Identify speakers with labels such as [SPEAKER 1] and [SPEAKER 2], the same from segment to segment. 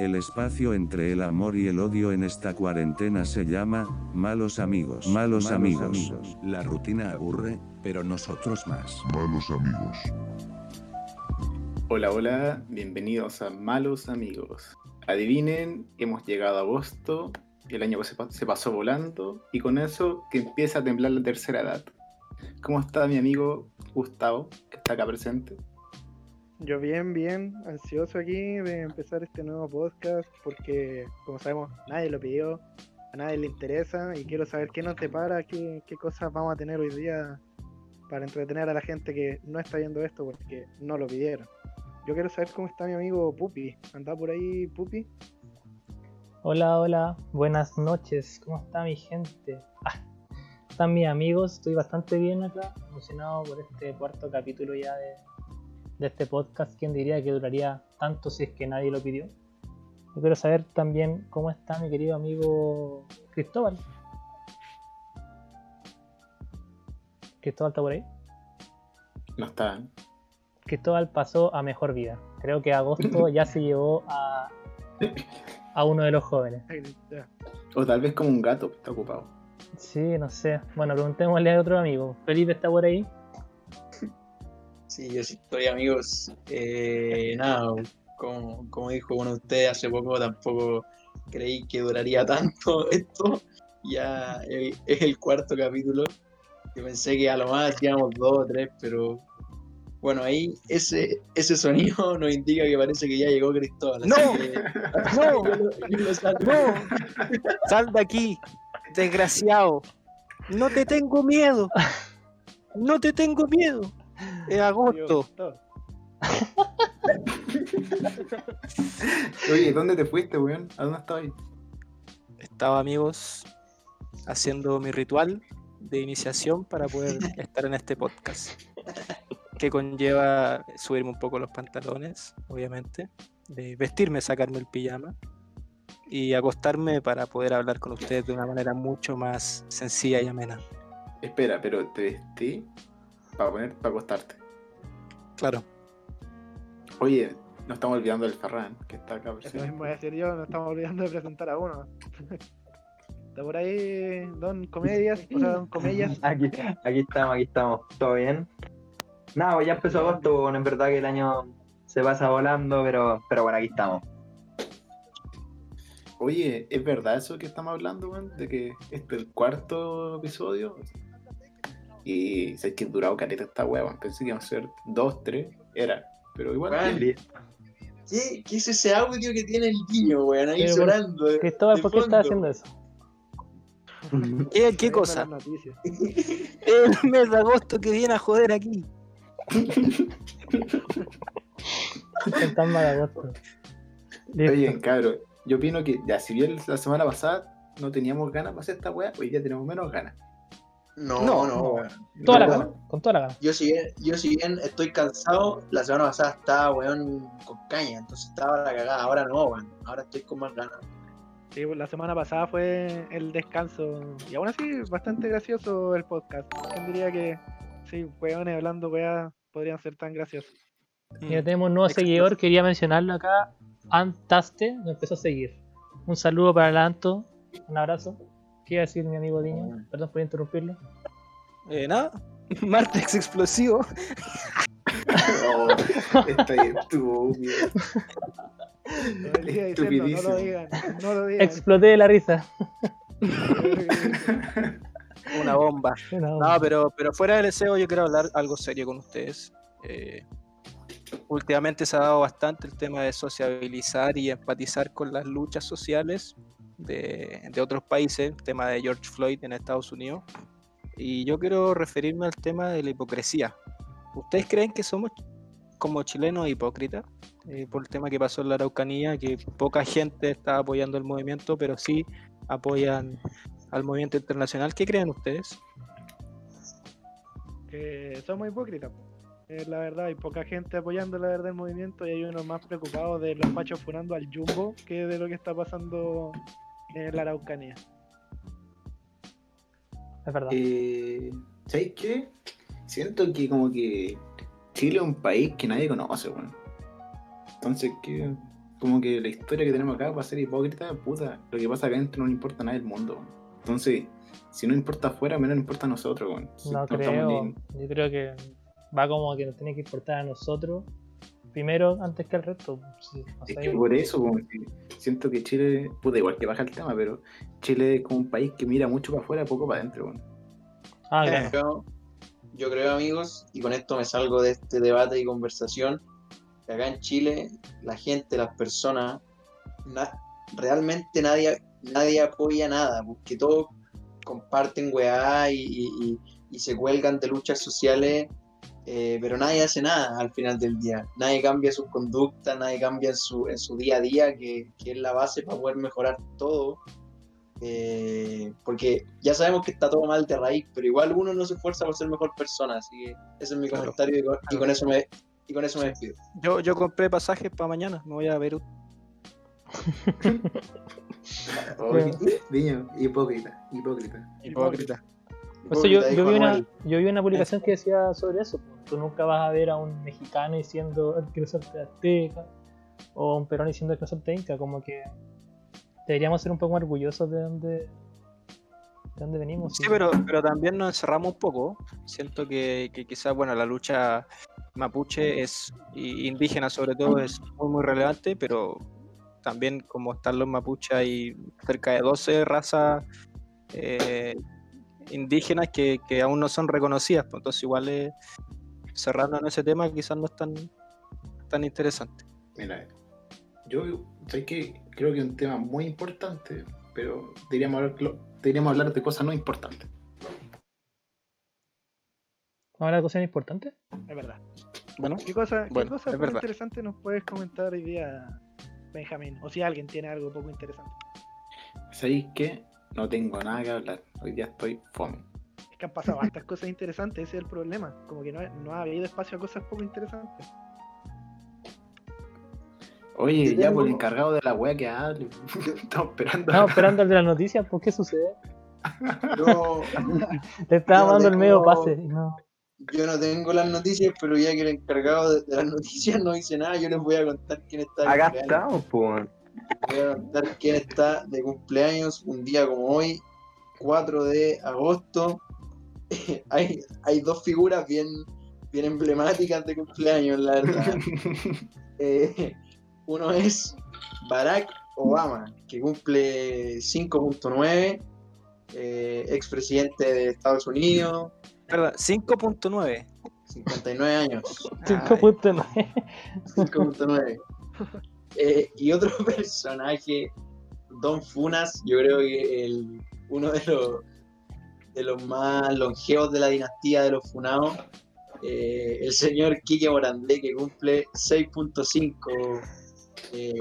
[SPEAKER 1] El espacio entre el amor y el odio en esta cuarentena se llama, malos amigos. Malos, amigos.
[SPEAKER 2] La rutina aburre, pero nosotros más.
[SPEAKER 3] Malos amigos.
[SPEAKER 4] Hola, hola, bienvenidos a Malos Amigos. Adivinen, hemos llegado a agosto, el año se, pa- se pasó volando y con eso que empieza a temblar la tercera edad. ¿Cómo está mi amigo Gustavo, que está acá presente?
[SPEAKER 5] Yo bien, bien, ansioso aquí de empezar este nuevo podcast porque, como sabemos, nadie lo pidió, a nadie le interesa y quiero saber qué nos depara, qué, qué cosas vamos a tener hoy día para entretener a la gente que no está viendo esto porque no lo pidieron. Yo quiero saber cómo está mi amigo Pupi. ¿Anda por ahí, Pupi?
[SPEAKER 6] Hola, hola, buenas noches, ¿cómo está mi gente? Ah, están mis amigos, estoy bastante bien acá, emocionado por este cuarto capítulo ya de, de este podcast. ¿Quién diría que duraría tanto si es que nadie lo pidió? Yo quiero saber también cómo está mi querido amigo Cristóbal. Cristóbal está por ahí.
[SPEAKER 4] No está. ¿eh?
[SPEAKER 6] Cristóbal pasó a mejor vida. Creo que agosto ya se llevó a, a uno de los jóvenes.
[SPEAKER 5] Ay, ya.
[SPEAKER 4] O tal vez como un gato, está ocupado.
[SPEAKER 6] Sí, no sé. Bueno, preguntémosle a otro amigo. Felipe está por ahí.
[SPEAKER 7] Sí, yo sí estoy, amigos. Eh, nada, como, como dijo uno de ustedes hace poco, tampoco creí que duraría tanto esto. Ya el- es el cuarto capítulo. Yo pensé que a lo más hacíamos dos o tres, pero bueno, ahí ese, ese sonido nos indica que parece que ya llegó Cristóbal. así
[SPEAKER 8] ¡No!
[SPEAKER 7] que-
[SPEAKER 8] ¡No!
[SPEAKER 7] yo lo- yo lo salvo.
[SPEAKER 8] ¡No! ¡Sal de aquí! ¡Desgraciado! ¡No te tengo miedo! ¡No te tengo miedo! Es agosto.
[SPEAKER 4] Oye, ¿dónde te fuiste, weón? ¿A dónde estoy?
[SPEAKER 8] Estaba, amigos, haciendo mi ritual de iniciación para poder estar en este podcast. Que conlleva subirme un poco los pantalones, obviamente. de vestirme, sacarme el pijama. Y acostarme para poder hablar con ustedes de una manera mucho más sencilla y amena.
[SPEAKER 4] Espera, pero te vestí para poner, para acostarte.
[SPEAKER 8] Claro.
[SPEAKER 4] Oye, no estamos olvidando del Ferran, que está acá
[SPEAKER 5] Eso
[SPEAKER 4] presente.
[SPEAKER 5] mismo voy a decir yo, no estamos olvidando de presentar a uno. Está por ahí Don Comedias, o sea, Don Comedias.
[SPEAKER 9] Aquí, aquí estamos, aquí estamos. ¿Todo bien? Nada, pues ya empezó agosto, bueno, es verdad que el año se pasa volando, pero, pero bueno, aquí estamos.
[SPEAKER 4] Oye, ¿es verdad eso que estamos hablando, weón? De que este es el cuarto episodio. Y sé que ha durado careta esta weá, weón. Pensé que iban a ser dos, tres. Era. Pero igual.
[SPEAKER 7] Weón,
[SPEAKER 4] bien.
[SPEAKER 7] ¿Qué, qué es ese audio que tiene el niño, weón? Ahí eh.
[SPEAKER 6] Pero,
[SPEAKER 7] sonando. de-
[SPEAKER 6] Cristóbal,
[SPEAKER 7] de
[SPEAKER 6] ¿por qué estás
[SPEAKER 7] fondo?
[SPEAKER 6] haciendo eso?
[SPEAKER 8] ¿Qué,
[SPEAKER 5] Ahí
[SPEAKER 8] qué
[SPEAKER 5] para
[SPEAKER 8] cosa?
[SPEAKER 5] las noticias.
[SPEAKER 8] El mes de agosto que viene a joder aquí.
[SPEAKER 6] El tan mal agosto.
[SPEAKER 4] Está
[SPEAKER 6] Listo.
[SPEAKER 4] bien, cabrón. Yo opino que, ya, si bien la semana pasada no teníamos ganas para hacer esta weá, hoy día tenemos menos ganas.
[SPEAKER 7] No,
[SPEAKER 8] No,
[SPEAKER 7] no, no weón.
[SPEAKER 6] Toda la
[SPEAKER 7] Yo-
[SPEAKER 6] gana, con toda la gana.
[SPEAKER 7] Yo si, bien, yo si bien estoy cansado, la semana pasada estaba, weón, con caña, entonces estaba la cagada. Ahora no, weón. Ahora estoy con más ganas.
[SPEAKER 5] Sí, pues, la semana pasada fue el descanso. Y aún así, bastante gracioso el podcast. ¿Quién diría que, sí, weones hablando weas podrían ser tan graciosos?
[SPEAKER 4] Mm.
[SPEAKER 6] Mira, tenemos un nuevo
[SPEAKER 8] Exacto.
[SPEAKER 6] seguidor, quería mencionarlo acá. Antaste nos empezó a seguir. Un saludo para la Anto, un abrazo. ¿Qué iba a decir mi amigo
[SPEAKER 4] Mm.
[SPEAKER 6] Diño? Perdón por interrumpirlo.
[SPEAKER 8] Eh, nada. Martes explosivo.
[SPEAKER 4] No, Oh, está estúpido.
[SPEAKER 5] Todo el día diciendo, no lo
[SPEAKER 4] Estupidísimo.
[SPEAKER 5] digan, no lo digan.
[SPEAKER 6] Exploté de la risa.
[SPEAKER 8] Una bomba.
[SPEAKER 6] Una
[SPEAKER 8] No,
[SPEAKER 6] bomba.
[SPEAKER 8] pero, pero fuera del SEO yo quiero hablar algo serio con ustedes. Eh, últimamente se ha dado bastante el tema de sociabilizar y empatizar con las luchas sociales de, de otros países, el tema de George Floyd en Estados Unidos. Y yo quiero referirme al tema de la hipocresía. ¿Ustedes creen que somos como chilenos hipócritas? Eh, por el tema que pasó en la Araucanía, que poca gente está apoyando el movimiento, pero sí apoyan al movimiento internacional. ¿Qué creen ustedes?
[SPEAKER 5] que somos hipócritas. po. Es la verdad, hay poca gente apoyando la verdad el movimiento y hay unos más preocupados de los machos funando al jumbo que de lo que está pasando en la Araucanía.
[SPEAKER 6] Es verdad.
[SPEAKER 4] Eh, ¿Sabes qué? Siento que como que Chile es un país que nadie conoce, weón. Entonces, ¿qué? como que la historia que tenemos acá va a ser hipócrita, puta. Lo que pasa acá adentro no le importa a nadie del mundo. weón. Entonces, si no importa afuera, menos nos importa a nosotros, weón. Si
[SPEAKER 6] No
[SPEAKER 4] estamos
[SPEAKER 6] creo.
[SPEAKER 4] ni-
[SPEAKER 6] Yo creo que va como que nos tiene que importar a nosotros primero antes que al resto. Sí, no
[SPEAKER 4] Es
[SPEAKER 6] sé.
[SPEAKER 4] que por eso, como que siento que Chile, puta, igual que baja el tema, pero Chile es como un país que mira mucho para afuera, poco para adentro. weón.
[SPEAKER 6] Ah, claro.
[SPEAKER 7] Yo- Yo creo, amigos, y con esto me salgo de este debate y conversación, que acá en Chile la gente, las personas, na- realmente nadie, nadie apoya nada, porque todos comparten weá y, y- y- y se cuelgan de luchas sociales, eh, pero nadie hace nada al final del día. Nadie cambia su conducta, nadie cambia en su, en su día a día, que, que es la base para poder mejorar todo. Eh, porque ya sabemos que está todo mal de raíz, pero igual uno no se esfuerza por ser mejor persona, así que ese es mi
[SPEAKER 8] Claro.
[SPEAKER 7] comentario y con, y con eso me y con eso me despido.
[SPEAKER 8] Yo, yo compré pasajes para mañana, me voy a Perú.
[SPEAKER 4] Oye, niño, hipócrita, hipócrita.
[SPEAKER 8] Hipócrita.
[SPEAKER 6] Por eso Pues yo, yo
[SPEAKER 7] Hipócrita, dijo
[SPEAKER 6] vi una,
[SPEAKER 7] Manuel.
[SPEAKER 6] yo vi una publicación que decía sobre eso. pues, Tú nunca vas a ver a un mexicano diciendo "Ah, quiero ser azteca o a un peruano diciendo quiero ser inca. Como que deberíamos ser un poco más orgullosos de dónde, de dónde venimos.
[SPEAKER 8] Sí,
[SPEAKER 6] y-
[SPEAKER 8] pero, pero también nos encerramos un poco. Siento que, que quizás, bueno, la lucha mapuche es y indígena sobre todo es muy, muy relevante, pero también como están los mapuches hay cerca de 12 razas eh, indígenas que, que aún no son reconocidas, pues, entonces igual eh, cerrarnos en ese tema quizás no es tan, tan interesante.
[SPEAKER 4] Mira, yo sé que creo que es un tema muy importante, pero deberíamos hablar, deberíamos hablar de cosas no importantes.
[SPEAKER 6] ¿Ahora cosa importante?
[SPEAKER 5] Es verdad.
[SPEAKER 8] Bueno,
[SPEAKER 5] ¿Qué cosa,
[SPEAKER 8] Bueno,
[SPEAKER 5] qué cosa
[SPEAKER 8] es
[SPEAKER 5] poco
[SPEAKER 8] verdad.
[SPEAKER 5] interesante nos puedes comentar hoy día, Benjamín? O si alguien tiene algo poco interesante.
[SPEAKER 4] ¿Sabéis qué? No tengo nada que hablar. Hoy día estoy fome.
[SPEAKER 5] Es que han pasado hartas cosas interesantes, ese es el problema. Como que no, ha- no ha habido espacio a cosas poco interesantes.
[SPEAKER 4] Oye,
[SPEAKER 7] Yo
[SPEAKER 4] ya por el
[SPEAKER 7] tengo-
[SPEAKER 4] encargado de la wea que hable. Estamos esperando.
[SPEAKER 6] Estamos esperando el de las noticias, ¿por qué sucede?
[SPEAKER 7] Yo,
[SPEAKER 6] Te estaba
[SPEAKER 7] Yo
[SPEAKER 6] dando el medio
[SPEAKER 7] tengo-
[SPEAKER 6] pase. y No.
[SPEAKER 7] yo no tengo las noticias, pero ya que el encargado de, de las noticias no dice nada, yo les voy a contar quién está de
[SPEAKER 9] Acá
[SPEAKER 7] cumpleaños.
[SPEAKER 9] estamos, pues.
[SPEAKER 7] Les Voy a contar quién está de cumpleaños un día como hoy, 4 de agosto. hay, hay dos figuras bien, bien emblemáticas de cumpleaños, la verdad. Eh, uno es Barack Obama, que cumple 5.9, eh, expresidente de Estados Unidos,
[SPEAKER 8] Perdón, 5.9.
[SPEAKER 7] 59 años.
[SPEAKER 8] Ah,
[SPEAKER 6] Cinco puntos, no.
[SPEAKER 7] 5.9. Eh, y otro personaje, Don Funas, yo creo que el, uno de los, de los más longevos de la dinastía de los Funados, eh, el señor Quique Morandé, que cumple 6.5. eh,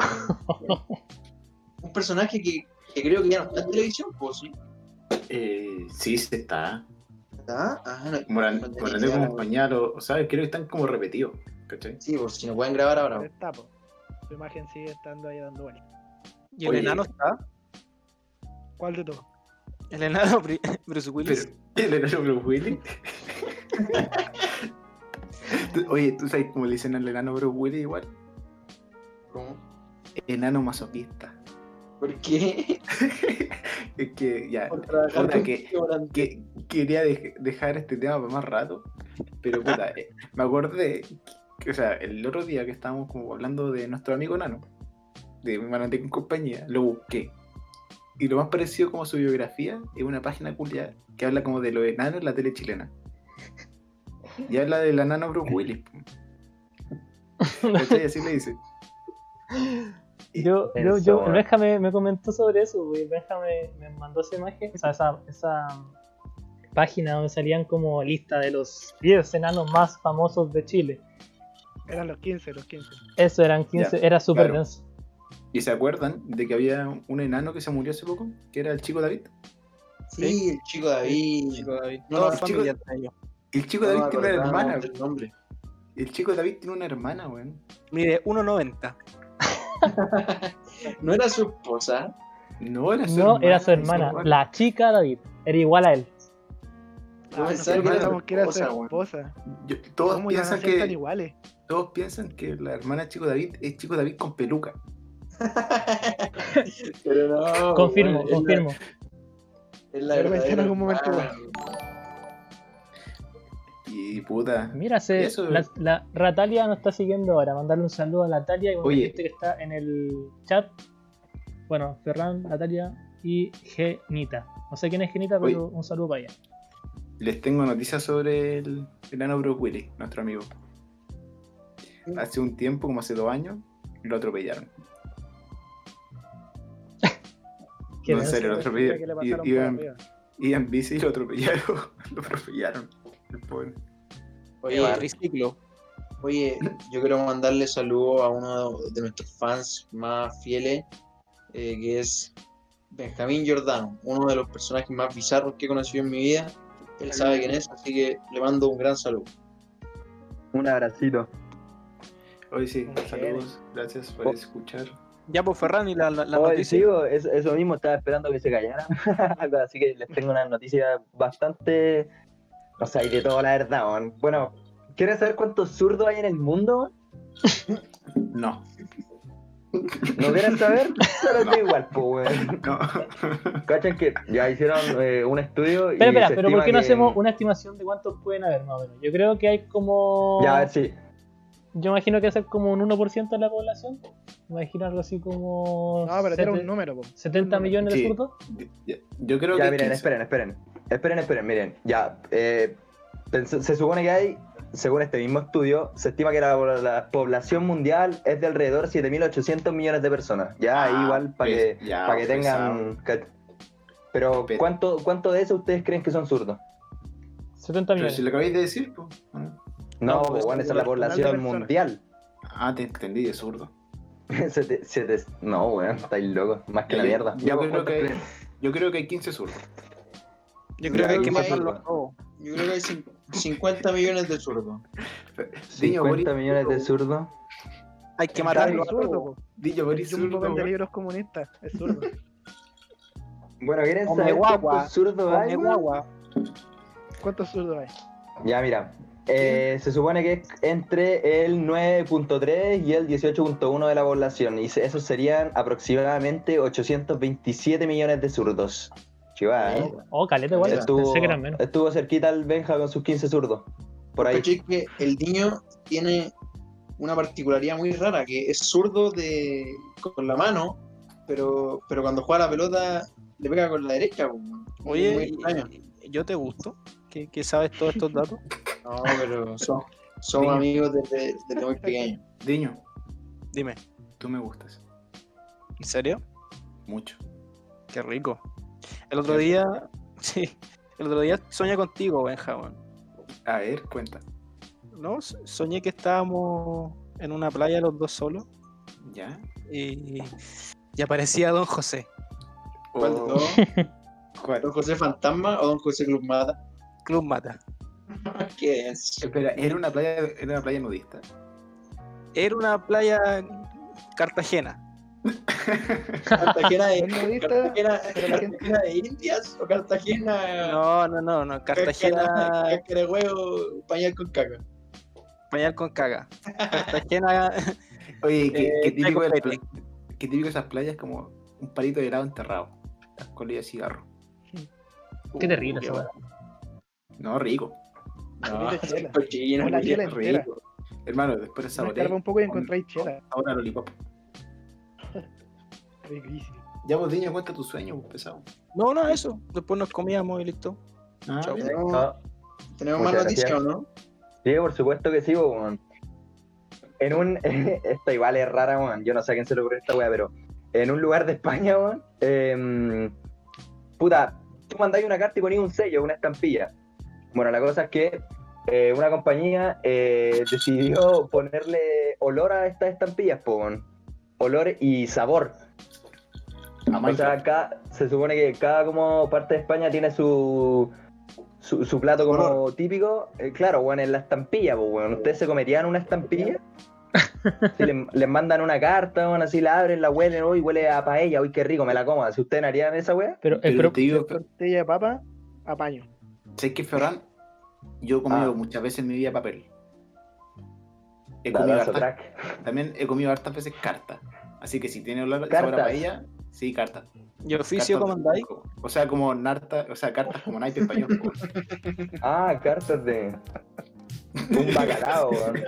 [SPEAKER 7] un personaje que, que creo que ya no está en televisión, pues sí.
[SPEAKER 4] Eh, sí, se está.
[SPEAKER 7] ¿Está? Ah, no,
[SPEAKER 4] Moran,
[SPEAKER 7] no tenía
[SPEAKER 4] Morandé
[SPEAKER 7] idea,
[SPEAKER 4] con
[SPEAKER 7] pues.
[SPEAKER 4] español, o, o sabes, creo que están como repetidos. ¿Cachai?
[SPEAKER 7] Sí, por si no pueden grabar
[SPEAKER 5] Pero
[SPEAKER 7] ahora.
[SPEAKER 5] está, po. Su imagen sigue estando ahí dando vueltas.
[SPEAKER 8] ¿Y el
[SPEAKER 7] Oye.
[SPEAKER 8] enano está?
[SPEAKER 5] ¿Cuál de todos?
[SPEAKER 8] ¿El enano Bri- Bruce Willis?
[SPEAKER 4] Pero, ¿el enano Bruce Willis? Tú- Oye, ¿tú sabes cómo le dicen al enano Bruce Willis igual?
[SPEAKER 7] ¿Cómo?
[SPEAKER 4] Enano masoquista.
[SPEAKER 7] ¿Por qué?
[SPEAKER 4] es que, ya,
[SPEAKER 7] Por trabajar
[SPEAKER 4] Puta,
[SPEAKER 7] con
[SPEAKER 4] que-
[SPEAKER 7] Quique Morandé.
[SPEAKER 4] que quería dej- dejar este tema para más rato, pero puta, eh, me acordé que, o sea, el otro día que estábamos como hablando de nuestro amigo Nano, de mi manante con compañía, lo busqué. Y lo más parecido como a su biografía es una página culia que habla como de los enanos en la tele chilena. Y habla de la nano Bruce Willis. po. ¿Cachai? Y así le dice.
[SPEAKER 6] Yo, yo,
[SPEAKER 9] Eso,
[SPEAKER 6] yo, el
[SPEAKER 9] bueno.
[SPEAKER 6] Benja me, me comentó sobre eso, güey. El Benja me, me mandó esa imagen, o sea, esa, esa página donde salían como lista de los 10 enanos más famosos de Chile.
[SPEAKER 5] Eran los 15, los 15.
[SPEAKER 6] Eso eran 15, era súper
[SPEAKER 4] claro.
[SPEAKER 6] denso.
[SPEAKER 4] ¿Y se acuerdan de que había un enano que se murió hace poco? Que era el chico David.
[SPEAKER 7] Sí, el chico David. No,
[SPEAKER 8] Toda
[SPEAKER 7] el
[SPEAKER 4] chico-
[SPEAKER 8] familia está ahí.
[SPEAKER 4] El chico
[SPEAKER 7] No
[SPEAKER 4] David
[SPEAKER 7] me
[SPEAKER 4] tiene una
[SPEAKER 7] acordaba
[SPEAKER 4] hermana.
[SPEAKER 7] del nombre.
[SPEAKER 4] El chico David tiene una hermana, weón.
[SPEAKER 8] Mide 1.90.
[SPEAKER 7] No era su esposa.
[SPEAKER 4] No, era su
[SPEAKER 6] No, era su
[SPEAKER 4] esa
[SPEAKER 6] hermana,
[SPEAKER 4] weá.
[SPEAKER 6] la chica David, era igual a él.
[SPEAKER 5] Ah,
[SPEAKER 7] pensaba
[SPEAKER 5] nosotros
[SPEAKER 4] que era su
[SPEAKER 5] pensamos que era su
[SPEAKER 7] esposa, weón.
[SPEAKER 5] esposa.
[SPEAKER 4] Yo- todos,
[SPEAKER 5] ¿Cómo iban a
[SPEAKER 4] piensan
[SPEAKER 5] ser tan
[SPEAKER 4] que,
[SPEAKER 5] iguales?
[SPEAKER 4] todos piensan que la hermana de Chico David es Chico David con peluca.
[SPEAKER 7] Pero no,
[SPEAKER 6] Confirmo,
[SPEAKER 7] weón, Oh, es la-
[SPEAKER 6] confirmo.
[SPEAKER 7] Es la
[SPEAKER 5] Pero pensé en
[SPEAKER 7] verdadera
[SPEAKER 5] algún momento,
[SPEAKER 7] hermana,
[SPEAKER 4] Y puta.
[SPEAKER 6] Mira, se-
[SPEAKER 4] Eso-
[SPEAKER 6] la, la Ratalia nos está siguiendo ahora. Mandarle un saludo a Natalia, que
[SPEAKER 4] Oye.
[SPEAKER 6] gente que está en el chat. Bueno, Ferran, Natalia y Genita. No sé quién es Genita, pero un saludo para ella.
[SPEAKER 4] Les tengo noticias sobre el enano Brock Willy, nuestro amigo. Hace un tiempo, como hace dos años, lo atropellaron.
[SPEAKER 6] ¿Quién
[SPEAKER 4] No
[SPEAKER 6] es?
[SPEAKER 4] sé. serio, lo atropellé.
[SPEAKER 5] Que le
[SPEAKER 4] Y-
[SPEAKER 5] pasaron
[SPEAKER 4] iban-
[SPEAKER 5] por arriba.
[SPEAKER 4] Y en bici lo atropellaron. lo atropellaron. El pobre.
[SPEAKER 7] Oye,
[SPEAKER 8] Triciclo.
[SPEAKER 7] Oye, yo quiero mandarle saludo a uno de nuestros fans más fieles, eh, que es Benjamín Jordano, uno de los personajes más bizarros que he conocido en mi vida. Él sabe quién es, así que le mando un gran saludo.
[SPEAKER 9] Un abracito.
[SPEAKER 4] Hoy sí,
[SPEAKER 5] Mujeres.
[SPEAKER 4] saludos. Gracias por
[SPEAKER 9] Oh.
[SPEAKER 4] escuchar.
[SPEAKER 8] Ya, pues Ferran, y la, la, la
[SPEAKER 9] Oh,
[SPEAKER 8] noticia.
[SPEAKER 9] sí, oh, es- eso mismo estaba esperando que se callara. Así que les tengo una noticia bastante. O sea, y de todo, la verdad. weón. Bueno, ¿quieres saber cuántos zurdos hay en el mundo?
[SPEAKER 4] No,
[SPEAKER 9] ¿No quieres saber? Pero da igual, pues, weón.
[SPEAKER 4] no.
[SPEAKER 9] Cachan que ya hicieron eh, un estudio. y
[SPEAKER 6] Espera, espera,
[SPEAKER 9] se
[SPEAKER 6] pero ¿por
[SPEAKER 9] estima
[SPEAKER 6] qué no
[SPEAKER 9] que-
[SPEAKER 6] hacemos una estimación de cuántos pueden haber más o menos? Yo creo que hay como.
[SPEAKER 9] Ya, a
[SPEAKER 4] Oh,
[SPEAKER 9] ver si.
[SPEAKER 6] Yo imagino que ser como un 1% de la población. Imagino algo así como.
[SPEAKER 5] No, pero
[SPEAKER 6] sete-
[SPEAKER 5] tira un número, po.
[SPEAKER 6] 70 millones de
[SPEAKER 4] Sí.
[SPEAKER 6] zurdos.
[SPEAKER 4] Ya, Yo creo
[SPEAKER 9] Ya,
[SPEAKER 4] que.
[SPEAKER 9] miren,
[SPEAKER 4] 15.
[SPEAKER 9] esperen, esperen. Esperen, esperen, miren. Ya, eh, pens- se supone que hay, según este mismo estudio, se estima que la, la población mundial es de alrededor 7.800 millones de personas. Ya, ahí
[SPEAKER 4] Ah,
[SPEAKER 9] igual para que,
[SPEAKER 4] pues, ya,
[SPEAKER 9] pa' que
[SPEAKER 4] pesado.
[SPEAKER 9] tengan... ca- Pero,
[SPEAKER 4] Pe-
[SPEAKER 9] ¿cuánto, ¿cuánto de eso ustedes creen que son zurdos?
[SPEAKER 6] 70
[SPEAKER 4] Pero
[SPEAKER 6] millones.
[SPEAKER 4] si lo acabáis de decir, pues.
[SPEAKER 9] No,
[SPEAKER 8] No,
[SPEAKER 9] pues,
[SPEAKER 8] pues,
[SPEAKER 9] bueno, esa es
[SPEAKER 8] total
[SPEAKER 9] la
[SPEAKER 8] de
[SPEAKER 9] población
[SPEAKER 5] personas.
[SPEAKER 9] mundial.
[SPEAKER 4] Ah, te entendí, de zurdo.
[SPEAKER 9] Se te- se te- no, weón, estáis locos, más que la
[SPEAKER 4] Yo-
[SPEAKER 9] mierda.
[SPEAKER 4] Eh, Yo,
[SPEAKER 9] Ya, pues,
[SPEAKER 4] creo que
[SPEAKER 9] ¿cuántos
[SPEAKER 4] hay, yo creo que hay 15 zurdos.
[SPEAKER 8] Yo creo que hay que
[SPEAKER 7] Ya,
[SPEAKER 8] matarlo
[SPEAKER 9] ya.
[SPEAKER 8] a todos.
[SPEAKER 7] Yo creo que hay cin- 50 millones de zurdos.
[SPEAKER 9] creen? 50 millones de zurdos.
[SPEAKER 8] Hay que
[SPEAKER 5] Es
[SPEAKER 8] matarlo a
[SPEAKER 5] zurdo,
[SPEAKER 8] todos.
[SPEAKER 5] po.
[SPEAKER 4] Dillo
[SPEAKER 5] Es
[SPEAKER 4] Boris
[SPEAKER 5] un
[SPEAKER 4] zurdo.
[SPEAKER 5] papel de
[SPEAKER 4] güey.
[SPEAKER 5] libros comunistas. Es zurdo.
[SPEAKER 9] Bueno, ¿quieren
[SPEAKER 8] Hombre
[SPEAKER 9] saber
[SPEAKER 8] guagua,
[SPEAKER 9] cuántos zurdos hay?
[SPEAKER 8] Come
[SPEAKER 9] weón?
[SPEAKER 8] guagua.
[SPEAKER 5] ¿Cuántos zurdos hay?
[SPEAKER 9] Ya, mira. eh, se supone que es entre el 9.3 y el 18.1 de la población. Y se- esos serían aproximadamente 827 millones de zurdos. Chivada, ¿eh?
[SPEAKER 6] Oh, caleta, igual.
[SPEAKER 9] Estuvo,
[SPEAKER 6] Pensé que eran menos.
[SPEAKER 9] estuvo cerquita el Benja con sus 15 zurdos. Por ahí.
[SPEAKER 7] Caché que el niño tiene una particularidad muy rara, que es zurdo de, con la mano, pero, pero cuando juega la pelota le pega con la derecha. po. Muy
[SPEAKER 8] Oye,
[SPEAKER 7] extraño.
[SPEAKER 8] y- yo te gusto, que, que sabes todos estos datos.
[SPEAKER 7] No, pero son, son
[SPEAKER 4] Niño.
[SPEAKER 7] amigos desde, desde muy pequeño.
[SPEAKER 4] Diño,
[SPEAKER 8] Dime,
[SPEAKER 4] tú me gustas.
[SPEAKER 8] ¿en serio?
[SPEAKER 4] Mucho.
[SPEAKER 8] Qué rico. El otro día, sí, el otro día soñé contigo, Benja, weón.
[SPEAKER 4] A ver, cuenta.
[SPEAKER 8] No, so- soñé que estábamos en una playa los dos solos
[SPEAKER 4] ¿Ya?
[SPEAKER 8] y, y aparecía Don José,
[SPEAKER 4] ¿O
[SPEAKER 7] ¿Cuál de todos?
[SPEAKER 4] cuál?
[SPEAKER 7] ¿Don José Fantasma o Don José Club Mata?
[SPEAKER 8] Club Mata.
[SPEAKER 7] ¿Qué es?
[SPEAKER 4] Espera, ¿era una playa, era una playa nudista?
[SPEAKER 8] Era una playa Cartagena.
[SPEAKER 7] ¿Cartagena de,
[SPEAKER 5] ¿Es nudista?
[SPEAKER 7] Cartagena, Cartagena de Indias o Cartagena...
[SPEAKER 8] No, no, no, no, Cartagena
[SPEAKER 7] Cáscara de huevo, pañal con caca.
[SPEAKER 8] pañal con caga. Cartagena
[SPEAKER 4] Oye, qué,
[SPEAKER 8] Eh,
[SPEAKER 4] qué típico
[SPEAKER 8] Taco
[SPEAKER 4] de la
[SPEAKER 8] Pete.
[SPEAKER 4] pla- qué típico de esas playas como un palito de helado enterrado. Con de cigarro.
[SPEAKER 6] Qué terrible esa
[SPEAKER 8] weón.
[SPEAKER 4] No, rico.
[SPEAKER 7] No,
[SPEAKER 5] Ponete chela.
[SPEAKER 7] cochino,
[SPEAKER 5] Pon la chela
[SPEAKER 7] cochino,
[SPEAKER 5] entera.
[SPEAKER 7] rico.
[SPEAKER 4] Hermano, después esa
[SPEAKER 5] Escarba
[SPEAKER 4] botella.
[SPEAKER 5] un poco y encontráis chela.
[SPEAKER 4] Ahora lollipop.
[SPEAKER 5] Riquísimo.
[SPEAKER 4] Ya vos, Diño, cuenta tu sueño, pues, pesado.
[SPEAKER 8] No, no, eso. Después nos comíamos y listo.
[SPEAKER 4] Ah,
[SPEAKER 7] Chao.
[SPEAKER 4] mira.
[SPEAKER 7] Tenemos,
[SPEAKER 9] Ah,
[SPEAKER 7] tenemos
[SPEAKER 9] Muchas
[SPEAKER 7] más noticias,
[SPEAKER 9] gracias.
[SPEAKER 7] ¿o no?
[SPEAKER 9] Sí, por supuesto que sí, weón. En un. Esta igual es rara, weón. Yo no sé a quién se le ocurrió esta weá, pero. En un lugar de España, weón. em, puta, tú mandáis una carta y ponías un sello, una estampilla. Bueno, la cosa es que eh, una compañía eh, decidió ponerle olor a estas estampillas, po, weón. Olor y sabor.
[SPEAKER 6] Ah,
[SPEAKER 4] A
[SPEAKER 9] O sea,
[SPEAKER 4] Minecraft.
[SPEAKER 9] acá se supone que cada como parte de España tiene su su, su plato como típico. Eh, claro, bueno, en la estampilla, pues, bueno. ¿Ustedes se comerían una estampilla? Sí, le- les, mandan una carta, bueno, así la abren, la huelen, uy, huele a paella, uy, qué rico, me la coma. Si ustedes no harían esa wea,
[SPEAKER 6] Pero, eh,
[SPEAKER 4] Pero
[SPEAKER 6] pero-
[SPEAKER 4] te digo,
[SPEAKER 5] Tortilla de papa, apaño.
[SPEAKER 4] sé que Ferran, yo he comido
[SPEAKER 9] Ah.
[SPEAKER 4] muchas veces en mi vida papel. He
[SPEAKER 9] la
[SPEAKER 4] comido
[SPEAKER 9] danza
[SPEAKER 4] hartas
[SPEAKER 9] track.
[SPEAKER 4] También he comido hartas veces carta. Así que si tiene olor
[SPEAKER 9] Cartas.
[SPEAKER 4] sabor a paella, sí, cartas.
[SPEAKER 8] ¿Y oficio
[SPEAKER 4] Cartas de-
[SPEAKER 8] comandáis?
[SPEAKER 4] O sea, como narta, o sea, cartas como naipe español. po.
[SPEAKER 9] Ah, cartas de. Un bacalao, weón.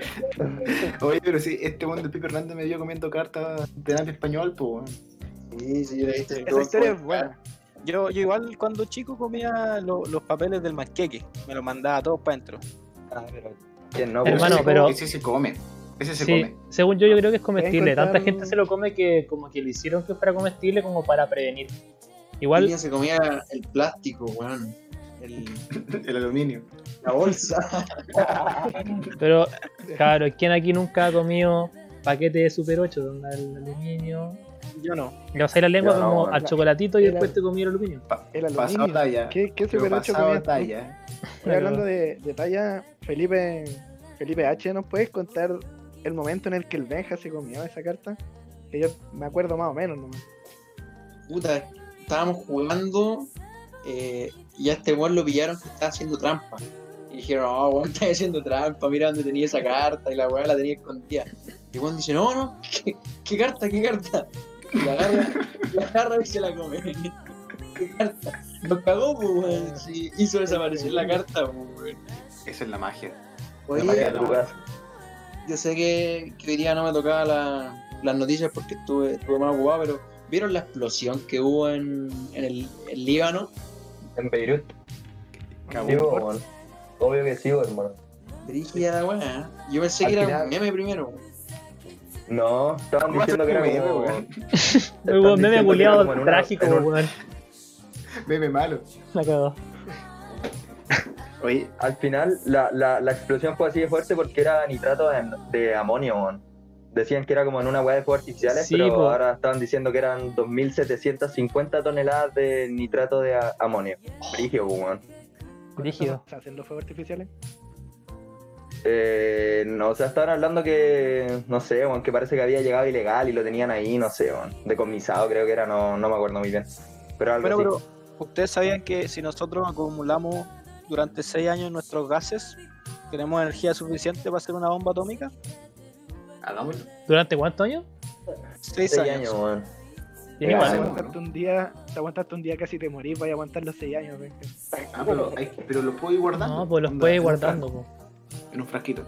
[SPEAKER 4] Oye, pero sí, este buen de Pipe Hernández me vio comiendo cartas de naipe español, pues.
[SPEAKER 7] Sí, sí, yo este la he visto en
[SPEAKER 5] Esa
[SPEAKER 7] todo
[SPEAKER 5] historia
[SPEAKER 7] el
[SPEAKER 5] es buena.
[SPEAKER 8] Yo, yo igual cuando chico comía lo- los papeles del manqueque, me los mandaba todos para adentro.
[SPEAKER 9] Ah, pero. ¿Quién no? pues?
[SPEAKER 6] Hermano,
[SPEAKER 9] weón?
[SPEAKER 6] pero-
[SPEAKER 4] Ese se come. Ese se
[SPEAKER 6] Sí,
[SPEAKER 4] come.
[SPEAKER 6] según yo, yo creo que es comestible.
[SPEAKER 5] encontrar
[SPEAKER 6] Tanta
[SPEAKER 5] un-
[SPEAKER 6] gente se lo come que como que lo hicieron que fuera comestible como para prevenir.
[SPEAKER 7] ¿Cuál?
[SPEAKER 6] Igual,
[SPEAKER 7] se comía el plástico, weón. El-
[SPEAKER 4] El aluminio.
[SPEAKER 7] la bolsa.
[SPEAKER 6] pero claro, ¿quién aquí nunca ha comido paquete de Super 8? Donde el aluminio.
[SPEAKER 8] Yo no.
[SPEAKER 6] Le vas a ir la lengua
[SPEAKER 9] Yo no,
[SPEAKER 6] como
[SPEAKER 9] bueno.
[SPEAKER 6] al chocolatito y
[SPEAKER 5] Era-
[SPEAKER 6] después te comí el aluminio.
[SPEAKER 5] El
[SPEAKER 4] Pasado
[SPEAKER 5] aluminio.
[SPEAKER 4] talla.
[SPEAKER 5] ¿Qué, qué
[SPEAKER 4] Pero
[SPEAKER 5] super 8
[SPEAKER 4] pasado
[SPEAKER 5] comías tú?
[SPEAKER 4] talla.
[SPEAKER 5] Oye, hablando de, de talla, Felipe, Felipe H, ¿nos puedes contar el momento en el que el Benja se comió esa carta? Que yo me acuerdo más o menos nomás.
[SPEAKER 7] Puta, estábamos jugando eh, y a este weón lo pillaron que estaba haciendo trampa. Y dijeron, oh, weón, estás haciendo trampa, mira dónde tenía esa carta y la weá la tenía escondida. Y el weón dice, no, no, ¿qué, qué carta, qué carta? Y la agarra, la agarra y se la come. ¿Qué carta? Nos cagó, pues, weón. Sí, hizo desaparecer la carta, pues, weón.
[SPEAKER 4] Esa es la magia.
[SPEAKER 9] La
[SPEAKER 7] Oye,
[SPEAKER 9] magia de
[SPEAKER 4] no.
[SPEAKER 9] Lucas.
[SPEAKER 7] yo sé que, que hoy día no me tocaba la- las noticias porque estuve, estuve más ocupado, pero ¿vieron la explosión que hubo en, en el, en Líbano?
[SPEAKER 9] En Beirut.
[SPEAKER 4] Cagó.
[SPEAKER 9] Sí, pues, weón. Obvio que sí, weón, hermano.
[SPEAKER 7] Brígida la weá. Yo pensé
[SPEAKER 9] Al
[SPEAKER 7] que era
[SPEAKER 9] final-
[SPEAKER 7] un meme primero.
[SPEAKER 9] No, estaban
[SPEAKER 4] ¿Cómo va a
[SPEAKER 9] diciendo que
[SPEAKER 4] ser
[SPEAKER 9] era
[SPEAKER 4] un meme,
[SPEAKER 9] como.
[SPEAKER 4] weón?
[SPEAKER 9] Están
[SPEAKER 6] Hubo un meme
[SPEAKER 9] diciendo que era
[SPEAKER 6] buleado
[SPEAKER 9] como en una-
[SPEAKER 6] trágico,
[SPEAKER 9] en un-
[SPEAKER 6] weón.
[SPEAKER 4] Bebe malo.
[SPEAKER 6] La cagó.
[SPEAKER 4] Oye,
[SPEAKER 9] Al final, la, la, la explosión fue así de fuerte porque era nitrato de, de amonio, weón. Decían que era como en una hueá de fuegos artificiales,
[SPEAKER 6] Sí,
[SPEAKER 9] pero
[SPEAKER 6] po.
[SPEAKER 9] ahora estaban diciendo que eran 2.750 toneladas de nitrato de a- amonio. Frigio, weón.
[SPEAKER 6] Rígido.
[SPEAKER 5] ¿Se hacen los fuegos artificiales?
[SPEAKER 9] Eh, no, o sea, estaban hablando que, no sé, weón, que parece que había llegado ilegal y lo tenían ahí, no sé, weón. Decomisado creo que era, no, no me acuerdo muy bien. Pero algo
[SPEAKER 8] Bueno,
[SPEAKER 9] así.
[SPEAKER 8] pero ustedes sabían que si nosotros acumulamos durante seis años nuestros gases, tenemos energía suficiente para hacer una bomba atómica.
[SPEAKER 4] hagámoslo.
[SPEAKER 6] ¿Durante cuántos años?
[SPEAKER 8] Seis
[SPEAKER 9] Seis
[SPEAKER 8] años.
[SPEAKER 9] años, weón.
[SPEAKER 6] Tiene
[SPEAKER 9] Claro.
[SPEAKER 5] te,
[SPEAKER 6] igual.
[SPEAKER 5] aguantaste un día, te aguantaste un día casi te morís, vaya a aguantar los 6 años. Benja.
[SPEAKER 4] Ah, pero, hay- pero lo puedo ir guardando.
[SPEAKER 6] No, pues los
[SPEAKER 4] Onda,
[SPEAKER 6] puedes ir
[SPEAKER 4] en un frasco,
[SPEAKER 6] guardando, po.
[SPEAKER 4] En un frasquito.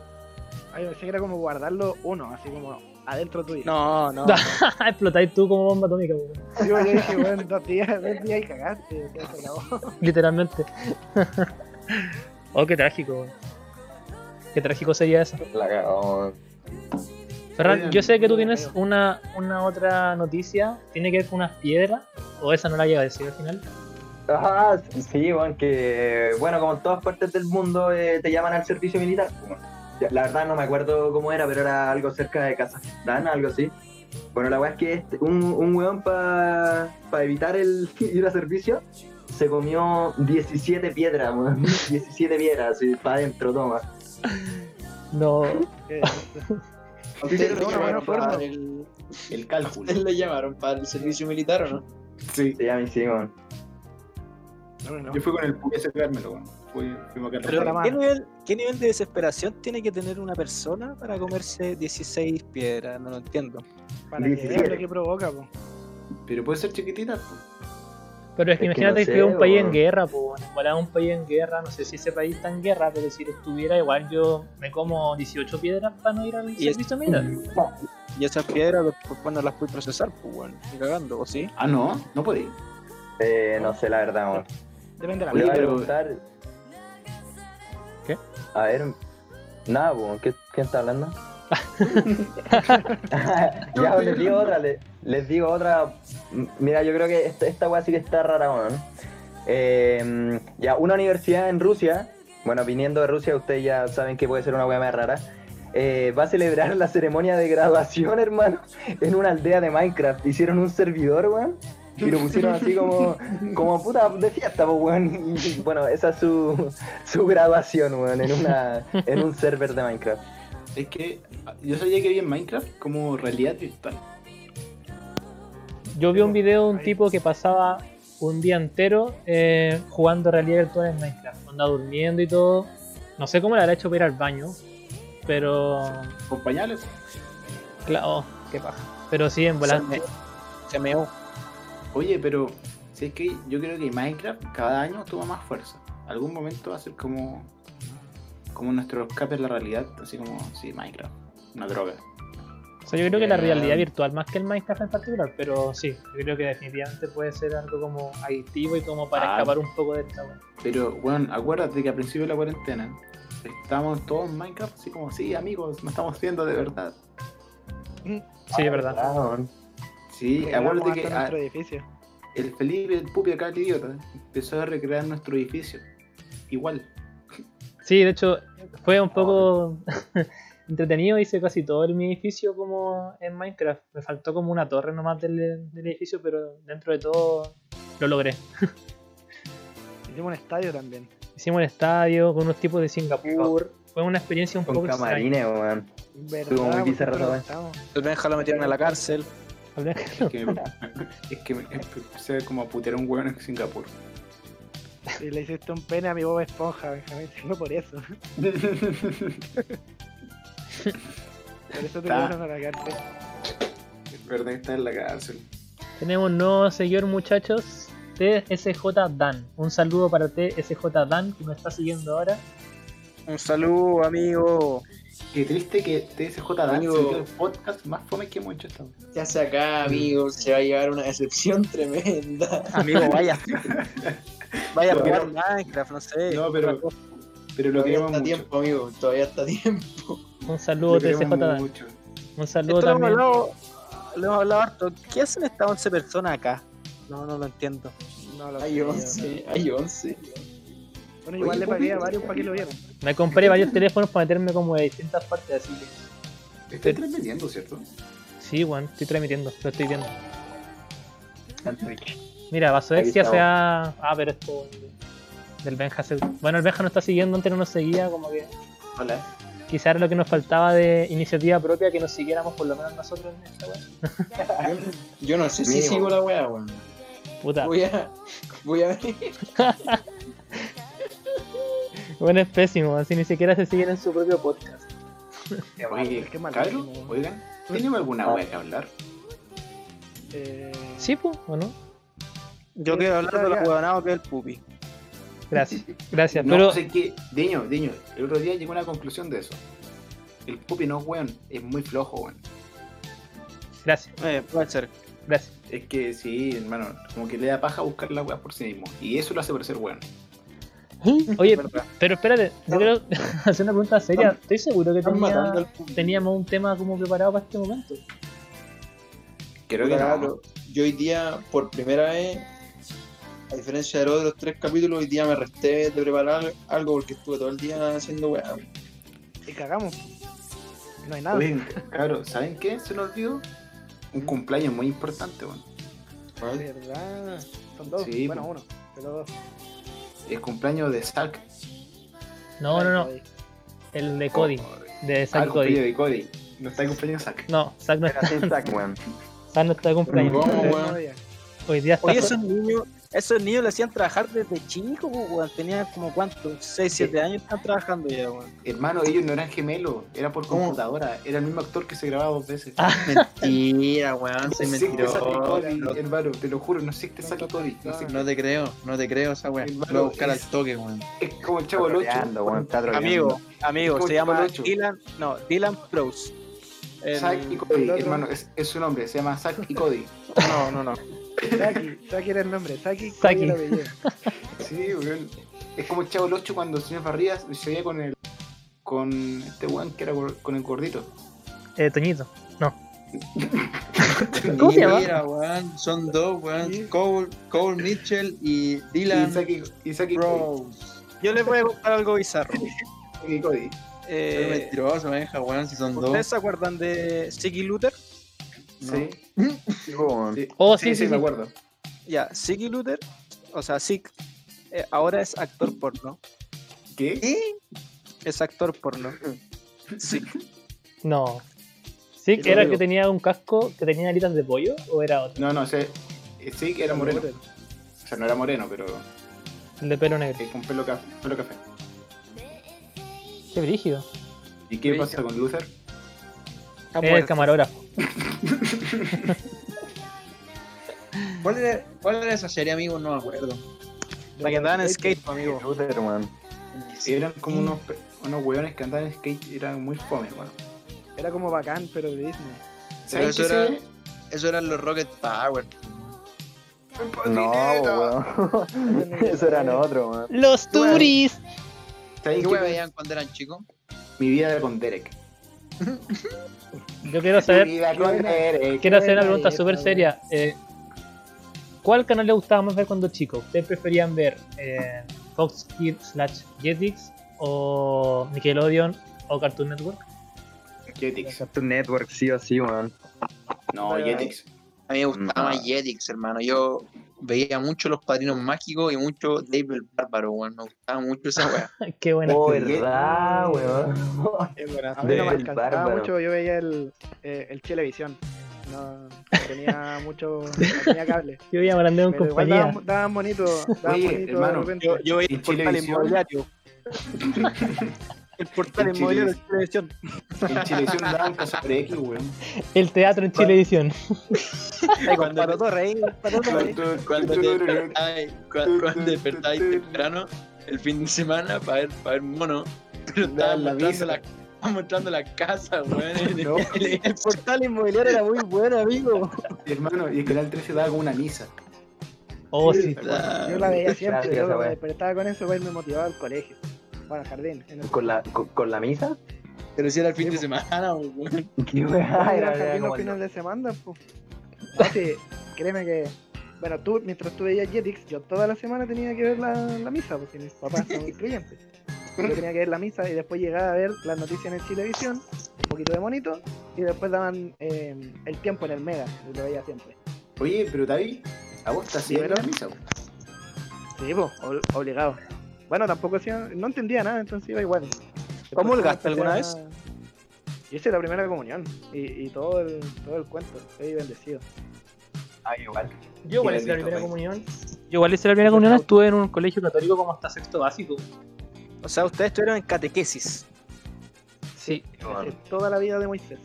[SPEAKER 5] Ay, pensé que era como guardarlo uno, así como adentro tuyo.
[SPEAKER 8] No, no.
[SPEAKER 6] Explotáis tú como bomba atómica, weón.
[SPEAKER 5] Sí, yo dije, bueno, dos días, dos días y cagaste. o sea, se acabó.
[SPEAKER 6] Literalmente. oh, qué trágico, weón. Qué trágico sería eso.
[SPEAKER 9] La cagó, weón.
[SPEAKER 6] Ferran,
[SPEAKER 4] Oigan,
[SPEAKER 6] yo sé que tú
[SPEAKER 5] oigan,
[SPEAKER 6] tienes
[SPEAKER 5] oigan.
[SPEAKER 6] una, una otra noticia. ¿Tiene que ver con unas piedras? ¿O esa no la lleva a decir al final?
[SPEAKER 9] Ah, sí, bueno, que bueno, como en todas partes del mundo eh, te llaman al servicio militar. bueno. Ya, la verdad no me acuerdo cómo era, pero era algo cerca de Kazajstán, algo así. Bueno, la weá es que este- un, un weón para evitar el ir a servicio se comió 17 piedras, weón. 17 piedras, así, para adentro, toma.
[SPEAKER 6] No.
[SPEAKER 5] Eh,
[SPEAKER 7] ¿Ustedes
[SPEAKER 9] pero
[SPEAKER 7] lo
[SPEAKER 9] de una
[SPEAKER 7] llamaron
[SPEAKER 9] buena
[SPEAKER 7] para
[SPEAKER 9] forma.
[SPEAKER 7] el-
[SPEAKER 4] El cálculo.
[SPEAKER 7] ustedes lo llamaron para el servicio militar o no?
[SPEAKER 4] Sí.
[SPEAKER 9] Sí, a mí sí, weón.
[SPEAKER 5] no, no,
[SPEAKER 4] Yo fui con el puño a sacármelo, weón. Fui, fuimos a
[SPEAKER 8] Pero
[SPEAKER 5] la
[SPEAKER 8] ¿qué
[SPEAKER 5] mano.
[SPEAKER 8] nivel, qué nivel de desesperación tiene que tener una persona para comerse 16 piedras? No lo entiendo.
[SPEAKER 5] para que veas
[SPEAKER 9] 17.
[SPEAKER 5] lo que provoca, po.
[SPEAKER 4] Pero puede ser chiquitita, pues.
[SPEAKER 6] Pero es
[SPEAKER 9] Es que
[SPEAKER 6] que imagínate
[SPEAKER 9] no
[SPEAKER 6] que
[SPEAKER 9] sé,
[SPEAKER 6] un país en
[SPEAKER 9] weón.
[SPEAKER 6] guerra, pues, un país en guerra, no sé si ese país está en guerra, pero si lo estuviera igual yo me como 18 piedras para no ir al
[SPEAKER 8] Y es-
[SPEAKER 6] servicio militar.
[SPEAKER 8] Y esas piedras después no las puedes procesar, pues bueno, ni cagando, ¿o sí?
[SPEAKER 4] Ah, no, no podía.
[SPEAKER 9] Eh, no sé, la verdad, weón.
[SPEAKER 5] Depende de la
[SPEAKER 9] Le voy a
[SPEAKER 5] piedra.
[SPEAKER 9] preguntar.
[SPEAKER 6] ¿Qué?
[SPEAKER 9] A ver. Nada, weón, ¿qué- ¿quién está hablando? ya, pues, les digo otra, le- les, digo otra. M- Mira, yo creo que esta, esta weá sí que está rara, weón. Eh, ya, una universidad en Rusia, bueno, viniendo de Rusia, ustedes ya saben que puede ser una weá más rara. eh, va a celebrar la ceremonia de graduación, hermano, en una aldea de Minecraft. Hicieron un servidor, weón, y lo pusieron así como como puta de fiesta, pues, weón. Y, bueno, esa es su, su graduación, weón, en, una, en un server de Minecraft.
[SPEAKER 4] Es que ah, yo sabía que había en Minecraft como realidad virtual.
[SPEAKER 6] Yo vi un video de un
[SPEAKER 5] Ahí.
[SPEAKER 6] tipo que pasaba un día entero eh, jugando realidad virtual en Minecraft, andaba durmiendo y todo. No sé cómo le habrá hecho para ir al baño, pero
[SPEAKER 4] Con pañales.
[SPEAKER 6] claro,
[SPEAKER 8] Qué paja.
[SPEAKER 6] Pero sí, en
[SPEAKER 8] Se,
[SPEAKER 6] volante.
[SPEAKER 8] me, se meó.
[SPEAKER 4] Oye, pero si es que yo creo que Minecraft cada año toma más fuerza. Algún momento va a ser como, como nuestro escape a la realidad, así como, sí, Minecraft, una droga.
[SPEAKER 6] O sea, yo creo que la
[SPEAKER 7] Ya.
[SPEAKER 6] realidad virtual, más que el Minecraft en particular, pero sí, yo creo que definitivamente puede ser algo como adictivo y como
[SPEAKER 4] Ah.
[SPEAKER 6] para escapar un poco de esta wea.
[SPEAKER 4] Pero, bueno, acuérdate que al principio de la cuarentena estábamos todos en Minecraft, así como, sí, amigos, nos estamos viendo de verdad.
[SPEAKER 6] Sí, es verdad.
[SPEAKER 9] Ah, weón.
[SPEAKER 4] Sí,
[SPEAKER 5] Llegamos
[SPEAKER 4] acuérdate que
[SPEAKER 5] hasta nuestro
[SPEAKER 4] ah,
[SPEAKER 5] edificio.
[SPEAKER 4] el Felipe, el pupi acá, el idiota, empezó a recrear nuestro edificio. Igual.
[SPEAKER 6] Sí, de hecho, fue un poco entretenido. Hice casi todo el, mi edificio como en Minecraft. Me faltó como una torre nomás del, del edificio, pero dentro de todo lo logré.
[SPEAKER 5] Hicimos un estadio también.
[SPEAKER 6] Hicimos el estadio con unos tipos de
[SPEAKER 4] Uh.
[SPEAKER 6] Singapur. Fue una experiencia un
[SPEAKER 9] Con
[SPEAKER 6] poco extraña.
[SPEAKER 9] camarines, weón.
[SPEAKER 5] ¿Verdad?
[SPEAKER 9] Estuvo muy
[SPEAKER 5] ¿Por qué
[SPEAKER 9] bizarro
[SPEAKER 5] no
[SPEAKER 9] todo.
[SPEAKER 5] estamos?
[SPEAKER 8] El Benja lo metieron a la cárcel.
[SPEAKER 4] Es que, es que me empecé como a putear a un hueón en Singapur.
[SPEAKER 5] Y le hiciste un pene a mi Bob Esponja, Benjamín. Si no por eso. Por eso te
[SPEAKER 4] Ta.
[SPEAKER 9] Ah.
[SPEAKER 5] llevaron a la cárcel.
[SPEAKER 4] Es verdad que está en la cárcel.
[SPEAKER 6] Tenemos un nuevo seguidor, muchachos. TSJ Dan. Un saludo para TSJ Dan, que nos está siguiendo ahora.
[SPEAKER 8] Un saludo, amigo.
[SPEAKER 4] Qué triste que TSJ Dan
[SPEAKER 7] Amigo.
[SPEAKER 4] se metió en el podcast más fome que hemos hecho hasta ahora.
[SPEAKER 7] Ya se acá, amigos, se va a llevar una decepción tremenda.
[SPEAKER 8] Amigo, vaya. Vaya a
[SPEAKER 4] Lo
[SPEAKER 8] jugar
[SPEAKER 4] quiero-
[SPEAKER 8] Minecraft, no sé.
[SPEAKER 4] No, pero, pero lo
[SPEAKER 7] Todavía
[SPEAKER 4] queremos
[SPEAKER 7] está
[SPEAKER 4] mucho.
[SPEAKER 7] tiempo, amigo, todavía está tiempo.
[SPEAKER 6] Un
[SPEAKER 4] Lo
[SPEAKER 6] saludo, TSJ
[SPEAKER 4] queremos
[SPEAKER 6] Dan.
[SPEAKER 4] mucho.
[SPEAKER 6] Un saludo
[SPEAKER 8] Esto lo hemos
[SPEAKER 6] también.
[SPEAKER 8] hablado, lo hemos hablado harto. ¿Qué hacen estas 11 personas acá? No, no lo entiendo.
[SPEAKER 5] No, lo
[SPEAKER 7] Hay
[SPEAKER 5] sé.
[SPEAKER 7] 11, hay 11.
[SPEAKER 5] Bueno, igual
[SPEAKER 7] Oye,
[SPEAKER 5] le pagué a
[SPEAKER 7] Pupi.
[SPEAKER 5] varios para que lo vieran.
[SPEAKER 6] Me compré varios teléfonos para meterme como de distintas partes, así que.
[SPEAKER 4] Está transmitiendo, ¿cierto?
[SPEAKER 6] Sí, weón, estoy transmitiendo, lo estoy viendo.
[SPEAKER 9] Tanto-
[SPEAKER 6] Mira,
[SPEAKER 9] Ahí
[SPEAKER 6] Vasoexia
[SPEAKER 9] estamos.
[SPEAKER 6] se ha. Ah, pero esto. Del Benja se- Bueno, el Benja no está siguiendo, antes no nos seguía, como que.
[SPEAKER 4] Hola.
[SPEAKER 6] Quizá era lo que nos faltaba de iniciativa propia, que nos siguiéramos por lo menos nosotros en esta weá.
[SPEAKER 7] Yo, yo no sé si
[SPEAKER 9] Mínimo.
[SPEAKER 7] sigo la weá, weón.
[SPEAKER 6] Puta,
[SPEAKER 7] Voy a. Voy a ver.
[SPEAKER 6] bueno, es pésimo, así ni siquiera se siguen en su propio podcast.
[SPEAKER 4] Oye,
[SPEAKER 5] Qué mal
[SPEAKER 4] cabrón,
[SPEAKER 5] ánimo.
[SPEAKER 4] oigan, ¿tenemos alguna wea que hablar?
[SPEAKER 5] Eh,
[SPEAKER 6] Sí, pues, ¿o no?
[SPEAKER 8] Yo quiero hablar de los huevonados que es el pupi.
[SPEAKER 6] Gracias, gracias.
[SPEAKER 4] No,
[SPEAKER 6] pero
[SPEAKER 4] sé que, Diño, Diño, el otro día llegó a una conclusión de eso. El pupi no es weón, es muy flojo, weón.
[SPEAKER 6] gracias,
[SPEAKER 8] Eh, puede ser.
[SPEAKER 6] gracias.
[SPEAKER 4] Es que sí, hermano, como que le da paja buscar la wea por sí mismo. Y eso lo hace parecer weón.
[SPEAKER 6] Oye, pero espérate, yo quiero hacer una pregunta seria. Estoy seguro que
[SPEAKER 7] Están
[SPEAKER 6] tenía-
[SPEAKER 7] matando al público.
[SPEAKER 6] teníamos un tema como preparado para este momento.
[SPEAKER 4] Creo que
[SPEAKER 7] Puta,
[SPEAKER 4] no.
[SPEAKER 7] cabro, Yo hoy día, por primera vez, a diferencia de los otros tres capítulos, hoy día me resté de preparar algo porque estuve todo el día haciendo weá.
[SPEAKER 5] y cagamos. No hay nada.
[SPEAKER 4] Oigan, cabrón, ¿saben qué? Se nos olvidó. Un
[SPEAKER 5] Mm.
[SPEAKER 4] cumpleaños muy importante, weón.
[SPEAKER 7] weón.
[SPEAKER 5] ¿Verdad? Son dos.
[SPEAKER 4] Sí,
[SPEAKER 5] bueno,
[SPEAKER 4] po.
[SPEAKER 5] uno. Pero dos.
[SPEAKER 8] Ah,
[SPEAKER 4] El cumpleaños de Zack.
[SPEAKER 6] No, no, no, el de Cody, de
[SPEAKER 4] Ah,
[SPEAKER 6] Zack
[SPEAKER 4] el
[SPEAKER 6] Cody.
[SPEAKER 4] cumpleaños de Cody. No está el cumpleaños de Zack.
[SPEAKER 6] No, Zack no,
[SPEAKER 9] Era sin sac, weón.
[SPEAKER 6] Zack no está de cumpleaños.
[SPEAKER 7] ¿Cómo,
[SPEAKER 5] Tres
[SPEAKER 7] weón?
[SPEAKER 5] novias.
[SPEAKER 6] Hoy día está.
[SPEAKER 8] Oye, esos niños, esos niños le hacían trabajar desde chico, pues, weón. Tenían como cuánto, 6, 7 años están trabajando ya, weón.
[SPEAKER 4] Hermano, ellos no eran gemelos, era por
[SPEAKER 7] ¿Cómo?
[SPEAKER 4] computadora, era el mismo actor que se grababa dos veces.
[SPEAKER 6] Ah,
[SPEAKER 7] Mentira, weón, soy
[SPEAKER 4] no existe Zack y
[SPEAKER 7] mentiroso.
[SPEAKER 4] Cody, hermano, te lo juro, no existe Zack y Cody. no existe.
[SPEAKER 7] No te creo, no te creo esa weá.
[SPEAKER 4] Hermano,
[SPEAKER 7] Voy a buscar
[SPEAKER 4] es-
[SPEAKER 7] al toque, weón.
[SPEAKER 4] Es como el chavo
[SPEAKER 9] Está
[SPEAKER 4] del 8.
[SPEAKER 9] troleando, weón, está troleando.
[SPEAKER 8] Amigo, amigo,
[SPEAKER 4] ¿Cómo
[SPEAKER 8] se llama
[SPEAKER 4] estás, Nacho?
[SPEAKER 8] Dylan, no, Dylan Prose. El-
[SPEAKER 4] Zack y Cody,
[SPEAKER 5] el otro-
[SPEAKER 4] hermano, es, es su nombre, se llama Zack y Cody.
[SPEAKER 8] No, no, no.
[SPEAKER 5] Saki, Saki era el nombre. Saki, Cody
[SPEAKER 6] Saki.
[SPEAKER 5] era el apellido.
[SPEAKER 4] Sí, weón. Es como el chavo del 8 cuando el señor Barrías se veía con el. con este weón que era gor- con el gordito.
[SPEAKER 6] eh, Toñito.
[SPEAKER 7] ¿Cómo
[SPEAKER 6] ¿Cómo se llama?
[SPEAKER 7] weón. Son dos,
[SPEAKER 5] Sí.
[SPEAKER 7] weón. Cole, Cole Mitchell y
[SPEAKER 4] Y
[SPEAKER 7] Dylan
[SPEAKER 4] Zack y, y Zack y Cody.
[SPEAKER 7] Rose.
[SPEAKER 8] Yo les voy a contar algo bizarro.
[SPEAKER 4] Zack y Cody.
[SPEAKER 7] Soy
[SPEAKER 8] Eh,
[SPEAKER 7] mentiroso, venja, weón, si son
[SPEAKER 8] ¿Ustedes
[SPEAKER 7] dos.
[SPEAKER 8] se acuerdan de Siggy Luther?
[SPEAKER 7] No.
[SPEAKER 4] Sí,
[SPEAKER 9] Sí, weón.
[SPEAKER 4] sí.
[SPEAKER 6] Oh, sí, sí, sí.
[SPEAKER 4] me acuerdo.
[SPEAKER 8] Ya, Siggy Luther, o sea, Sig, eh, ahora es actor porno.
[SPEAKER 4] ¿Qué?
[SPEAKER 8] Es actor porno. Sig.
[SPEAKER 6] No. ¿Sí?
[SPEAKER 7] Te lo
[SPEAKER 6] ¿Era el
[SPEAKER 7] digo.
[SPEAKER 6] que tenía un casco que tenía alitas de pollo o era otro?
[SPEAKER 4] No, no, ese. Sí, que era moreno. O sea, no era moreno, pero.
[SPEAKER 6] El de pelo negro.
[SPEAKER 4] eh, con pelo, ca- pelo café.
[SPEAKER 6] Qué brígido.
[SPEAKER 4] ¿Y qué pasa con Luther?
[SPEAKER 8] Está
[SPEAKER 6] Era el
[SPEAKER 8] muerto.
[SPEAKER 6] camarógrafo.
[SPEAKER 7] ¿Cuál era, cuál era esa serie, amigo? No me acuerdo.
[SPEAKER 8] La que andaba en skate, po, amigo.
[SPEAKER 9] Luther, weón.
[SPEAKER 4] Eran como unos, pe- unos weones que andaban en skate, eran muy fome, weón.
[SPEAKER 5] Era como bacán, pero de Disney.
[SPEAKER 7] Pero
[SPEAKER 4] ¿Sabes
[SPEAKER 7] eso
[SPEAKER 4] qué
[SPEAKER 7] era,
[SPEAKER 4] se ve?
[SPEAKER 7] eso eran los Rocket Power.
[SPEAKER 4] ¡En
[SPEAKER 9] No,
[SPEAKER 4] patineta!
[SPEAKER 9] weón. Eso eran otro, weón.
[SPEAKER 6] Los
[SPEAKER 4] Bueno.
[SPEAKER 6] turis.
[SPEAKER 4] ¿Sabes
[SPEAKER 7] ¿Qué
[SPEAKER 4] qué
[SPEAKER 7] wea
[SPEAKER 4] me-
[SPEAKER 7] veían cuando eran chicos?
[SPEAKER 4] Mi vida era con Derek.
[SPEAKER 6] Yo quiero
[SPEAKER 4] Mi
[SPEAKER 6] saber,
[SPEAKER 4] vida con Derek.
[SPEAKER 6] quiero hacer
[SPEAKER 5] buena
[SPEAKER 6] una pregunta
[SPEAKER 5] esa,
[SPEAKER 6] súper
[SPEAKER 5] weón.
[SPEAKER 6] seria. Eh, ¿Cuál canal les gustaba más ver cuando chicos? ¿Ustedes preferían ver eh, Fox Kids slash Jetix o Nickelodeon o Cartoon Network?
[SPEAKER 4] Jetix.
[SPEAKER 9] Cartoon Network, sí o sí, weón.
[SPEAKER 4] No,
[SPEAKER 5] Pero-
[SPEAKER 4] Jetix.
[SPEAKER 7] A mí me gustaba
[SPEAKER 9] No.
[SPEAKER 7] más Jetix, hermano. Yo veía mucho Los Padrinos Mágicos y mucho David el Bárbaro, weón. Me gustaba mucho esa wea.
[SPEAKER 6] Qué buena.
[SPEAKER 9] Oh,
[SPEAKER 4] Network.
[SPEAKER 9] verdad, weón.
[SPEAKER 5] A mí no me
[SPEAKER 9] Del
[SPEAKER 5] alcanzaba
[SPEAKER 9] bárbaro.
[SPEAKER 5] mucho, yo veía el, eh, el televisión. No, no tenía mucho, no tenía cable.
[SPEAKER 6] Yo voy a Brandeo en
[SPEAKER 5] Pero igual
[SPEAKER 6] compañía.
[SPEAKER 5] daban, daban bonito, daban
[SPEAKER 4] Oye,
[SPEAKER 5] bonito
[SPEAKER 4] hermano,
[SPEAKER 5] de repente.
[SPEAKER 8] Yo, yo veía
[SPEAKER 4] En
[SPEAKER 8] el portal
[SPEAKER 4] Chilevisión.
[SPEAKER 8] inmobiliario. el portal
[SPEAKER 4] En
[SPEAKER 8] inmobiliario de televisión.
[SPEAKER 4] En Chilevisión daban Casa sobre X, weón.
[SPEAKER 6] El teatro en Chilevisión.
[SPEAKER 8] Ahí con Pato Torre, ahí, Pato Torre.
[SPEAKER 7] Cuando te ah. despertáis, cua- cuando despertáis temprano el fin de semana para ver, pa' ver mono, pero estaba
[SPEAKER 4] Daban la
[SPEAKER 7] mostrando
[SPEAKER 4] visa.
[SPEAKER 7] la, estaba mostrando la casa, weón. en-
[SPEAKER 8] No.
[SPEAKER 7] en-
[SPEAKER 8] El portal inmobiliario era muy bueno, amigo.
[SPEAKER 4] Hermano, y el canal 13 daba como una misa.
[SPEAKER 6] Oh, sí.
[SPEAKER 7] Ah,
[SPEAKER 5] Yo la veía siempre,
[SPEAKER 9] Gracias,
[SPEAKER 5] yo me
[SPEAKER 9] weón.
[SPEAKER 5] despertaba con eso, weón, me motivaba al colegio. Bueno, al jardín. en el- pues.
[SPEAKER 9] ¿Con la, con, con la misa?
[SPEAKER 7] Pero si era el fin de semana, weón.
[SPEAKER 9] Qué weá,
[SPEAKER 5] Era
[SPEAKER 9] era,
[SPEAKER 5] al
[SPEAKER 9] era
[SPEAKER 5] jardín los
[SPEAKER 9] como el-
[SPEAKER 5] fines de semana, po. No, sí, créeme que... Bueno, tú, mientras tú veías Jetix, yo toda la semana tenía que ver la, la misa, porque mis papás son incluyentes. Yo tenía que ver la misa y después llegaba a ver las noticias en el Chilevisión, un poquito de monito, y después daban eh, el tiempo en el Mega, y lo veía siempre.
[SPEAKER 4] Oye, pero David, a vos te hacía la misa, weón.
[SPEAKER 5] Sí, po, ob- obligado. Bueno, tampoco hacía- no entendía nada, entonces iba igual.
[SPEAKER 8] ¿Cómo holgaste
[SPEAKER 5] cuando
[SPEAKER 8] alguna
[SPEAKER 5] empecé a- Yo hice la primera comunión y, y todo, el, todo el cuento. Estoy bendecido.
[SPEAKER 9] Ah, igual.
[SPEAKER 6] Yo igual
[SPEAKER 4] Qué
[SPEAKER 6] hice la
[SPEAKER 4] bonito,
[SPEAKER 6] primera
[SPEAKER 4] güey.
[SPEAKER 6] comunión. Yo igual hice la primera comunión, estuve en un colegio católico como hasta sexto básico.
[SPEAKER 8] O sea, ustedes estuvieron en catequesis.
[SPEAKER 6] Sí.
[SPEAKER 5] Hice toda la vida de Moisés.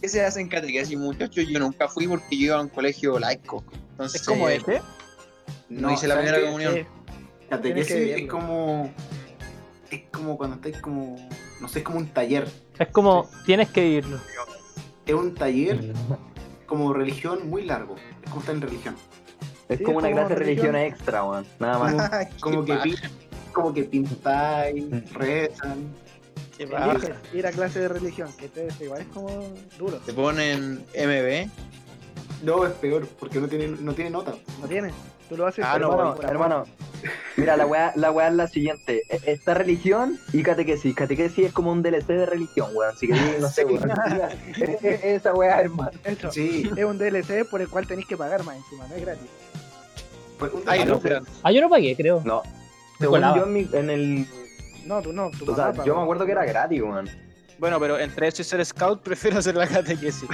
[SPEAKER 7] ¿Qué se hace en catequesis, muchachos? Yo nunca fui porque yo iba a un colegio laico. Entonces, eh,
[SPEAKER 8] Es como este.
[SPEAKER 7] no hice la
[SPEAKER 4] ¿sabes
[SPEAKER 7] primera
[SPEAKER 4] qué?
[SPEAKER 7] comunión.
[SPEAKER 5] Eh, Tienes
[SPEAKER 4] Catequesis
[SPEAKER 5] que vivirlo.
[SPEAKER 4] es como. Es como cuando estáis como. No sé, es como un taller.
[SPEAKER 6] Es como, tienes que irlo.
[SPEAKER 4] Es un taller como religión muy largo. Es como estar en religión.
[SPEAKER 9] Es
[SPEAKER 5] Sí,
[SPEAKER 9] como una
[SPEAKER 5] como
[SPEAKER 9] clase de
[SPEAKER 5] religión.
[SPEAKER 9] religión extra, weón. Nada más.
[SPEAKER 4] Como,
[SPEAKER 7] Ay, qué
[SPEAKER 4] como que,
[SPEAKER 7] paja,
[SPEAKER 4] pin- como que pintáis, rezan.
[SPEAKER 7] qué paja.
[SPEAKER 5] eliges ir a clase de religión, que te igual es como duro.
[SPEAKER 7] Te ponen MB.
[SPEAKER 4] No, es peor, porque no tiene, no tiene nota.
[SPEAKER 5] ¿No tienes? Tú lo haces
[SPEAKER 7] Ah, no,
[SPEAKER 5] por-
[SPEAKER 9] hermano,
[SPEAKER 5] por amor.
[SPEAKER 9] hermano. Mira, la weá, la weá es la siguiente. E- Está religión y catequesis. Catequesis es como un DLC de religión, weón. Así que no sé, weón. E- e- Esa weá, hermano.
[SPEAKER 5] Eso.
[SPEAKER 4] Sí.
[SPEAKER 5] Es un DLC por el cual tenéis que pagar más encima, no es gratis.
[SPEAKER 4] fue pues, un
[SPEAKER 7] Ay, no,
[SPEAKER 4] taller.
[SPEAKER 6] Ah, yo no pagué, creo.
[SPEAKER 9] No.
[SPEAKER 6] Me
[SPEAKER 9] Según
[SPEAKER 6] colaba.
[SPEAKER 9] yo en, mi- en el.
[SPEAKER 5] No, tú no. Tu
[SPEAKER 9] O sea,
[SPEAKER 5] papá pagó.
[SPEAKER 9] yo me acuerdo que era gratis, weón.
[SPEAKER 8] Bueno, pero entre eso y ser scout, prefiero hacer la catequesis.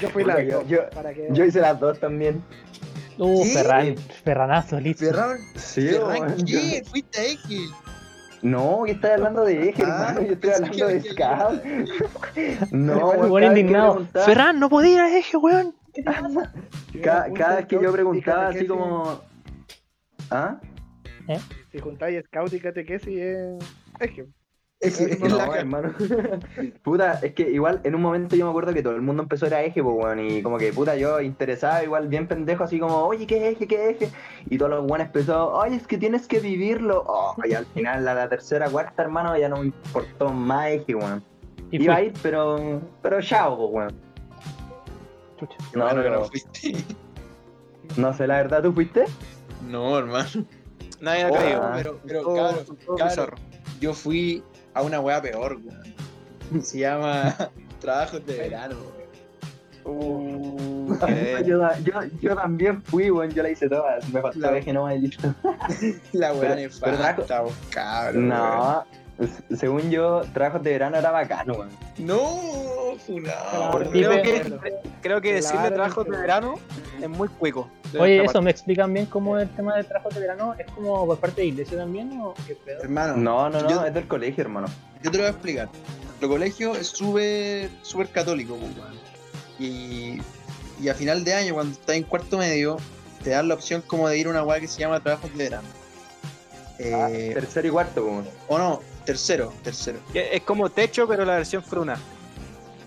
[SPEAKER 5] Yo fui la
[SPEAKER 9] Yo- yo-
[SPEAKER 5] para que...
[SPEAKER 9] Yo hice las dos también.
[SPEAKER 6] Uh,
[SPEAKER 7] ¿Sí?
[SPEAKER 6] Ferran, Ferranazo, listo.
[SPEAKER 7] Ferran,
[SPEAKER 9] Sí,
[SPEAKER 7] Ferran,
[SPEAKER 9] weón.
[SPEAKER 7] ¿qué? Fuiste a X.
[SPEAKER 9] No, yo estoy hablando de eje,
[SPEAKER 7] Ah,
[SPEAKER 9] hermano. Yo estoy
[SPEAKER 7] pensé
[SPEAKER 9] hablando
[SPEAKER 7] que
[SPEAKER 9] de
[SPEAKER 7] había
[SPEAKER 9] scout. No,
[SPEAKER 6] El
[SPEAKER 9] weón,
[SPEAKER 6] buen
[SPEAKER 9] cada vez que
[SPEAKER 6] indignado.
[SPEAKER 9] preguntaba-
[SPEAKER 6] Ferran, Ah, no podía ir a eje, weón. ¿Qué te pasa?
[SPEAKER 5] Yo era
[SPEAKER 9] Cada,
[SPEAKER 5] un
[SPEAKER 9] cada vez que yo
[SPEAKER 5] scout y
[SPEAKER 9] preguntaba así
[SPEAKER 5] catequesis.
[SPEAKER 9] como... ¿Ah?
[SPEAKER 5] Si juntáis scout y catequesis, es. Es que.
[SPEAKER 7] Es que- es
[SPEAKER 9] No,
[SPEAKER 7] la ca-
[SPEAKER 9] hermano. puta, es que igual en un momento yo me acuerdo que todo el mundo empezó a ir a eje, pues, weón, y como que puta, yo interesaba igual bien pendejo, así como, oye, ¿qué eje, qué eje? Y todos los buenos empezó, oye, es que tienes que vivirlo. Oh, y al final, a la tercera, cuarta, hermano, ya no me importó más eje, weón.
[SPEAKER 6] Y
[SPEAKER 9] Iba a
[SPEAKER 6] fui.
[SPEAKER 9] ir, pero, pero chao, pues, weón.
[SPEAKER 6] Chucha.
[SPEAKER 9] No,
[SPEAKER 7] Bueno, que
[SPEAKER 9] pero-
[SPEAKER 7] no fuiste.
[SPEAKER 9] no sé, la verdad, ¿tú fuiste?
[SPEAKER 7] No, hermano.
[SPEAKER 8] Nadie ha
[SPEAKER 7] Oh,
[SPEAKER 8] creído.
[SPEAKER 9] ah.
[SPEAKER 7] pero, pero,
[SPEAKER 8] Todo-
[SPEAKER 7] cabrón,
[SPEAKER 8] todo
[SPEAKER 7] cabrón,
[SPEAKER 8] bizarro.
[SPEAKER 7] yo fui a una weá peor, weón. Se llama Trabajos de Verano, weón.
[SPEAKER 9] Uh.
[SPEAKER 7] Eh.
[SPEAKER 9] yo, yo, yo también fui, weón, yo la hice todas, me faltó
[SPEAKER 7] La-
[SPEAKER 9] eje nomás y listo.
[SPEAKER 7] La weá
[SPEAKER 9] Pero- pero
[SPEAKER 7] nefasta, weón, cabrón. weón.
[SPEAKER 9] No, s- según yo, trabajos de verano era bacano, weón.
[SPEAKER 7] No, funado.
[SPEAKER 5] Por ti,
[SPEAKER 8] Creo
[SPEAKER 6] Pero-
[SPEAKER 8] que, creo que
[SPEAKER 5] Te
[SPEAKER 8] decirle
[SPEAKER 5] lavaron
[SPEAKER 8] trabajos
[SPEAKER 5] el
[SPEAKER 8] de
[SPEAKER 5] cerebro.
[SPEAKER 8] verano es muy cuico. de
[SPEAKER 6] Oye,
[SPEAKER 8] nuestra
[SPEAKER 6] eso, ¿me explican bien cómo es el tema de trabajo de verano? ¿Es como por parte de iglesia también o qué pedo?
[SPEAKER 7] Hermano,
[SPEAKER 9] No, no, no,
[SPEAKER 7] Yo-
[SPEAKER 9] es del colegio, hermano.
[SPEAKER 7] yo te lo voy a explicar. Nuestro colegio es súper súper católico, pues, weón. Y, y a final de año, cuando estás en cuarto medio, te dan la opción como de ir a una weá que se llama trabajos de verano.
[SPEAKER 9] Ah,
[SPEAKER 7] Eh,
[SPEAKER 9] tercero y cuarto, weón.
[SPEAKER 7] o no, tercero, tercero.
[SPEAKER 8] Que Es como techo, pero la versión fruna.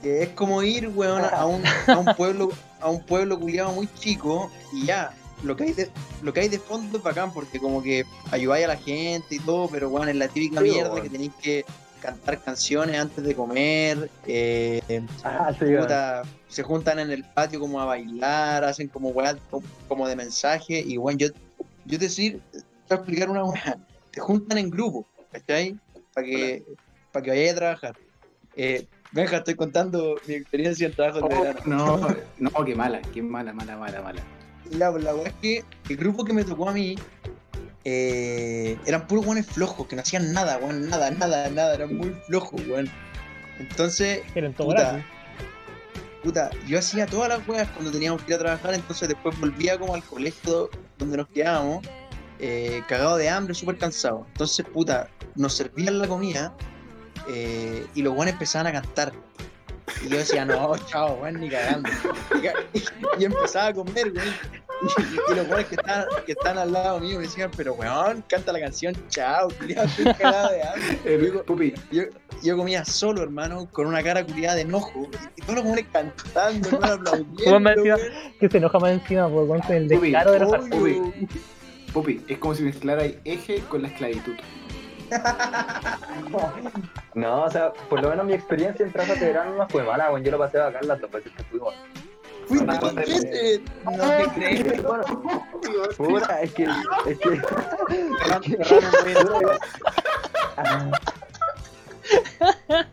[SPEAKER 7] Que es como ir, weón, a un, a un pueblo, a un pueblo culiado muy chico y ya. Lo que, hay de, lo que hay de fondo es bacán porque como que ayudáis a la gente y todo, pero weón, es la típica
[SPEAKER 9] Sí,
[SPEAKER 7] mierda
[SPEAKER 9] weón.
[SPEAKER 7] que tenéis que cantar canciones antes de comer, eh,
[SPEAKER 9] Ah, sí, weón.
[SPEAKER 7] puta, se juntan en el patio como a bailar, hacen como weá co- como de mensaje y bueno, yo, yo decir, te voy a explicar una weá, te juntan en grupo, ¿cachai? Para que, para que vayáis a trabajar. Eh, Benja, estoy contando mi experiencia en trabajo de verano.
[SPEAKER 4] Oh, No, no, qué mala, qué mala, mala, mala, mala.
[SPEAKER 7] La, la weá es que el grupo que me tocó a mí eh, eran puros guanes flojos, que no hacían nada, weón, nada, nada, nada, eran muy flojos, weón. Entonces,
[SPEAKER 6] Pero en todo
[SPEAKER 7] Puta.
[SPEAKER 6] grado.
[SPEAKER 7] puta, yo hacía todas las weas cuando teníamos que ir a trabajar, entonces después volvía como al colegio donde nos quedábamos, eh, cagado de hambre, súper cansado. Entonces, puta, nos servían la comida eh, y los guanes empezaban a cantar. Y yo decía, no, chao, weón, ni cagando. Y, ca- y empezaba a comer, weón. Y, y los guanes que están, que están al lado mío me decían, pero weón, canta la canción, chao, culiao, estoy cagado de hambre.
[SPEAKER 4] Eh, Pupi,
[SPEAKER 7] Yo, yo comía solo, hermano, con una cara culiada de enojo. Y todos los jóvenes cantando, hermano, aplaudiendo.
[SPEAKER 6] Juan me decía,
[SPEAKER 7] weón.
[SPEAKER 6] Que se enoja más encima, por con el
[SPEAKER 4] Uy,
[SPEAKER 6] descaro de los
[SPEAKER 4] uy.
[SPEAKER 6] artistas.
[SPEAKER 4] Uy. Pupi, es como si mezclara eje con la esclavitud.
[SPEAKER 9] No, o sea, por lo menos mi experiencia en trabajo de verano no fue mala, weón. Yo lo pasé bacán las dos veces que fuimos.
[SPEAKER 7] Fuiste
[SPEAKER 4] Ah,
[SPEAKER 7] dos
[SPEAKER 4] te-
[SPEAKER 7] veces. No te crees.
[SPEAKER 9] Bueno, puta, es que. Es que.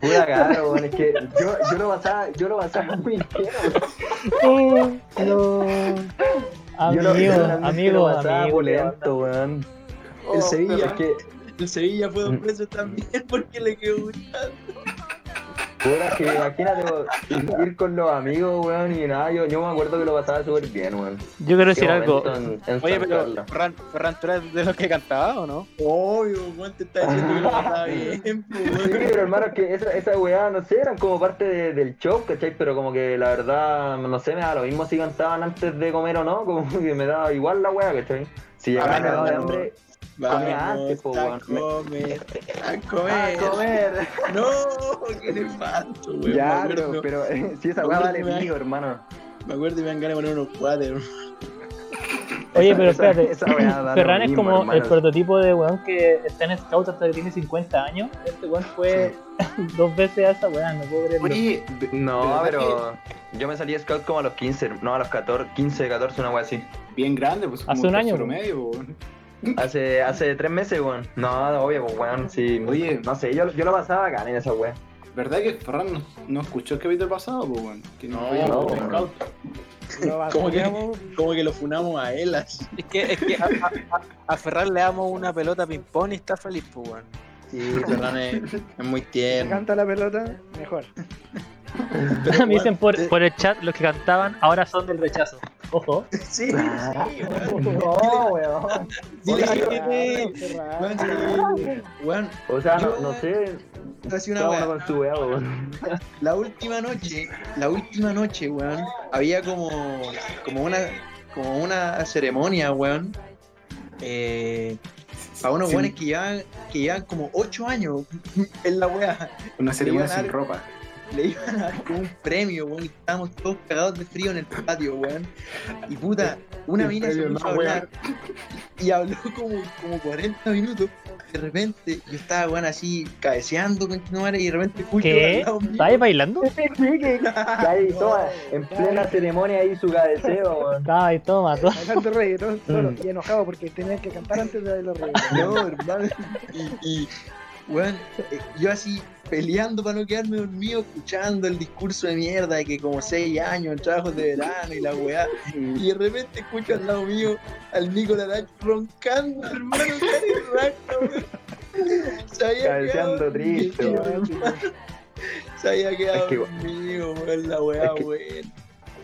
[SPEAKER 9] Puta caro, Ah. weón. Es que yo, yo lo pasaba, yo lo pasaba muy bien, weón.
[SPEAKER 6] Oh, no. Amigo,
[SPEAKER 9] Yo lo- yo realmente
[SPEAKER 6] amigo,
[SPEAKER 9] lo pasaba
[SPEAKER 6] amigo.
[SPEAKER 9] Polento, weón.
[SPEAKER 7] En Sevilla,
[SPEAKER 9] Es que,
[SPEAKER 7] en Sevilla fue dos veces también porque le quedó gustando.
[SPEAKER 9] puta, que imagínate weón, ir- ir con los amigos, weón, y nada, yo, yo me acuerdo que lo pasaba súper bien, weón.
[SPEAKER 6] Yo quiero decir
[SPEAKER 9] Qué
[SPEAKER 6] algo.
[SPEAKER 9] momento en- en
[SPEAKER 8] Oye,
[SPEAKER 9] San
[SPEAKER 8] pero
[SPEAKER 9] Carlos.
[SPEAKER 8] Ferran, Ferran, ¿tú eras de los que cantaba o no?
[SPEAKER 7] Obvio, Juan te está diciendo que lo pasaba bien, po,
[SPEAKER 9] Sí,
[SPEAKER 7] weón.
[SPEAKER 9] pero hermano, es que esa, esa weá, no sé, eran como parte de- del show, ¿cachai? Pero como que la verdad, no sé, me da lo mismo si cantaban antes de comer o no, como que me daba igual la weá, ¿cachai? Si llegaba
[SPEAKER 7] Ah, no,
[SPEAKER 9] cagado de
[SPEAKER 7] no.
[SPEAKER 9] hambre,
[SPEAKER 7] Vamos,
[SPEAKER 9] antes, po,
[SPEAKER 7] a
[SPEAKER 9] weón.
[SPEAKER 7] comer, a
[SPEAKER 9] ¡a
[SPEAKER 7] comer.
[SPEAKER 9] comer!
[SPEAKER 7] No, qué nefasto, weón.
[SPEAKER 9] ya,
[SPEAKER 7] me,
[SPEAKER 9] pero,
[SPEAKER 7] acuerdo,
[SPEAKER 9] pero eh, si esa
[SPEAKER 7] Me
[SPEAKER 9] weá
[SPEAKER 7] acuerdo
[SPEAKER 9] vale
[SPEAKER 7] que me da-
[SPEAKER 9] mío, hermano.
[SPEAKER 7] me acuerdo y me dan ganas de poner unos cuates.
[SPEAKER 6] Oye,
[SPEAKER 9] Esa-
[SPEAKER 6] pero
[SPEAKER 9] esa-
[SPEAKER 6] espérate.
[SPEAKER 9] esa weá da lo
[SPEAKER 6] Ferran es
[SPEAKER 9] mismo,
[SPEAKER 6] como el
[SPEAKER 9] hermano.
[SPEAKER 6] prototipo de weón que está en Scout hasta que tiene 50 años. Este weón fue dos veces a esa weá, no puedo creerlo.
[SPEAKER 4] Oye, ve-
[SPEAKER 9] No,
[SPEAKER 4] ¿verdad
[SPEAKER 9] pero yo me salí scout como a los 15, no, a los 14, 15, 14, una weá así.
[SPEAKER 4] que bien grande, pues como
[SPEAKER 6] Hace un año,
[SPEAKER 4] tercero
[SPEAKER 6] po.
[SPEAKER 4] medio, weón.
[SPEAKER 9] Hace, hace tres meses, weón. No, obvio, pues, weón, sí.
[SPEAKER 4] Oye.
[SPEAKER 9] no sé, yo, yo lo pasaba acá en esa weá.
[SPEAKER 4] ¿Verdad que Ferran no, no escuchó el capítulo pasado, po, weón? Que no, había-
[SPEAKER 9] no,
[SPEAKER 4] Scout.
[SPEAKER 9] no.
[SPEAKER 5] Lo
[SPEAKER 7] ¿Cómo que?
[SPEAKER 5] bajoneamos,
[SPEAKER 7] Como que lo funamos a él así.
[SPEAKER 8] Es que, es que a, a- a Ferran le damos una pelota ping-pong y está feliz, pues, weón.
[SPEAKER 7] Sí, Ferran es, es muy
[SPEAKER 5] te
[SPEAKER 7] tierno.
[SPEAKER 5] canta la pelota, mejor.
[SPEAKER 7] Pero,
[SPEAKER 6] Me dicen
[SPEAKER 7] weón,
[SPEAKER 6] por,
[SPEAKER 7] te-
[SPEAKER 6] por el chat los que cantaban ahora son del rechazo. Ojo.
[SPEAKER 7] Sí, sí, weón.
[SPEAKER 9] No, weón.
[SPEAKER 7] Dile
[SPEAKER 5] Oye,
[SPEAKER 7] que-
[SPEAKER 5] Ferran,
[SPEAKER 7] weón,
[SPEAKER 5] Ferran.
[SPEAKER 7] sí, weón.
[SPEAKER 9] O sea, no,
[SPEAKER 7] Yo-
[SPEAKER 9] no sé.
[SPEAKER 7] Te hacía una
[SPEAKER 9] Cada
[SPEAKER 7] weá.
[SPEAKER 9] uno con su weá, weón.
[SPEAKER 7] La última noche, la última noche, weón, había como, como una, como una ceremonia, weón. Eh, para unos
[SPEAKER 4] Sí.
[SPEAKER 7] weones que llevan, que llevan como 8 años en la weá.
[SPEAKER 4] Una ceremonia
[SPEAKER 7] Iban a-
[SPEAKER 4] sin ropa.
[SPEAKER 7] Le iban a dar como un premio, weón. Y estábamos todos cagados de frío en el patio, weón. Y puta, una
[SPEAKER 4] El
[SPEAKER 7] mina se
[SPEAKER 4] premio
[SPEAKER 7] puso a
[SPEAKER 4] más,
[SPEAKER 7] hablar. Y habló como, como 40 minutos. De repente, yo estaba, weón, así cabeceando con madre y de repente Julio
[SPEAKER 6] ¿Qué?
[SPEAKER 7] al lado mío.
[SPEAKER 6] ¿Estabais bailando?
[SPEAKER 9] Ahí, toma, en plena ceremonia ahí su cabeceo, weón.
[SPEAKER 6] Ay, toma, toma.
[SPEAKER 5] Cantando reggaetón solo
[SPEAKER 9] Mm.
[SPEAKER 5] y enojado porque tenía que cantar antes de los reggaetón.
[SPEAKER 7] No, hermano. Y, y weón, eh, yo así peleando para no quedarme dormido, escuchando el discurso de mierda de que como seis años en trabajos de verano y la weá. Y de repente escucho al lado mío al Nicolás Dach roncando, hermano, tan rato, weón. Se había
[SPEAKER 9] Cabeceando
[SPEAKER 7] quedado
[SPEAKER 9] triste,
[SPEAKER 7] dormido,
[SPEAKER 9] weón.
[SPEAKER 7] hermano. Se había quedado
[SPEAKER 9] Es que-
[SPEAKER 7] dormido, weón, la weá,
[SPEAKER 9] es que-
[SPEAKER 7] weón.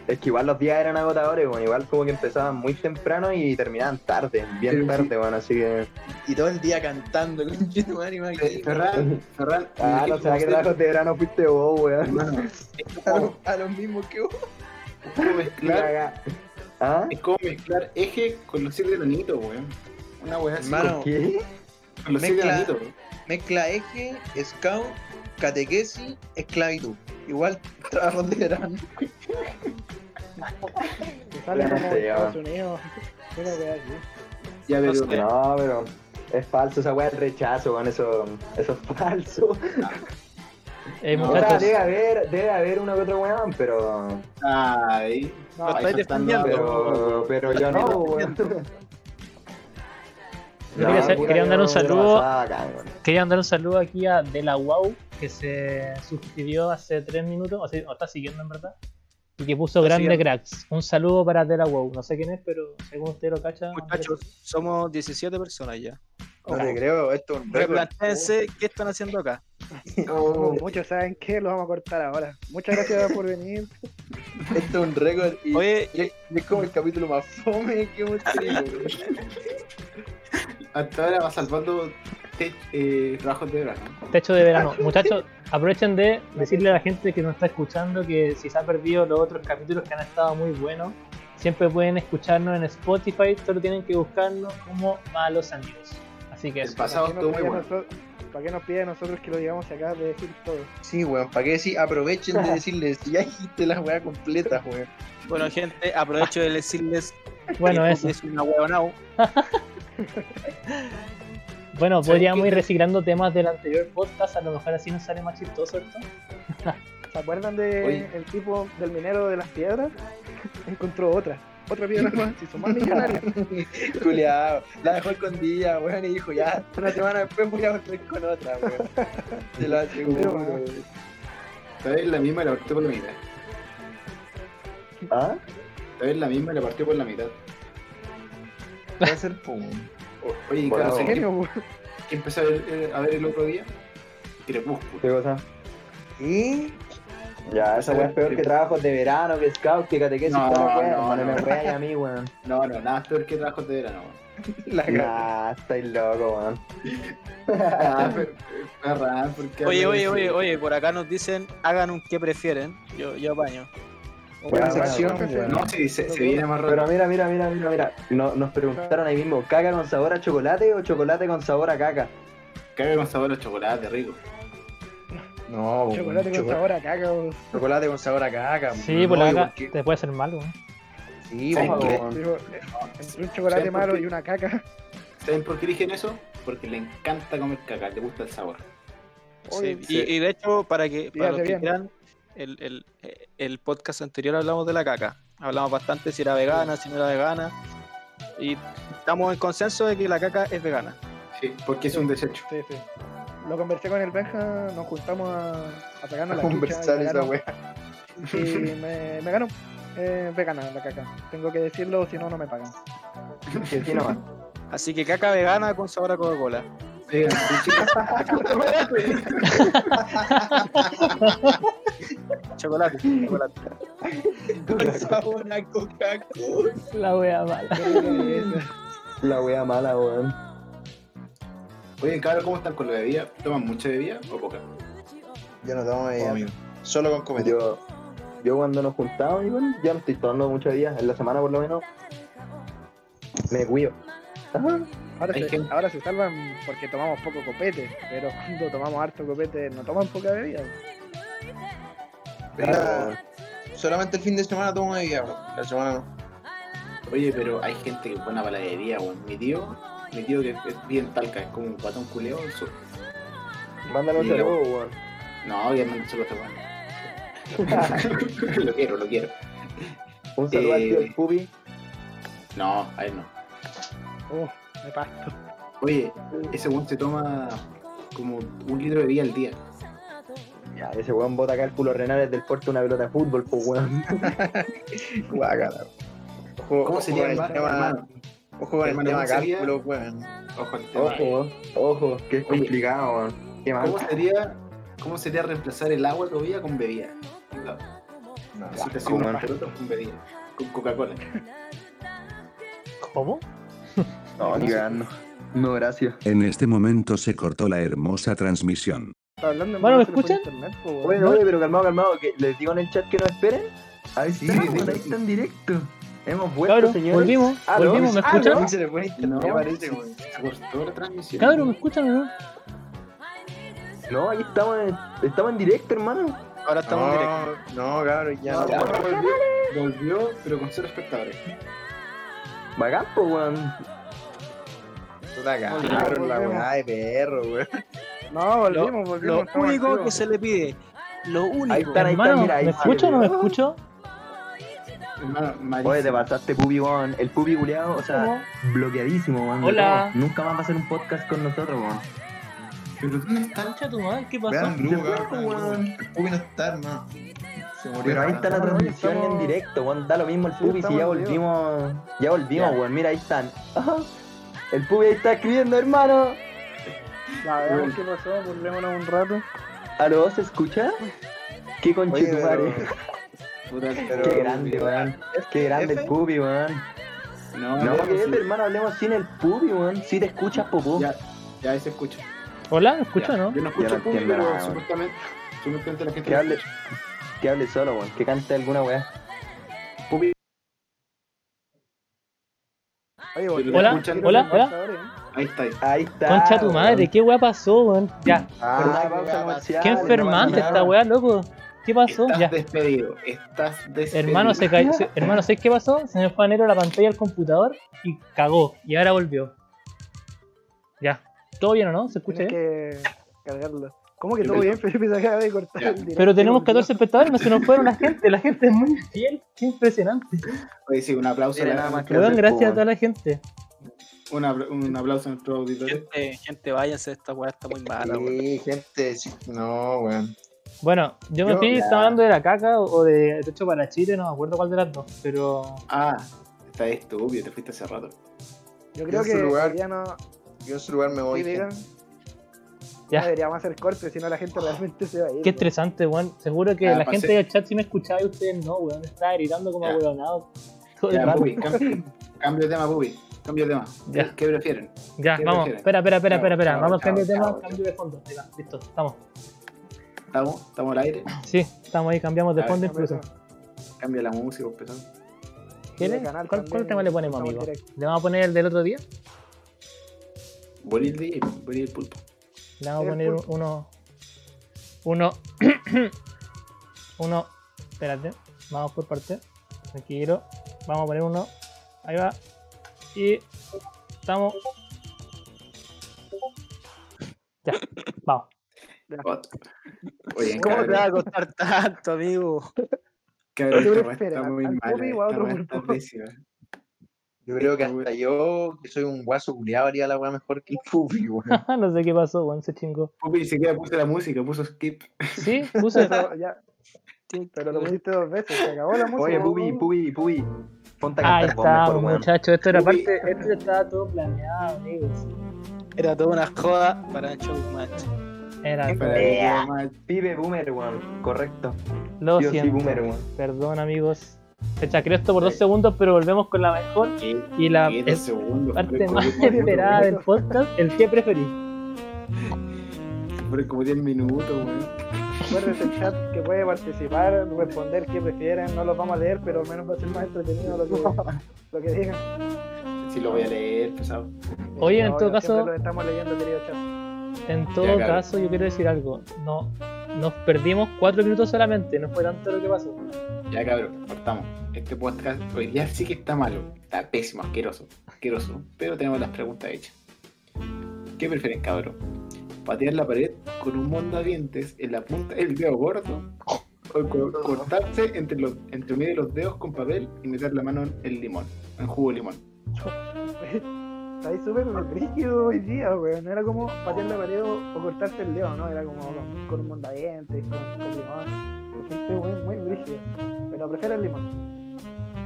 [SPEAKER 9] Es que igual los días eran agotadores, weón. Igual como que empezaban muy temprano y terminaban tarde, bien
[SPEAKER 4] Pero sí.
[SPEAKER 9] tarde, weón. Así que.
[SPEAKER 7] Y todo el día cantando, con tu madre, imagínate.
[SPEAKER 4] Eh, Ferran, Ferran.
[SPEAKER 9] Ah, no sé, a qué
[SPEAKER 4] trajo
[SPEAKER 9] trabajos de verano fuiste vos, weón.
[SPEAKER 4] Hermano,
[SPEAKER 7] a, los- a los mismos que vos.
[SPEAKER 4] como mezclar,
[SPEAKER 9] Caga. ¿Ah?
[SPEAKER 4] es como mezclar eje con los siete enanitos, weón. Una weá así.
[SPEAKER 7] Hermano,
[SPEAKER 9] ¿Qué?
[SPEAKER 4] con los siete
[SPEAKER 7] mezcla-
[SPEAKER 4] enanitos.
[SPEAKER 7] mezcla eje, scout, catequesis, esclavitud. Igual trabajos de verano.
[SPEAKER 5] Que sale
[SPEAKER 9] Claro,
[SPEAKER 5] como
[SPEAKER 9] sí,
[SPEAKER 5] de Estados
[SPEAKER 9] ya.
[SPEAKER 5] Unidos. Una wea así.
[SPEAKER 4] Ya, pero
[SPEAKER 7] no sé.
[SPEAKER 9] No, pero es falso, esa weá es rechazo, weón, eso, eso es falso.
[SPEAKER 6] Eh,
[SPEAKER 4] No,
[SPEAKER 9] O sea,
[SPEAKER 6] muchachos,
[SPEAKER 9] debe haber, debe haber uno que otro weón, pero.
[SPEAKER 4] Ay,
[SPEAKER 5] No,
[SPEAKER 4] ahí
[SPEAKER 8] estáis
[SPEAKER 4] están dando-
[SPEAKER 9] Pero, pero yo no, weón.
[SPEAKER 6] Yo quería hacer-
[SPEAKER 9] puta,
[SPEAKER 6] quería
[SPEAKER 9] yo
[SPEAKER 6] mandar un
[SPEAKER 9] no
[SPEAKER 6] saludo.
[SPEAKER 9] pasaba acá, weón.
[SPEAKER 6] quería mandar un saludo aquí a De La Wow, que se suscribió hace tres minutos, o sea, nos está siguiendo en verdad, y que puso
[SPEAKER 8] Está
[SPEAKER 6] grande
[SPEAKER 8] siguiendo.
[SPEAKER 6] cracks. Un saludo para De La Wow, no sé quién es, pero según usted lo cacha.
[SPEAKER 8] Muchachos, somos 17 personas ya.
[SPEAKER 7] No te creo, esto es un récord.
[SPEAKER 8] Replantéense qué están haciendo acá.
[SPEAKER 5] Como muchos saben que lo vamos a cortar ahora. Muchas gracias por venir.
[SPEAKER 7] Esto es un récord. Y...
[SPEAKER 8] Oye,
[SPEAKER 7] y- y es como el capítulo más fome que hemos tenido. güey.
[SPEAKER 4] Hasta ahora va salvando te- eh, trabajos de verano.
[SPEAKER 6] Techo de verano. Muchachos, aprovechen de decirle a la gente que nos está escuchando que si se ha perdido los otros capítulos que han estado muy buenos, siempre pueden escucharnos en Spotify, solo tienen que buscarnos como malos amigos. Así que
[SPEAKER 4] El
[SPEAKER 6] eso.
[SPEAKER 4] pasado
[SPEAKER 5] ¿Para qué
[SPEAKER 4] estuvo
[SPEAKER 5] nos
[SPEAKER 4] muy
[SPEAKER 5] pide
[SPEAKER 4] bueno.
[SPEAKER 5] noso- ¿Para qué nos pide a nosotros que lo digamos acá de decir todo?
[SPEAKER 7] Sí, weón, ¿para qué decir? Aprovechen de decirles, ya dijiste la weá completa, weón.
[SPEAKER 8] bueno, gente, aprovecho de decirles
[SPEAKER 6] Bueno,
[SPEAKER 8] que
[SPEAKER 6] eso.
[SPEAKER 8] es una huevonao.
[SPEAKER 6] Bueno,
[SPEAKER 7] ¿Sabes
[SPEAKER 6] podríamos
[SPEAKER 7] qué?
[SPEAKER 6] ir reciclando temas del anterior podcast, a lo mejor así nos sale más chistoso esto.
[SPEAKER 5] ¿Se acuerdan de
[SPEAKER 4] Oye.
[SPEAKER 5] el tipo del minero de las piedras? Encontró otra. Otra piedra más. Si son más millonarios.
[SPEAKER 7] Juliado, la dejó escondida, weón, y dijo, ya, una semana después voy a volver con otra, weón. Te lo aseguro, weón.
[SPEAKER 4] Esta vez la misma la partió por la mitad.
[SPEAKER 9] ¿Ah?
[SPEAKER 4] Esta vez la misma la partió por la mitad.
[SPEAKER 7] Va a ser pues, pum.
[SPEAKER 4] O- Oye,
[SPEAKER 9] Bueno,
[SPEAKER 4] Carlos, ¿qué,
[SPEAKER 5] Genio, weón.
[SPEAKER 4] qué empecé a ver, eh, a ver el otro día? Crepúsculo.
[SPEAKER 9] ¿Qué cosa?
[SPEAKER 7] ¿Y?
[SPEAKER 9] Ya, esa weá es peor que trabajos de verano, que scout, que catequesis,
[SPEAKER 4] No,
[SPEAKER 9] toda la weá,
[SPEAKER 4] no,
[SPEAKER 9] hermano,
[SPEAKER 4] no.
[SPEAKER 9] me weáis a mí, weón.
[SPEAKER 4] No, no, nada es peor que trabajos de verano. weón.
[SPEAKER 7] La cagó.
[SPEAKER 9] Nah, estáis loco, weón.
[SPEAKER 4] Ah, pero- eh, perra, ¿por qué
[SPEAKER 8] Oye,
[SPEAKER 4] hablas
[SPEAKER 8] oye,
[SPEAKER 4] así?
[SPEAKER 8] oye, oye, por acá nos dicen hagan un qué prefieren. Yo, yo apaño.
[SPEAKER 7] Buena
[SPEAKER 9] Bueno,
[SPEAKER 7] sección,
[SPEAKER 5] bueno,
[SPEAKER 7] weón.
[SPEAKER 4] No, sí, se, se viene más rato.
[SPEAKER 9] Pero mira, mira, mira, mira, mira. No- nos preguntaron ahí mismo, ¿caca con sabor a chocolate o chocolate con sabor a caca?
[SPEAKER 4] Caga con sabor a chocolate, rico.
[SPEAKER 7] No, weón.
[SPEAKER 5] Chocolate con
[SPEAKER 7] choco-
[SPEAKER 5] sabor a caca, weón.
[SPEAKER 7] Chocolate con sabor a caca,
[SPEAKER 6] Sí,
[SPEAKER 7] weón.
[SPEAKER 6] por la
[SPEAKER 7] No,
[SPEAKER 6] caca
[SPEAKER 7] porque-
[SPEAKER 6] te puede hacer malo. ¿eh?
[SPEAKER 7] Sí,
[SPEAKER 4] ¿Sabes
[SPEAKER 7] weón.
[SPEAKER 4] qué?
[SPEAKER 5] Digo, eh, entre un chocolate
[SPEAKER 4] ¿Saben por
[SPEAKER 5] malo
[SPEAKER 4] qué?
[SPEAKER 5] y una caca.
[SPEAKER 4] ¿Saben por qué eligen eso? Porque le encanta comer caca, le gusta el sabor.
[SPEAKER 5] Oye,
[SPEAKER 8] Sí, Y, y de hecho, para que para
[SPEAKER 5] Fíjate
[SPEAKER 8] los que
[SPEAKER 5] bien.
[SPEAKER 8] quieran, el, el- eh, el podcast anterior hablamos de la caca. Hablamos bastante si era vegana, si no era vegana. Y estamos en consenso de que la caca es vegana.
[SPEAKER 4] Sí, porque es un desecho.
[SPEAKER 5] Sí, sí. Lo conversé con el Benja, nos juntamos a, a pegarnos
[SPEAKER 7] A
[SPEAKER 5] la
[SPEAKER 7] conversar
[SPEAKER 5] chucha,
[SPEAKER 7] esa
[SPEAKER 5] y me
[SPEAKER 7] weá.
[SPEAKER 5] ganó- y me, me ganó eh, vegana la caca. Tengo que decirlo, si no, no me pagan.
[SPEAKER 9] Que sí nomás.
[SPEAKER 8] Así que caca vegana con sabor a Coca-Cola.
[SPEAKER 4] Oigan, Eh, sí, chicos,
[SPEAKER 8] Chocolate, chocolate.
[SPEAKER 7] Con sabor a Coca-Cola.
[SPEAKER 6] La wea mala.
[SPEAKER 9] La wea mala, weón.
[SPEAKER 4] Oye, cabrón, ¿cómo están con la bebida? ¿Toman mucha bebida o poca?
[SPEAKER 7] Yo no tomo bebida, amigo. Solo con cometido.
[SPEAKER 9] Yo, yo cuando nos juntamos, igual, ya me estoy tomando muchos días, en la semana por lo menos. Me cuido. Ajá.
[SPEAKER 5] Ahora
[SPEAKER 4] Hay
[SPEAKER 5] se,
[SPEAKER 4] gente-
[SPEAKER 5] ahora se salvan porque tomamos poco copete, pero cuando tomamos harto copete no toman poca bebida.
[SPEAKER 9] Claro.
[SPEAKER 7] Solamente el fin de semana tomo bebida, weón. La semana no.
[SPEAKER 4] Oye, pero hay gente que es buena para la bebida, weón. Mi tío, mi tío que es bien talca, es como un patón culeo. su-
[SPEAKER 9] Mándalo un
[SPEAKER 4] Sí.
[SPEAKER 9] saludo, weón.
[SPEAKER 4] No, obviamente solo está bueno. lo quiero, lo quiero.
[SPEAKER 9] Un saludo al tío
[SPEAKER 4] Eh.
[SPEAKER 9] del Pupi.
[SPEAKER 4] No, a él no.
[SPEAKER 5] Oh, me pasto.
[SPEAKER 4] Oye, ese weón se toma como un litro de bebida al día.
[SPEAKER 9] Ya, ese weón bota cálculos renales del porte de una pelota de fútbol, pues weón.
[SPEAKER 7] Guácala. Ojo,
[SPEAKER 4] ¿Cómo sería,
[SPEAKER 7] con el
[SPEAKER 4] hermano?
[SPEAKER 7] tema,
[SPEAKER 4] hermano?
[SPEAKER 7] ojo con el
[SPEAKER 4] hermano,
[SPEAKER 7] tema
[SPEAKER 4] ¿cómo sería?
[SPEAKER 7] cálculo, weón.
[SPEAKER 4] Ojo al tema.
[SPEAKER 9] Ojo, weón. ojo, que es
[SPEAKER 4] Oye.
[SPEAKER 9] complicado, weón. Qué mal.
[SPEAKER 4] ¿Cómo sería, ¿Cómo sería reemplazar el agua que bebía con bebida? No,
[SPEAKER 7] No,
[SPEAKER 4] si te hacía
[SPEAKER 9] ¿cómo,
[SPEAKER 4] unos
[SPEAKER 9] man?
[SPEAKER 4] porotos con bebida. Con Coca-Cola.
[SPEAKER 6] ¿Cómo?
[SPEAKER 9] No, ni cagando. No, gracias.
[SPEAKER 2] En este momento se cortó la hermosa transmisión.
[SPEAKER 5] Está hablando en
[SPEAKER 6] Bueno, ¿me
[SPEAKER 5] teléfono por
[SPEAKER 6] escuchan?
[SPEAKER 5] internet, po, weón.
[SPEAKER 9] Oye, oye, pero calmado, calmado, que les digo en el chat que no esperen. Ahí está,
[SPEAKER 4] Sí,
[SPEAKER 9] weón,
[SPEAKER 4] sí,
[SPEAKER 9] ahí
[SPEAKER 4] sí.
[SPEAKER 9] está en directo. Hemos vuelto,
[SPEAKER 6] Cabros,
[SPEAKER 9] señores. Ah,
[SPEAKER 6] volvimos,
[SPEAKER 9] Aló,
[SPEAKER 6] volvimos, ¿me
[SPEAKER 9] aló.
[SPEAKER 6] escuchan?
[SPEAKER 7] Se le fue el
[SPEAKER 4] No,
[SPEAKER 9] Me parece,
[SPEAKER 4] parece, weón. Se cortó la transmisión.
[SPEAKER 6] Cabros, ¿me escuchan o no?
[SPEAKER 9] No, ahí estamos en, estamos en directo, hermano.
[SPEAKER 8] Ahora estamos en directo.
[SPEAKER 5] Ah,
[SPEAKER 7] No, cabrón, ya.
[SPEAKER 4] No,
[SPEAKER 7] no.
[SPEAKER 4] bueno, volvió, volvió, pero con cero espectadores.
[SPEAKER 9] Bacán, po, weón.
[SPEAKER 7] Puta, cabrón, la weá de perro, weón.
[SPEAKER 5] No, volvimos,
[SPEAKER 8] Lo
[SPEAKER 5] volvimos. estamos
[SPEAKER 8] único que
[SPEAKER 5] activos.
[SPEAKER 8] se le pide, lo
[SPEAKER 9] Ahí
[SPEAKER 8] único.
[SPEAKER 9] están, ahí están,
[SPEAKER 6] Hermano,
[SPEAKER 9] mira, ahí
[SPEAKER 6] ¿me
[SPEAKER 9] está.
[SPEAKER 6] escuchan o no me escucho?
[SPEAKER 4] Hermano, malísimo.
[SPEAKER 9] Oye, te pasaste pubi, weón. El pubi culeado, o sea, bloqueadísimo, weón. de
[SPEAKER 6] Hola.
[SPEAKER 9] todo. Nunca más va a hacer un podcast con nosotros, weón.
[SPEAKER 4] Pero ¿dónde están?
[SPEAKER 6] Escucha tu madre, ¿qué
[SPEAKER 7] Vean
[SPEAKER 6] pasó?
[SPEAKER 7] el grupo,
[SPEAKER 9] Se fue,
[SPEAKER 7] cabrón,
[SPEAKER 9] weón.
[SPEAKER 7] El pubi no está, hermano. Se murió.
[SPEAKER 9] Pero ahí está la
[SPEAKER 5] Estamos-
[SPEAKER 9] transmisión en directo, weón. Da lo mismo el pubi si
[SPEAKER 5] estamos
[SPEAKER 9] ya
[SPEAKER 5] en
[SPEAKER 9] volvimos. Ya volvimos, weón. Mira, ahí están. Ajá. El pubi ahí está escribiendo, hermano.
[SPEAKER 5] Ya, veamos qué pasó, volvémonos un rato.
[SPEAKER 9] ¿A los se escucha? Qué
[SPEAKER 7] Oye,
[SPEAKER 9] conchetumare.
[SPEAKER 7] pero-
[SPEAKER 4] Puta, pero-
[SPEAKER 9] Qué grande, weón. Qué grande el pubi, weón.
[SPEAKER 4] No,
[SPEAKER 9] No,
[SPEAKER 4] ya,
[SPEAKER 9] que
[SPEAKER 4] sí.
[SPEAKER 9] hermano, hablemos sin el pubi, weón. Si te escuchas, popó.
[SPEAKER 4] Ya, ya ahí se escucha.
[SPEAKER 6] Hola, ¿me escuchan o no?
[SPEAKER 4] Yo no escucho
[SPEAKER 9] no
[SPEAKER 4] al público,
[SPEAKER 9] entiendo
[SPEAKER 4] pero
[SPEAKER 9] nada, weón.
[SPEAKER 4] supuestamente, supuestamente la gente...
[SPEAKER 9] Que hable, que hable solo, weón. Que cante alguna weá.
[SPEAKER 5] Oye,
[SPEAKER 4] Hola,
[SPEAKER 6] hola,
[SPEAKER 5] ¿eh?
[SPEAKER 4] Ahí está, ahí.
[SPEAKER 9] Ahí está.
[SPEAKER 6] Concha tu madre,
[SPEAKER 9] weón.
[SPEAKER 6] ¿qué weá pasó, weón? Ya,
[SPEAKER 9] Corta
[SPEAKER 7] Ah,
[SPEAKER 9] la pausa
[SPEAKER 7] weá,
[SPEAKER 9] comercial,
[SPEAKER 6] qué enfermante
[SPEAKER 9] hermano.
[SPEAKER 6] esta weá, loco. ¿Qué pasó?
[SPEAKER 4] Estás
[SPEAKER 6] Ya.
[SPEAKER 4] despedido, estás despedido.
[SPEAKER 6] Hermano, se cayó. se- hermano, ¿sabes qué pasó? Se me fue a negro la pantalla del computador y cagó. Y ahora volvió. Ya. ¿Todo bien o no? ¿Se escucha
[SPEAKER 5] Tienes
[SPEAKER 6] bien?
[SPEAKER 5] que cargarlo. ¿Cómo que todo bien, Felipe? Se acaba de cortar
[SPEAKER 4] Ya.
[SPEAKER 5] el directo.
[SPEAKER 6] Pero tenemos
[SPEAKER 5] volvió.
[SPEAKER 6] 14 espectadores, no se nos fueron la gente. La gente es muy fiel. Qué impresionante.
[SPEAKER 4] Oye, sí, un aplauso. a
[SPEAKER 9] Mira,
[SPEAKER 4] la-
[SPEAKER 9] nada más que-
[SPEAKER 6] Weón,
[SPEAKER 9] Gracias,
[SPEAKER 6] gracias a
[SPEAKER 9] Juan.
[SPEAKER 6] toda la gente.
[SPEAKER 4] un, abra- un aplauso a nuestros auditores.
[SPEAKER 8] Gente, gente, váyanse, esta weá está muy mala, Ah, weón.
[SPEAKER 7] Sí, gente. sí. No, weón.
[SPEAKER 6] Bueno, yo me
[SPEAKER 7] Yo-
[SPEAKER 6] fui, estaba hablando de la caca o de Techo para Chile, no me acuerdo cuál de las dos. Pero
[SPEAKER 4] Ah, está estúpido, te fuiste hace rato.
[SPEAKER 5] Yo creo
[SPEAKER 7] En su
[SPEAKER 5] que
[SPEAKER 7] lugar.
[SPEAKER 5] ya no,
[SPEAKER 7] Yo en su lugar me voy.
[SPEAKER 5] sí, digan,
[SPEAKER 7] gente.
[SPEAKER 6] Ya.
[SPEAKER 5] no deberíamos hacer cortes, si no la gente realmente se va a ir.
[SPEAKER 6] qué
[SPEAKER 5] weón.
[SPEAKER 6] estresante, weón. Seguro que
[SPEAKER 4] Ah,
[SPEAKER 6] la
[SPEAKER 4] pasé.
[SPEAKER 6] gente del chat sí me escuchaba y ustedes no, weón. Me estaba gritando como
[SPEAKER 4] Ya.
[SPEAKER 6] huevonado todo el
[SPEAKER 4] Ya,
[SPEAKER 6] rato.
[SPEAKER 4] Bubi, cam- cambio de tema, Bubi. Cambio de tema.
[SPEAKER 6] Ya.
[SPEAKER 4] ¿Qué prefieren?
[SPEAKER 6] Ya,
[SPEAKER 4] ¿Qué
[SPEAKER 6] vamos,
[SPEAKER 4] prefieres?
[SPEAKER 6] espera, espera,
[SPEAKER 4] Chao,
[SPEAKER 6] espera, espera, espera.
[SPEAKER 4] chao,
[SPEAKER 6] vamos,
[SPEAKER 4] chao,
[SPEAKER 6] cambio de tema,
[SPEAKER 4] chao,
[SPEAKER 6] cambio de fondo. Ahí va, listo, estamos.
[SPEAKER 4] ¿Estamos? ¿Estamos al aire?
[SPEAKER 6] Sí, estamos ahí, cambiamos de
[SPEAKER 4] A ver,
[SPEAKER 6] fondo
[SPEAKER 5] No, pero
[SPEAKER 6] incluso.
[SPEAKER 4] Cambia la música, empezamos.
[SPEAKER 6] ¿Quieres?
[SPEAKER 5] el
[SPEAKER 6] ¿Cuál,
[SPEAKER 5] canal
[SPEAKER 6] ¿Cuál
[SPEAKER 5] también
[SPEAKER 6] tema le ponemos,
[SPEAKER 5] estamos
[SPEAKER 6] amigo?
[SPEAKER 5] en directo.
[SPEAKER 6] ¿Le vamos a poner el del otro día?
[SPEAKER 4] Voy el DJ, voy el pulpo.
[SPEAKER 6] Le vamos a
[SPEAKER 5] El
[SPEAKER 6] poner
[SPEAKER 5] pulpo.
[SPEAKER 6] uno. Uno. uno. Espérate, vamos por parte. Tranquilo. Vamos a poner uno. Ahí va. Y. Estamos. Ya, vamos.
[SPEAKER 4] Oye,
[SPEAKER 8] ¿Cómo te va
[SPEAKER 4] cabrón,
[SPEAKER 8] a costar tanto, amigo?
[SPEAKER 4] cabrón,
[SPEAKER 5] ¿Qué
[SPEAKER 4] esta weá
[SPEAKER 5] prefieres,
[SPEAKER 4] está
[SPEAKER 5] al-
[SPEAKER 4] muy
[SPEAKER 5] al
[SPEAKER 4] mala.
[SPEAKER 5] Bubi o
[SPEAKER 4] Esta
[SPEAKER 5] a otro
[SPEAKER 4] weá está
[SPEAKER 5] pulpo?
[SPEAKER 4] pésima.
[SPEAKER 7] Yo creo que hasta yo, que soy un guaso culiado, haría la weá mejor que el pubi, weón.
[SPEAKER 6] no sé qué pasó, weón, se chingó.
[SPEAKER 4] Bubi ni siquiera puso la música, puso skip.
[SPEAKER 6] Sí, puse.
[SPEAKER 5] Pero ya- Pero lo pediste dos veces, se acabó la música.
[SPEAKER 9] Oye,
[SPEAKER 5] weón.
[SPEAKER 9] pubi, pubi, pubi. Ponte a
[SPEAKER 6] Ahí
[SPEAKER 9] cantar vos mejor,
[SPEAKER 6] estamos,
[SPEAKER 9] weón.
[SPEAKER 6] muchachos. Esto era
[SPEAKER 4] Uy.
[SPEAKER 6] parte. Esto estaba todo planeado, amigos.
[SPEAKER 8] Era toda una joda para Showmatch.
[SPEAKER 6] Era todo.
[SPEAKER 4] Para el
[SPEAKER 9] Ea.
[SPEAKER 4] idioma,
[SPEAKER 9] Pibe boomer, weón. Correcto.
[SPEAKER 6] Lo
[SPEAKER 9] Yo soy
[SPEAKER 6] siento.
[SPEAKER 9] boomer, weón.
[SPEAKER 6] Perdón, amigos. Se chacreó esto por dos segundos, pero volvemos con la mejor
[SPEAKER 4] ¿qué?
[SPEAKER 6] y la
[SPEAKER 4] ¿Qué?
[SPEAKER 6] es-
[SPEAKER 4] Dos segundos,
[SPEAKER 6] parte
[SPEAKER 4] fue
[SPEAKER 6] más
[SPEAKER 4] como diez minutos,
[SPEAKER 6] esperada
[SPEAKER 4] weón.
[SPEAKER 6] del podcast. ¿El que preferís?
[SPEAKER 4] Fue como 10 minutos, weón.
[SPEAKER 5] Recuerden el chat que puede participar, responder que prefieran, no los vamos a leer, pero al menos va a ser más entretenido lo que, lo que digan.
[SPEAKER 4] Si lo voy a leer, pesado.
[SPEAKER 6] Oye, en
[SPEAKER 5] No,
[SPEAKER 6] todo
[SPEAKER 5] yo siempre
[SPEAKER 6] caso-
[SPEAKER 5] Lo estamos leyendo, querido chat.
[SPEAKER 6] En todo
[SPEAKER 4] claro.
[SPEAKER 6] caso, yo quiero decir algo. No, nos perdimos cuatro minutos solamente. No fue tanto lo que pasó.
[SPEAKER 4] Ya cabrón, cortamos. Este podcast hoy día sí que está malo. Está pésimo, asqueroso. Asqueroso. Pero tenemos las preguntas hechas. ¿Qué prefieren, cabrón? ¿Patear la pared con un mondadientes en la punta del dedo gordo? ¿O co- cortarse entre, los, entre medio de los dedos con papel y meter la mano en el limón? En jugo de limón.
[SPEAKER 5] Está ahí súper rígido hoy día, weón. No era como patear la pared o o cortarte el dedo, ¿no? Era como con, con un mondadientes, con, con limón. Gente muy, muy brígida. Pero prefiero el limón.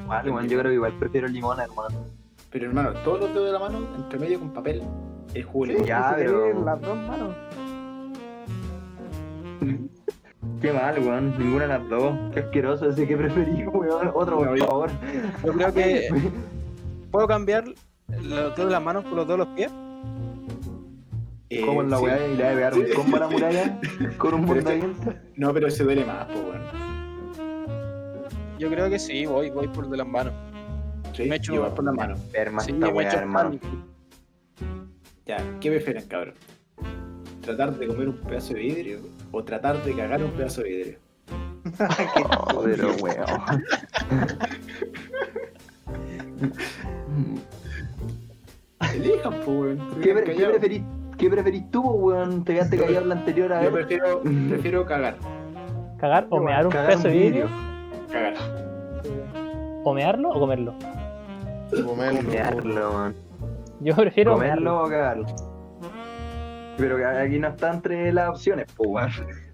[SPEAKER 9] Vale, weón, Yo creo que igual prefiero el limón, hermano.
[SPEAKER 4] Pero hermano, todos los dedos de la mano entre medio con papel. El jugo de limón.
[SPEAKER 9] Ya,
[SPEAKER 5] Si
[SPEAKER 9] pero-
[SPEAKER 5] queréis Las dos manos.
[SPEAKER 9] Qué mal, weón. Ninguna de las dos. Qué asqueroso ese que preferí, weón. Otro, por favor.
[SPEAKER 8] Yo creo que. ¿Puedo cambiar los dos de las manos por los dos de los pies?
[SPEAKER 4] Eh,
[SPEAKER 9] Como en la
[SPEAKER 4] sí.
[SPEAKER 9] weá y le voy a pegar un combo a la muralla con un
[SPEAKER 4] Pero este-
[SPEAKER 9] mondadientes.
[SPEAKER 4] No, pero se duele más, pues, weón.
[SPEAKER 8] Yo creo que sí, voy, voy por de las manos.
[SPEAKER 4] Sí,
[SPEAKER 8] Me echo-
[SPEAKER 4] igual por la mano.
[SPEAKER 9] Hermano,
[SPEAKER 8] Sí,
[SPEAKER 9] esta
[SPEAKER 8] me
[SPEAKER 9] weá,
[SPEAKER 8] echo
[SPEAKER 9] hermano.
[SPEAKER 8] pánico.
[SPEAKER 4] Ya, ¿qué prefieren, cabrón? ¿Tratar de comer un pedazo de vidrio o tratar de cagar un pedazo de vidrio?
[SPEAKER 9] Joder, weón.
[SPEAKER 4] Elijan, pues, weón.
[SPEAKER 9] ¿Qué,
[SPEAKER 4] Estuvieron
[SPEAKER 9] pre- qué
[SPEAKER 4] callados.
[SPEAKER 9] preferís, ¿Qué preferís tú, weón? Te quedaste callado la anterior a
[SPEAKER 4] Yo
[SPEAKER 9] ver.
[SPEAKER 4] prefiero, prefiero cagar.
[SPEAKER 6] ¿Cagar o mear un
[SPEAKER 9] Cagar
[SPEAKER 6] pedazo de vidrio?
[SPEAKER 4] Cagar.
[SPEAKER 6] ¿O mearlo o comerlo?
[SPEAKER 7] Comerlo.
[SPEAKER 9] Comerlo, weón.
[SPEAKER 6] Yo prefiero
[SPEAKER 9] Comerlo o cagarlo. Pero que aquí no están tres las opciones, pues, weón.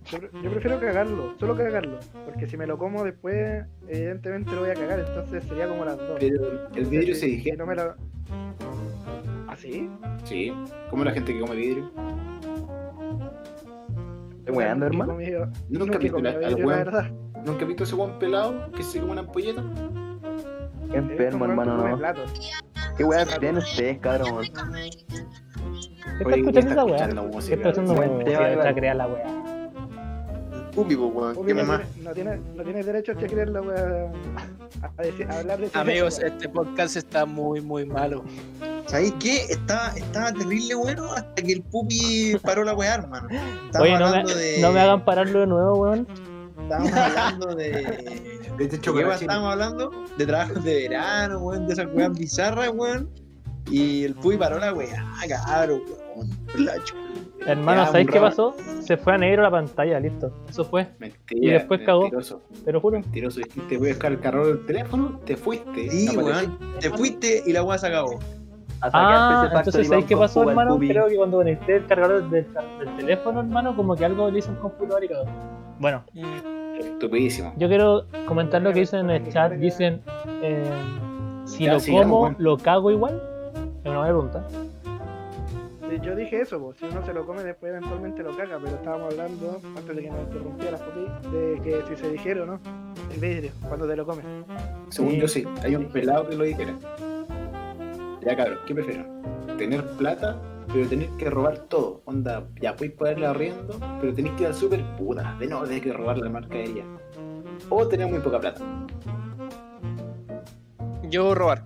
[SPEAKER 5] Yo, pre- yo prefiero cagarlo, solo cagarlo. Porque si me lo como después, evidentemente lo voy a cagar. Entonces sería como las dos.
[SPEAKER 4] Pero el vidrio se
[SPEAKER 5] Si- si
[SPEAKER 4] digiere.
[SPEAKER 5] no me lo- ¿Ah, sí?
[SPEAKER 4] Sí. ¿Cómo la gente que come vidrio?
[SPEAKER 9] Estoy
[SPEAKER 5] Nunca
[SPEAKER 9] weando,
[SPEAKER 5] he
[SPEAKER 9] hermano.
[SPEAKER 4] Yo
[SPEAKER 5] comido-
[SPEAKER 4] nunca he
[SPEAKER 5] nunca he
[SPEAKER 4] visto la-
[SPEAKER 5] comido
[SPEAKER 4] al
[SPEAKER 5] vidrio, la
[SPEAKER 4] weón.
[SPEAKER 5] verdad.
[SPEAKER 4] Nunca he visto ese weón pelado que se come una ampolleta.
[SPEAKER 9] Qué enfermo, hermano, no. Qué weá tienen ustedes, cabrón.
[SPEAKER 6] ¿Qué está
[SPEAKER 4] Oye, ¿quién
[SPEAKER 6] escuchando
[SPEAKER 4] está
[SPEAKER 6] esa weá?
[SPEAKER 4] escuchando
[SPEAKER 6] ¿Qué
[SPEAKER 4] música?
[SPEAKER 6] está haciendo
[SPEAKER 9] Buen
[SPEAKER 6] weá?
[SPEAKER 9] tema,
[SPEAKER 6] Está
[SPEAKER 9] Iván.
[SPEAKER 6] creada la weá.
[SPEAKER 7] Ubi, po, weón. ¿Qué
[SPEAKER 5] Obvio, no
[SPEAKER 7] más?
[SPEAKER 5] tiene- no tienes no tiene derecho a querer la weá. A, a decir- a hablar de esa
[SPEAKER 8] Amigos,
[SPEAKER 5] weá.
[SPEAKER 8] este podcast está muy, muy malo.
[SPEAKER 7] ¿Sabéis qué? Estaba, estaba terrible bueno hasta que el pupi paró la weá, hermano. Estábamos
[SPEAKER 6] Oye, no me,
[SPEAKER 7] hablando de.
[SPEAKER 6] no me hagan pararlo de nuevo, weón.
[SPEAKER 7] Estábamos hablando de.
[SPEAKER 4] De este
[SPEAKER 7] ¿De qué weá estábamos hablando? De trabajos de verano, weón, de esas weas bizarras, weón. Y el Puy paró la weá, Ah, cabrón, weón. Por la chucha.
[SPEAKER 6] Hermano,
[SPEAKER 4] Ya,
[SPEAKER 6] ¿sabéis
[SPEAKER 4] un
[SPEAKER 6] qué
[SPEAKER 4] rabo.
[SPEAKER 6] pasó? Se fue a negro la pantalla, listo. Eso fue,
[SPEAKER 4] Mentira,
[SPEAKER 6] Y después cagó.
[SPEAKER 4] mentiroso,
[SPEAKER 6] te lo juro.
[SPEAKER 4] Mentiroso, dijiste, voy a buscar el cargador del teléfono, te fuiste.
[SPEAKER 7] Sí,
[SPEAKER 4] no apareciste.
[SPEAKER 7] weón. Te fuiste y la weá se acabó.
[SPEAKER 6] Ah, entonces ¿sabéis qué pasó, hermano? Creo que cuando conecté el cargador del, del teléfono, hermano, como que algo le hizo un computador y cagó. Bueno,
[SPEAKER 4] Estupidísimo.
[SPEAKER 6] Yo quiero comentar lo que dicen en el chat. Dicen, eh, si
[SPEAKER 4] Ya,
[SPEAKER 6] lo
[SPEAKER 4] sigamos,
[SPEAKER 6] como,
[SPEAKER 4] Juan.
[SPEAKER 6] lo cago igual. Es una buena pregunta.
[SPEAKER 5] Sí, Yo dije eso, po, si uno se lo come después eventualmente lo caga, pero estábamos hablando, antes de que nos interrumpieras, Pupi, de que si se digiere o no, el vidrio, cuando te lo comes.
[SPEAKER 4] Según
[SPEAKER 6] Sí.
[SPEAKER 4] yo sí, hay un pelado que lo dijera. Ya cabrón, ¿qué prefieren? Tener plata, pero tener que robar todo. Onda, ya podéis pagarle arriendo, pero tenéis que ir al super puta, de no tener que robar la mercadería. O tener muy poca plata.
[SPEAKER 8] Yo robar.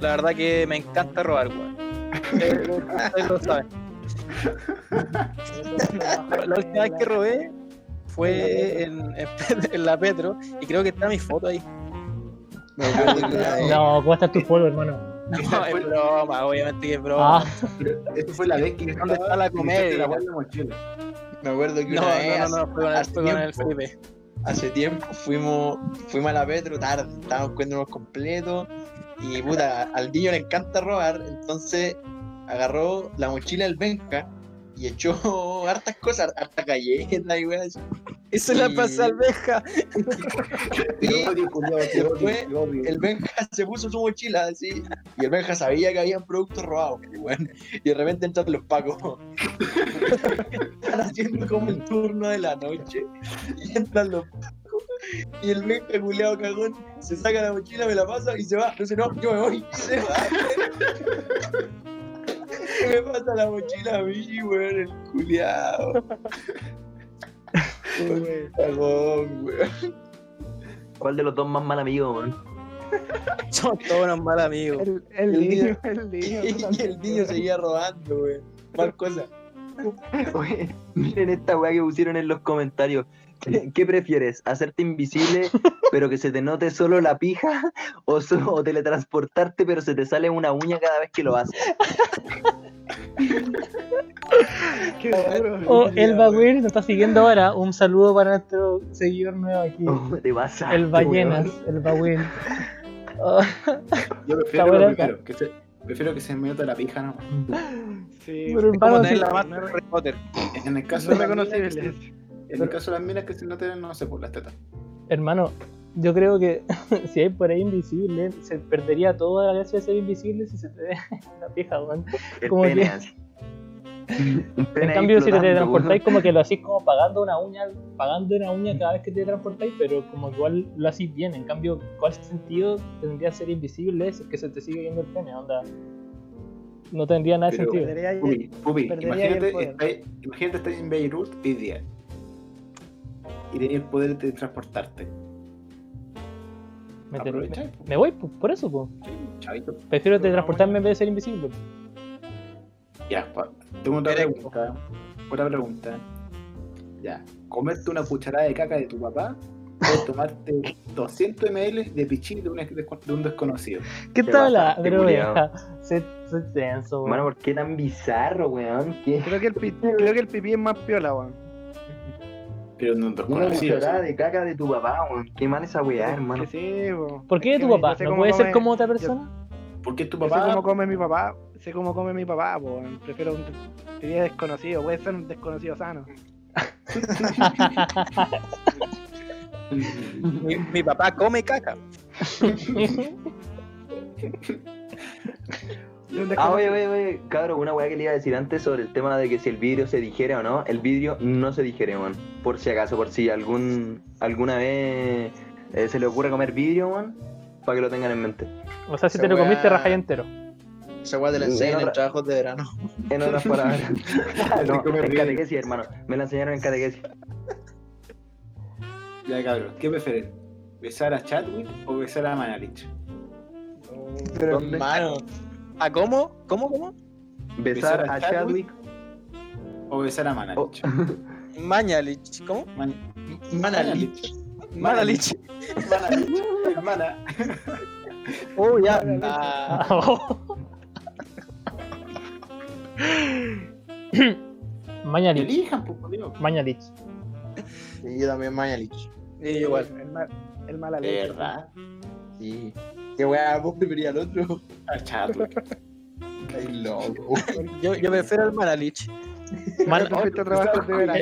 [SPEAKER 8] La verdad que me encanta robar, weón. Ustedes lo- ustedes lo saben. La última vez que robé fue en, en Pet- en la Petro y creo que está mi foto ahí.
[SPEAKER 7] Me acuerdo que la-
[SPEAKER 6] No, ¿cómo está tu polvo, hermano?
[SPEAKER 8] No, es broma, obviamente que es broma.
[SPEAKER 6] Ah,
[SPEAKER 4] Esta fue la vez que yo
[SPEAKER 8] ¿Dónde
[SPEAKER 4] estaba
[SPEAKER 8] está la
[SPEAKER 4] y me
[SPEAKER 8] comedia?
[SPEAKER 4] echaste la guardia mochila.
[SPEAKER 7] Me acuerdo que
[SPEAKER 8] no,
[SPEAKER 7] una vez,
[SPEAKER 8] no, no, no, fue con el,
[SPEAKER 7] hace
[SPEAKER 8] fue con el
[SPEAKER 7] tiempo.
[SPEAKER 8] Felipe.
[SPEAKER 7] hace tiempo fuimos, fuimos a la Petro tarde, estábamos comiéndonos completos y puta, al niño le encanta robar, entonces agarró la mochila del Benja y echó hartas cosas, harta galletas y weas.
[SPEAKER 8] Y se la pasé al Benja.
[SPEAKER 4] Te odio, culiao, te odio,
[SPEAKER 7] después
[SPEAKER 4] te odio.
[SPEAKER 7] El Benja se puso su mochila así y el Benja sabía que habían productos robados, y weón, y de repente entran los pacos. Están haciendo como el turno de la noche y entran los pacos. Y el Benja culeado cagón se saca la mochila, me la pasa y se va. No sé, no, yo me voy. Y se va. Y me pasa la mochila a mí, weón, el culeado.
[SPEAKER 5] Wey,
[SPEAKER 7] Cagón, weón.
[SPEAKER 9] ¿Cuál de los dos más mal amigo, weón?
[SPEAKER 8] Son todos unos mal amigos.
[SPEAKER 5] El, el
[SPEAKER 7] El niño.
[SPEAKER 5] niño, el niño.
[SPEAKER 7] Y el niño seguía robando, weón. Mal cosa.
[SPEAKER 9] Oye, miren esta weá que pusieron en los comentarios. ¿Qué, qué prefieres? ¿Hacerte invisible, pero que se te note solo la pija? ¿O, so- o teletransportarte, pero se te sale una uña cada vez que lo haces?
[SPEAKER 5] Qué duro.
[SPEAKER 6] oh, el Bagüir nos está siguiendo ahora. Un saludo para nuestro seguidor nuevo aquí.
[SPEAKER 4] Oh,
[SPEAKER 9] No, Oh, te pasa.
[SPEAKER 6] El Ballenas, el Bagüir. Oh,
[SPEAKER 4] Yo prefiero
[SPEAKER 6] Está
[SPEAKER 4] lo
[SPEAKER 6] buena
[SPEAKER 4] primero, que se- prefiero que se me meta la pija nomás.
[SPEAKER 5] Sí,
[SPEAKER 6] pero
[SPEAKER 8] Es como
[SPEAKER 6] hermano,
[SPEAKER 8] tener
[SPEAKER 6] sí,
[SPEAKER 8] la máscara de Harry Potter.
[SPEAKER 4] En el caso
[SPEAKER 5] no
[SPEAKER 4] de las minas que
[SPEAKER 5] reconocible.
[SPEAKER 4] se- en el caso de las minas que se noten, no sé, por las tetas.
[SPEAKER 6] hermano, yo creo que si hay por ahí invisible, se perdería toda la gracia de ser invisible si se te ve la pija, weón.
[SPEAKER 9] El
[SPEAKER 6] Como
[SPEAKER 9] pene
[SPEAKER 6] que-
[SPEAKER 9] así. Un pene
[SPEAKER 6] En
[SPEAKER 9] ahí
[SPEAKER 6] cambio, si te
[SPEAKER 9] flotando,
[SPEAKER 6] teletransportáis, como que lo hacís como pagando una uña, pagando una uña cada vez que te transportáis, pero como igual lo hacís bien. En cambio, ¿cuál sentido tendría ser invisible si es que se te sigue yendo el pene? Onda, no tendría nada de
[SPEAKER 4] Pero-
[SPEAKER 6] sentido.
[SPEAKER 5] Perdería ahí-
[SPEAKER 4] Pupi, Pupi,
[SPEAKER 5] perdería
[SPEAKER 4] imagínate,
[SPEAKER 5] el poder.
[SPEAKER 4] estáis- imagínate estar en Beirut hoy día y tenías el poder de transportarte.
[SPEAKER 6] Me, te- me,
[SPEAKER 4] Aprovechar, po.
[SPEAKER 6] me voy po, por eso, po.
[SPEAKER 4] Chavito.
[SPEAKER 6] Prefiero teletransportarme en vez de ser invisible. po.
[SPEAKER 4] Ya, pa- tengo otra
[SPEAKER 7] Eres-
[SPEAKER 4] pregunta. Otra pregunta. Ya, ¿comerte una cucharada de caca de tu papá o tomarte 200 ml de pichín de un, de un desconocido?
[SPEAKER 6] ¿Qué
[SPEAKER 9] Qué
[SPEAKER 6] tal habla?
[SPEAKER 9] bastante
[SPEAKER 6] Pero
[SPEAKER 9] culiao.
[SPEAKER 6] weá, soy soy tenso, weón.
[SPEAKER 9] Hermano, ¿por qué tan bizarro, weón? ¿Qué?
[SPEAKER 5] Creo que el, pi- creo que el pipí es más piola, weón.
[SPEAKER 4] Pero de un
[SPEAKER 9] Una
[SPEAKER 4] desconocido.
[SPEAKER 9] cucharada de caca de tu papá, weón. Qué mal esa weá, hermano.
[SPEAKER 5] Que sí, po.
[SPEAKER 6] ¿Por qué
[SPEAKER 5] Es
[SPEAKER 6] de tu
[SPEAKER 5] que
[SPEAKER 6] papá?
[SPEAKER 5] yo sé
[SPEAKER 6] ¿No
[SPEAKER 5] cómo
[SPEAKER 6] puede ser
[SPEAKER 5] come-
[SPEAKER 6] como otra
[SPEAKER 5] yo-
[SPEAKER 6] persona?
[SPEAKER 4] Porque tu
[SPEAKER 5] Yo sé
[SPEAKER 4] papá
[SPEAKER 5] cómo come mi papá, sé cómo come mi papá, po, weón. prefiero un des- pipí desconocido, puede ser un desconocido sano.
[SPEAKER 8] Mi, mi papá come caca.
[SPEAKER 5] Un
[SPEAKER 9] Ah, oye,
[SPEAKER 5] desconocido.
[SPEAKER 9] oye, oye, cabrón, una weá que le iba a decir antes sobre el tema de que si el vidrio se digiere o no. El vidrio no se digiere, weón. Por si acaso, por si algún alguna vez eh, se le ocurre comer vidrio, weón. Para que lo tengan en mente.
[SPEAKER 6] o sea, si
[SPEAKER 7] Esa
[SPEAKER 6] te lo
[SPEAKER 7] weá-
[SPEAKER 6] comiste, rajáis entero.
[SPEAKER 7] Esa weá te la enseñan en
[SPEAKER 9] Mierda.
[SPEAKER 7] trabajos de verano.
[SPEAKER 9] En otras palabras. no,
[SPEAKER 4] comer
[SPEAKER 9] en
[SPEAKER 4] vidrio.
[SPEAKER 9] catequesis, hermano. Me la enseñaron en catequesis.
[SPEAKER 4] Ya, cabrón, ¿qué prefieres? ¿Besar a Chadwick o besar a Manalich?
[SPEAKER 7] Hermano,
[SPEAKER 8] ¿A Ah, cómo? ¿Cómo, cómo?
[SPEAKER 9] Besar a Chadwick.
[SPEAKER 4] ¿O besar a
[SPEAKER 9] o-
[SPEAKER 4] Manalich?
[SPEAKER 8] Mañalich. ¿Cómo?
[SPEAKER 4] Man-
[SPEAKER 7] Manalich.
[SPEAKER 8] Manalich.
[SPEAKER 4] Manalich, hermana.
[SPEAKER 8] Oh, ya.
[SPEAKER 7] Ah,
[SPEAKER 6] Mañalich.
[SPEAKER 4] Elijan, pues, Dios.
[SPEAKER 6] Mañalich.
[SPEAKER 7] sí, yo también Mañalich. Sí, igual.
[SPEAKER 5] El mal, el mala
[SPEAKER 4] De
[SPEAKER 5] leche.
[SPEAKER 4] verdad.
[SPEAKER 7] Sí. Qué weá, vos preferías al otro.
[SPEAKER 4] A Chadwick.
[SPEAKER 7] Ay, loco.
[SPEAKER 8] Yo, yo prefiero al Manalich.
[SPEAKER 6] Man-
[SPEAKER 5] Te fuiste a trabajar de verano.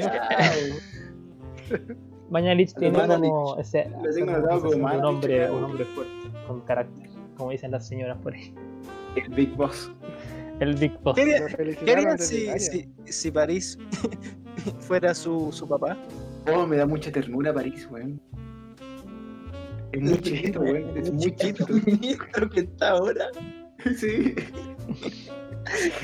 [SPEAKER 6] Mañalich tiene
[SPEAKER 7] Mañalich.
[SPEAKER 6] como ese,
[SPEAKER 4] Le tengo notado como
[SPEAKER 6] un
[SPEAKER 4] Mañalich,
[SPEAKER 6] hombre,
[SPEAKER 4] claro.
[SPEAKER 6] un hombre fuerte, con carácter, como dicen las señoras por ahí.
[SPEAKER 4] El Big Boss.
[SPEAKER 6] El Big Boss.
[SPEAKER 8] ¿Qué
[SPEAKER 5] Lo felicitaron
[SPEAKER 8] ¿Qué harían
[SPEAKER 5] desde
[SPEAKER 8] si,
[SPEAKER 5] Italia.
[SPEAKER 8] si, si París fuera su, su papá?
[SPEAKER 4] Oh, me da mucha ternura París, weón. Es muy chiquito, weón. Es muy chiquito.
[SPEAKER 7] Lo que está ahora.
[SPEAKER 4] Sí.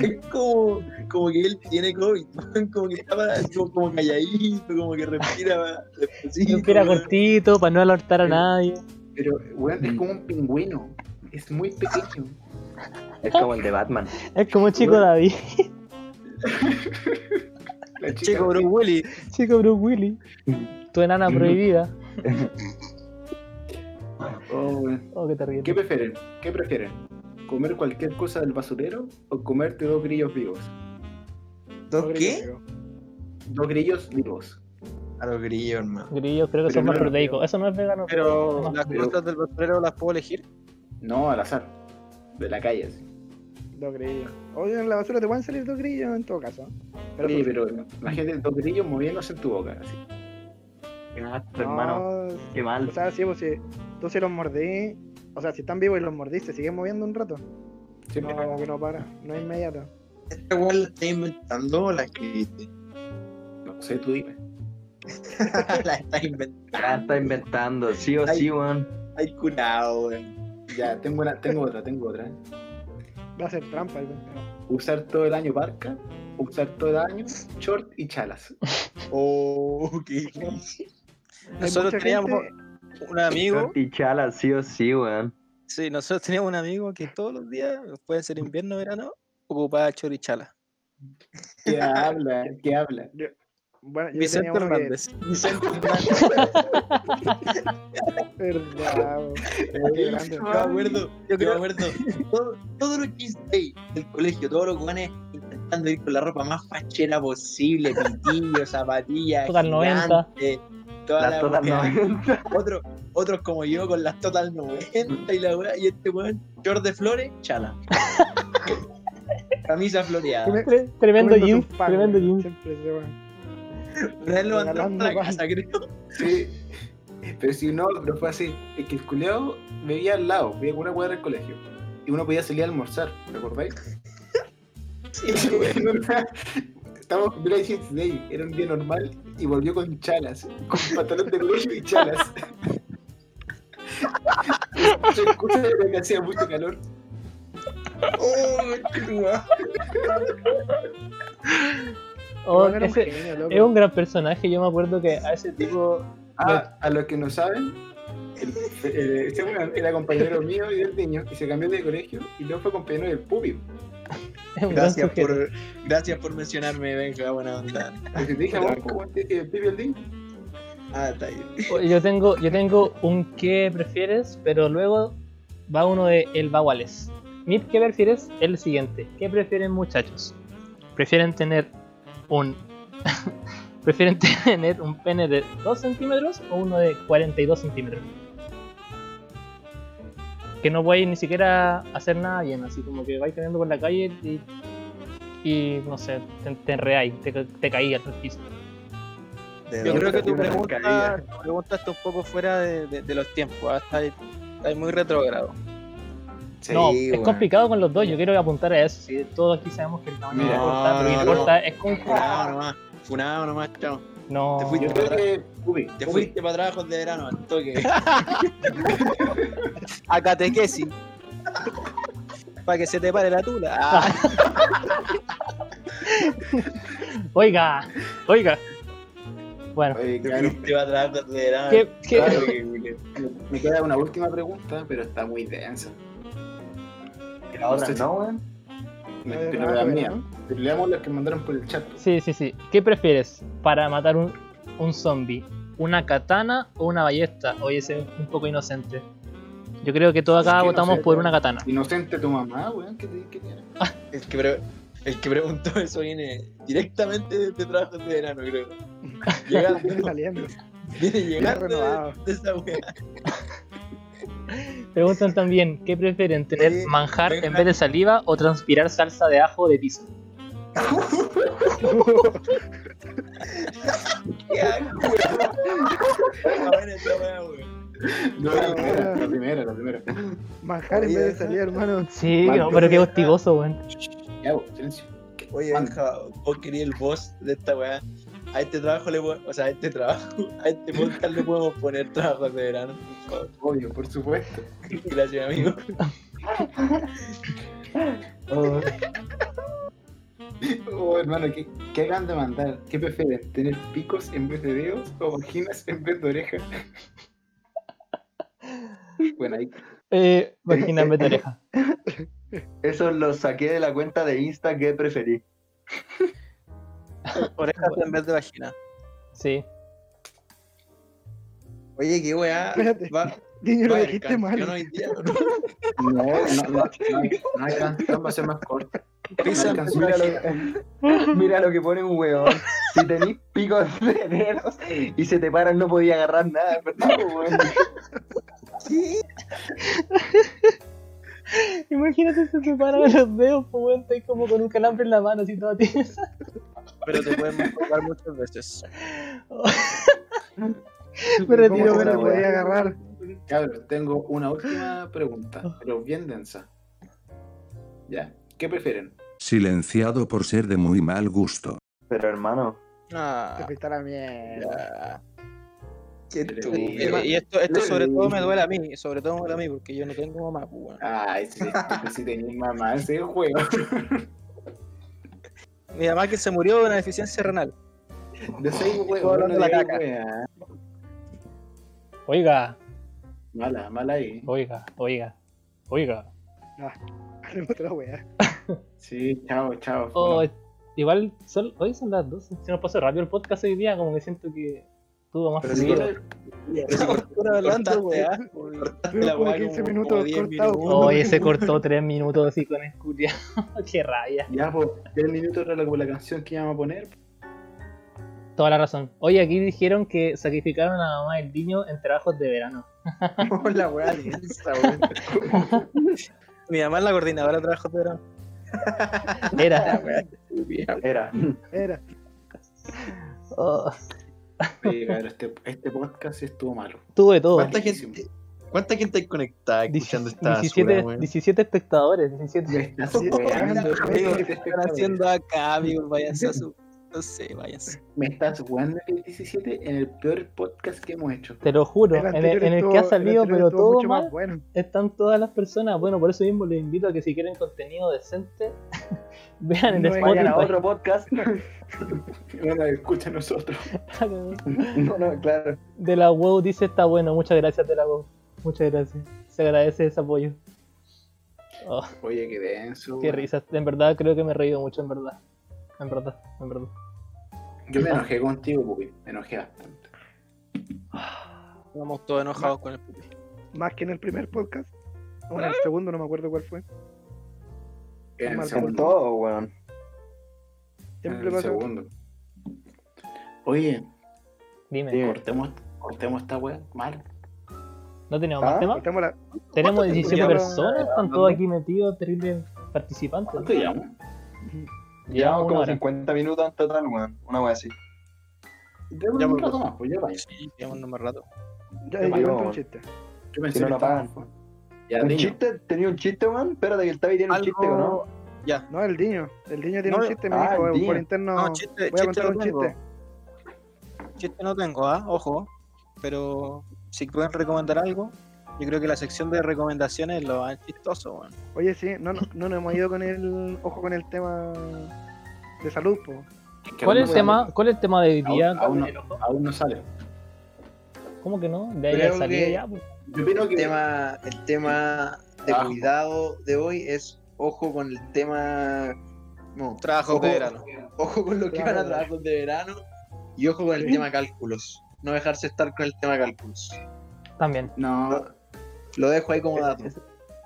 [SPEAKER 7] Es como, como que él tiene COVID. man. Como que estaba como, como calladito, como que respira. despacito,
[SPEAKER 6] Respira
[SPEAKER 7] man.
[SPEAKER 6] cortito para no alertar a
[SPEAKER 4] Sí.
[SPEAKER 6] nadie.
[SPEAKER 4] Pero, weón,
[SPEAKER 6] Mm.
[SPEAKER 4] es como un pingüino. Es muy pequeño.
[SPEAKER 9] Es como el de Batman.
[SPEAKER 6] Es como chico David,
[SPEAKER 4] La chica-
[SPEAKER 8] Chico, bro, Willy.
[SPEAKER 6] chico Bruce Willy. Tu enana
[SPEAKER 9] Mm.
[SPEAKER 6] prohibida.
[SPEAKER 4] Oh, weón.
[SPEAKER 6] Oh, qué terrible.
[SPEAKER 4] ¿Qué prefieren? ¿Qué prefieren? ¿Comer cualquier cosa del basurero o comerte dos grillos vivos?
[SPEAKER 7] ¿Dos qué?
[SPEAKER 4] Dos grillos vivos.
[SPEAKER 7] A los grillos, hermano.
[SPEAKER 6] Grillos creo que
[SPEAKER 4] Pero
[SPEAKER 6] son más
[SPEAKER 4] no,
[SPEAKER 6] proteicos. Eso no es vegano.
[SPEAKER 8] Pero
[SPEAKER 6] No,
[SPEAKER 8] las
[SPEAKER 4] pero-
[SPEAKER 8] cosas del basurero las puedo elegir.
[SPEAKER 4] No, al azar. De la calle, así.
[SPEAKER 5] Dos grillos. Oye, en la basura te pueden salir dos grillos en todo caso. Pero
[SPEAKER 4] Sí,
[SPEAKER 5] tú-
[SPEAKER 4] pero imagínate dos grillos moviéndose en tu boca, así.
[SPEAKER 9] Qué asco,
[SPEAKER 5] no,
[SPEAKER 9] hermano. Qué mal.
[SPEAKER 5] O sea, sí, pues si tú si los mordí, o sea, si están vivos y los mordí, se siguen moviendo un rato.
[SPEAKER 4] Sí,
[SPEAKER 5] No,
[SPEAKER 4] mira.
[SPEAKER 5] como que no para, no es inmediato.
[SPEAKER 7] ¿Esta weá la está inventando o la escribiste?
[SPEAKER 4] No sé, tú dime.
[SPEAKER 7] la está inventando.
[SPEAKER 9] Ya está inventando, sí o sí, weón.
[SPEAKER 7] Ay, curado, weón.
[SPEAKER 4] Ya, tengo, una, tengo otra, tengo otra.
[SPEAKER 5] Va a ser trampa el pendejo.
[SPEAKER 4] Usar todo el año parca, usar todo el año short y chalas.
[SPEAKER 7] Oh, qué
[SPEAKER 5] Hay
[SPEAKER 8] Nosotros
[SPEAKER 5] mucha
[SPEAKER 8] teníamos
[SPEAKER 5] gente-
[SPEAKER 8] un amigo.
[SPEAKER 9] Y chala, sí o sí, weón.
[SPEAKER 8] Sí, nosotros teníamos un amigo que todos los días, puede ser invierno o verano, ocupaba chorichala.
[SPEAKER 4] ¿Qué habla? ¿Qué habla?
[SPEAKER 5] Bueno, yo
[SPEAKER 8] Vicente
[SPEAKER 5] tenía uno que-
[SPEAKER 8] Hernández.
[SPEAKER 7] Vicente
[SPEAKER 5] Verdad, bo. Qué grande.
[SPEAKER 7] Yo me acuerdo, yo me acuerdo, todo- todos los kids day del colegio, todos los guanes intentando ir con la ropa más fachera posible, pitillos, zapatillas,
[SPEAKER 6] Total 90.
[SPEAKER 7] gigantes, toda
[SPEAKER 9] Las
[SPEAKER 7] la
[SPEAKER 9] todas
[SPEAKER 7] weá.
[SPEAKER 9] no.
[SPEAKER 7] Otro- otros como yo con las total 90 y la weá, y este weón, short de flores, chala. Camisa floreada.
[SPEAKER 6] Tre- tremendo
[SPEAKER 5] Comiéndose un
[SPEAKER 6] jeans,
[SPEAKER 5] pan,
[SPEAKER 6] tremendo
[SPEAKER 5] weón.
[SPEAKER 6] jeans.
[SPEAKER 5] Siempre se va.
[SPEAKER 7] Una vez lo mandaron
[SPEAKER 5] Regalando
[SPEAKER 7] para la
[SPEAKER 5] pan.
[SPEAKER 7] casa, creo.
[SPEAKER 4] Sí. Pero si no, pero fue así. Es que el culeado vivía al lado, vivía con una cuadra del colegio. Y uno podía salir a almorzar, ¿recordáis?
[SPEAKER 7] Sí,
[SPEAKER 5] Ah,
[SPEAKER 4] Estamos en Village Kids Day, era un día normal y volvió con chalas, con pantalón de cuello y chalas. Se escucha que hacía mucho calor.
[SPEAKER 7] Oh, qué guay.
[SPEAKER 6] Oh,
[SPEAKER 5] Era un
[SPEAKER 6] ese-
[SPEAKER 5] genio, loco.
[SPEAKER 6] es un gran personaje. Yo me acuerdo que a ese tipo
[SPEAKER 4] Ah, a los que no saben, el Eh, ese weón era compañero mío y del niño, y se cambió de colegio, y luego fue compañero del pupi.
[SPEAKER 6] Es un gran
[SPEAKER 7] Gracias
[SPEAKER 6] sujeto.
[SPEAKER 7] por, gracias por mencionarme, venga, buena onda.
[SPEAKER 4] Y si te dije, weón, ¿cómo te dije el pipi el niño?
[SPEAKER 7] Ah, está ahí.
[SPEAKER 6] Oye, Yo tengo, yo tengo un qué prefieres, pero luego va uno de el baguales. Mi qué prefieres es el siguiente. ¿Qué prefieren muchachos? ¿Prefieren tener un prefieren tener un pene de 2 centímetros o uno de 42 centímetros? Que no podéis ni siquiera hacer nada bien, así como que vais caminando por la calle y, y no sé, te, te enreáis, te, te caí al piso.
[SPEAKER 8] Yo creo que tu
[SPEAKER 9] Una
[SPEAKER 8] pregunta,
[SPEAKER 9] arrancadilla.
[SPEAKER 8] tu pregunta está un poco fuera de, de- de los tiempos. ah, Está, ahí- está ahí muy retrógrado.
[SPEAKER 6] No,
[SPEAKER 9] Sí,
[SPEAKER 6] es
[SPEAKER 9] weón.
[SPEAKER 6] complicado con los dos, yo quiero apuntar a eso, si todos aquí sabemos que el tamaño no
[SPEAKER 7] Mira.
[SPEAKER 6] importa, pero lo que
[SPEAKER 7] No, no,
[SPEAKER 6] importa es conjurar.
[SPEAKER 7] Funado nomás, funado nomás, chao.
[SPEAKER 6] No,
[SPEAKER 7] Te fuiste.
[SPEAKER 4] Yo creo que pupi.
[SPEAKER 7] Te
[SPEAKER 4] pupi.
[SPEAKER 7] fuiste para trabajos de verano, al toque.
[SPEAKER 8] A catequesis. Para que se te pare la tula. Ah,
[SPEAKER 6] oiga, oiga. Bueno,
[SPEAKER 4] Oye,
[SPEAKER 7] Te
[SPEAKER 4] claro,
[SPEAKER 7] fuiste para trabajos de verano.
[SPEAKER 6] ¿qué, qué-
[SPEAKER 7] Claro que-
[SPEAKER 4] me queda una última pregunta, pero está muy densa.
[SPEAKER 9] La otra no, weón.
[SPEAKER 4] Me-
[SPEAKER 5] A ver,
[SPEAKER 4] Pero
[SPEAKER 5] a
[SPEAKER 4] la
[SPEAKER 5] ver,
[SPEAKER 4] mía.
[SPEAKER 5] ¿no?
[SPEAKER 4] Pero leamos las que mandaron por el chat.
[SPEAKER 6] Sí, sí, sí. ¿Qué prefieres para matar un, un zombie? ¿Una katana o una ballesta? Oye, ese es un poco inocente. Yo creo que todos acá
[SPEAKER 4] Es que
[SPEAKER 6] votamos
[SPEAKER 4] inocente.
[SPEAKER 6] por una katana.
[SPEAKER 4] Inocente tu mamá, weón, ¿qué te qué tiene?
[SPEAKER 7] El que, pre- el que preguntó eso viene directamente de, de trabajos de verano, creo.
[SPEAKER 5] Viene
[SPEAKER 7] Llegando,
[SPEAKER 5] saliendo.
[SPEAKER 7] viene
[SPEAKER 5] Viene
[SPEAKER 7] llegando de,
[SPEAKER 5] renovado.
[SPEAKER 7] de esa wea.
[SPEAKER 6] Preguntan también, ¿qué prefieren? ¿Tener
[SPEAKER 7] Oye,
[SPEAKER 6] manjar en
[SPEAKER 7] venga.
[SPEAKER 6] vez de saliva o transpirar salsa de ajo de pizza?
[SPEAKER 7] Qué asco, weón. Ah, bueno, esa wea, weón.
[SPEAKER 4] No, la primera, la primera, la primera.
[SPEAKER 5] Manjar en vez de salir, hermano.
[SPEAKER 6] Sí,
[SPEAKER 4] Vale.
[SPEAKER 6] no, pero qué hostigoso, weón.
[SPEAKER 4] Ya, weón, silencio.
[SPEAKER 7] Oye, Benja, vos querías el boss de esta weá. A este trabajo le podemos, o sea, a este trabajo, a este podcast le podemos poner trabajos de verano, por favor.
[SPEAKER 4] Obvio, por supuesto.
[SPEAKER 7] Gracias, amigo.
[SPEAKER 4] Oh, hermano, ¿qué, qué hagan de mandar? ¿Qué prefieren? ¿Tener picos en vez de dedos o vaginas en vez de orejas? bueno, ahí.
[SPEAKER 6] Eh, vagina en vez de oreja.
[SPEAKER 9] Eso lo saqué de la cuenta de Insta que preferí.
[SPEAKER 8] orejas en vez de vagina.
[SPEAKER 6] Sí.
[SPEAKER 7] Oye, qué weá.
[SPEAKER 5] Espérate.
[SPEAKER 7] Va,
[SPEAKER 5] Niño, lo
[SPEAKER 7] va el
[SPEAKER 5] dijiste
[SPEAKER 7] campeón
[SPEAKER 5] mal.
[SPEAKER 7] hoy día, ¿no?
[SPEAKER 4] No, no, no, no, hay- no hay canción, va a ser más corta.
[SPEAKER 8] Pizza
[SPEAKER 4] No hay canción.
[SPEAKER 9] Mira lo, que- mira lo que pone un weón. Si tenés picos de dedos y se te paran, no podía agarrar nada, ¿verdad, weón?
[SPEAKER 6] Imagínate se te paran los dedos, pues weón, estáis como con un calambre en la mano, así todo tienes.
[SPEAKER 8] Pero te pueden masturbar muchas veces.
[SPEAKER 5] Me retiro,
[SPEAKER 9] ¿Cómo
[SPEAKER 5] me
[SPEAKER 9] será,
[SPEAKER 5] lo
[SPEAKER 9] weón?
[SPEAKER 5] podía agarrar.
[SPEAKER 4] Cabros, tengo una última pregunta, pero bien densa. Ya, ¿qué prefieren?
[SPEAKER 2] Silenciado por ser de muy mal gusto.
[SPEAKER 9] Pero hermano,
[SPEAKER 5] Te
[SPEAKER 8] Ah,
[SPEAKER 5] fuiste a la mierda.
[SPEAKER 7] Qué estúpido.
[SPEAKER 8] y y esto, esto sobre todo me duele a mí. Sobre todo me duele a mí porque yo no tengo mamá. pues, weón.
[SPEAKER 4] Ay, sí, sí, sí, tenía mamá ese juego.
[SPEAKER 8] Mi mamá que se murió de una deficiencia renal.
[SPEAKER 4] De seis
[SPEAKER 8] Todo
[SPEAKER 4] huevos,
[SPEAKER 8] hablando de
[SPEAKER 4] no
[SPEAKER 8] la
[SPEAKER 4] digáis
[SPEAKER 8] caca.
[SPEAKER 4] wea.
[SPEAKER 6] Oiga,
[SPEAKER 4] Mala, mala ahí.
[SPEAKER 6] oiga, oiga, oiga.
[SPEAKER 5] Haremos otra wea.
[SPEAKER 4] Sí, chao, chao.
[SPEAKER 6] Oh, igual, son, hoy son las 12. Se nos pasó rápido el podcast hoy día, como que siento que tuvo más
[SPEAKER 4] Pero sí,
[SPEAKER 6] sentido.
[SPEAKER 8] Pura hablando, weá.
[SPEAKER 7] Cortaste
[SPEAKER 5] Tuvimos
[SPEAKER 7] la
[SPEAKER 5] como
[SPEAKER 7] weá
[SPEAKER 5] 15
[SPEAKER 7] como-
[SPEAKER 5] minutos
[SPEAKER 7] como 10
[SPEAKER 5] cortados.
[SPEAKER 7] minutos.
[SPEAKER 6] Oye, se cortó tres minutos así con el culiao. Qué rabia.
[SPEAKER 4] Ya, pues, el minuto era como la canción que íbamos a poner.
[SPEAKER 6] Toda la razón. Oye, aquí dijeron que sacrificaron a la mamá del niño en trabajos de verano.
[SPEAKER 8] La weá densa, weón. Mi mamá es la coordinadora de trabajos de verano.
[SPEAKER 6] Era.
[SPEAKER 8] Oh,
[SPEAKER 9] era.
[SPEAKER 5] Era.
[SPEAKER 6] Oh,
[SPEAKER 4] Oye, cabrón, este, este podcast estuvo malo.
[SPEAKER 6] tuve todo.
[SPEAKER 7] ¿Cuánta gente, ¿Cuánta gente hay conectada escuchando esta basura,
[SPEAKER 6] 17,
[SPEAKER 7] weón?
[SPEAKER 6] 17 espectadores, 17.
[SPEAKER 4] Me estás
[SPEAKER 5] Sí,
[SPEAKER 4] weando,
[SPEAKER 8] Amigos,
[SPEAKER 4] este
[SPEAKER 8] ¿qué están
[SPEAKER 4] espectador.
[SPEAKER 8] haciendo acá, amigos? Váyanse a su. No sé, váyanse.
[SPEAKER 4] Me estás jugando el 17 en el peor podcast que hemos hecho.
[SPEAKER 6] Te lo juro,
[SPEAKER 5] El
[SPEAKER 6] en el,
[SPEAKER 5] anterior
[SPEAKER 6] en el
[SPEAKER 5] estuvo-
[SPEAKER 6] que ha salido,
[SPEAKER 5] anterior
[SPEAKER 6] pero
[SPEAKER 5] estuvo
[SPEAKER 6] todo
[SPEAKER 5] mucho
[SPEAKER 6] mal,
[SPEAKER 5] más bueno.
[SPEAKER 6] están todas las personas. Bueno, por eso mismo les invito a que si quieren contenido decente, vean el
[SPEAKER 5] No
[SPEAKER 9] Vayan a
[SPEAKER 6] Spotify.
[SPEAKER 9] otro podcast.
[SPEAKER 4] Bueno, escucha a nosotros.
[SPEAKER 9] No, no, claro.
[SPEAKER 6] De la WoW dice está bueno, muchas gracias de la WoW. Muchas gracias. Se agradece ese apoyo. Oh,
[SPEAKER 4] Oye, qué denso.
[SPEAKER 6] qué
[SPEAKER 4] weón.
[SPEAKER 6] risas. En verdad creo que me he reído mucho, en verdad. En verdad, en verdad.
[SPEAKER 4] Yo me enojé contigo, Pupi. Me enojé bastante.
[SPEAKER 8] Vamos todos enojados con el pupi.
[SPEAKER 5] Más que en el primer podcast. O en el segundo, no me acuerdo cuál fue.
[SPEAKER 4] En el
[SPEAKER 5] Marco.
[SPEAKER 9] En
[SPEAKER 4] segundo.
[SPEAKER 9] todo, weón.
[SPEAKER 4] En
[SPEAKER 5] Siempre
[SPEAKER 4] el
[SPEAKER 5] pasa.
[SPEAKER 4] segundo. Oye, eh,
[SPEAKER 6] Dime,
[SPEAKER 9] Dime.
[SPEAKER 4] cortemos, cortemos esta weá. Mal.
[SPEAKER 6] ¿no tenemos más
[SPEAKER 9] ¿Ah?
[SPEAKER 6] temas?
[SPEAKER 5] Cortamos la-
[SPEAKER 6] Tenemos
[SPEAKER 5] te
[SPEAKER 6] 17
[SPEAKER 5] llevamos
[SPEAKER 6] personas, están todos aquí metidos, terribles participantes.
[SPEAKER 4] ¿Cuánto llamo?
[SPEAKER 9] Llevamos
[SPEAKER 6] una
[SPEAKER 9] como
[SPEAKER 6] hora.
[SPEAKER 9] 50 minutos en total, weón. Una wea así.
[SPEAKER 4] Démosle
[SPEAKER 8] Ya,
[SPEAKER 4] un
[SPEAKER 8] pues,
[SPEAKER 4] rato más, pues ya vaya.
[SPEAKER 8] Sí, llevamos un más rato.
[SPEAKER 5] Ya, ya
[SPEAKER 9] Qué malo,
[SPEAKER 5] cuento un
[SPEAKER 9] weón.
[SPEAKER 5] chiste.
[SPEAKER 4] Yo pensé
[SPEAKER 9] Si no,
[SPEAKER 4] que
[SPEAKER 9] no
[SPEAKER 4] estaba- Ya,
[SPEAKER 9] ¿Un
[SPEAKER 4] niño.
[SPEAKER 9] chiste? ¿Tenía un chiste, weón? Espérate que el Tavi tiene un chiste, ¿o no?
[SPEAKER 8] Algo- Ya.
[SPEAKER 5] No, el niño. El niño tiene
[SPEAKER 8] No,
[SPEAKER 5] un chiste, me
[SPEAKER 9] ah, el
[SPEAKER 5] dijo por
[SPEAKER 9] niño.
[SPEAKER 5] interno.
[SPEAKER 8] No, chiste,
[SPEAKER 5] voy a
[SPEAKER 8] chiste
[SPEAKER 5] contar
[SPEAKER 8] no
[SPEAKER 5] un
[SPEAKER 8] tengo.
[SPEAKER 5] chiste.
[SPEAKER 8] Chiste no tengo, ¿ah? Ojo. Pero si pueden recomendar algo, yo creo que la sección de recomendaciones es lo más chistoso, weón.
[SPEAKER 5] Oye, sí, no, no, no nos hemos ido con el. Ojo con el tema de salud, po.
[SPEAKER 4] que aún
[SPEAKER 6] ¿Cuál es
[SPEAKER 4] no
[SPEAKER 6] el tema?
[SPEAKER 4] sale.
[SPEAKER 6] ¿Cuál es el tema de hoy
[SPEAKER 4] Aún-
[SPEAKER 6] día?
[SPEAKER 4] aún no- Aún no sale.
[SPEAKER 6] ¿Cómo que no? De ahí
[SPEAKER 7] Creo
[SPEAKER 6] ha salido
[SPEAKER 7] que-
[SPEAKER 6] ya. pues.
[SPEAKER 4] Yo opino
[SPEAKER 7] El
[SPEAKER 4] que
[SPEAKER 7] tema, el tema de
[SPEAKER 5] Ah.
[SPEAKER 4] Trabajo.
[SPEAKER 7] cuidado de hoy es ojo con el tema. No,
[SPEAKER 8] Trabajo
[SPEAKER 7] Ojo.
[SPEAKER 8] de verano.
[SPEAKER 7] ojo con lo que van a
[SPEAKER 5] Trabajo.
[SPEAKER 7] trabajar de verano y ojo con el tema cálculos. No dejarse estar con el tema cálculos.
[SPEAKER 6] También.
[SPEAKER 4] No,
[SPEAKER 7] Lo dejo ahí
[SPEAKER 5] Eh,
[SPEAKER 7] como dato.
[SPEAKER 9] Eso,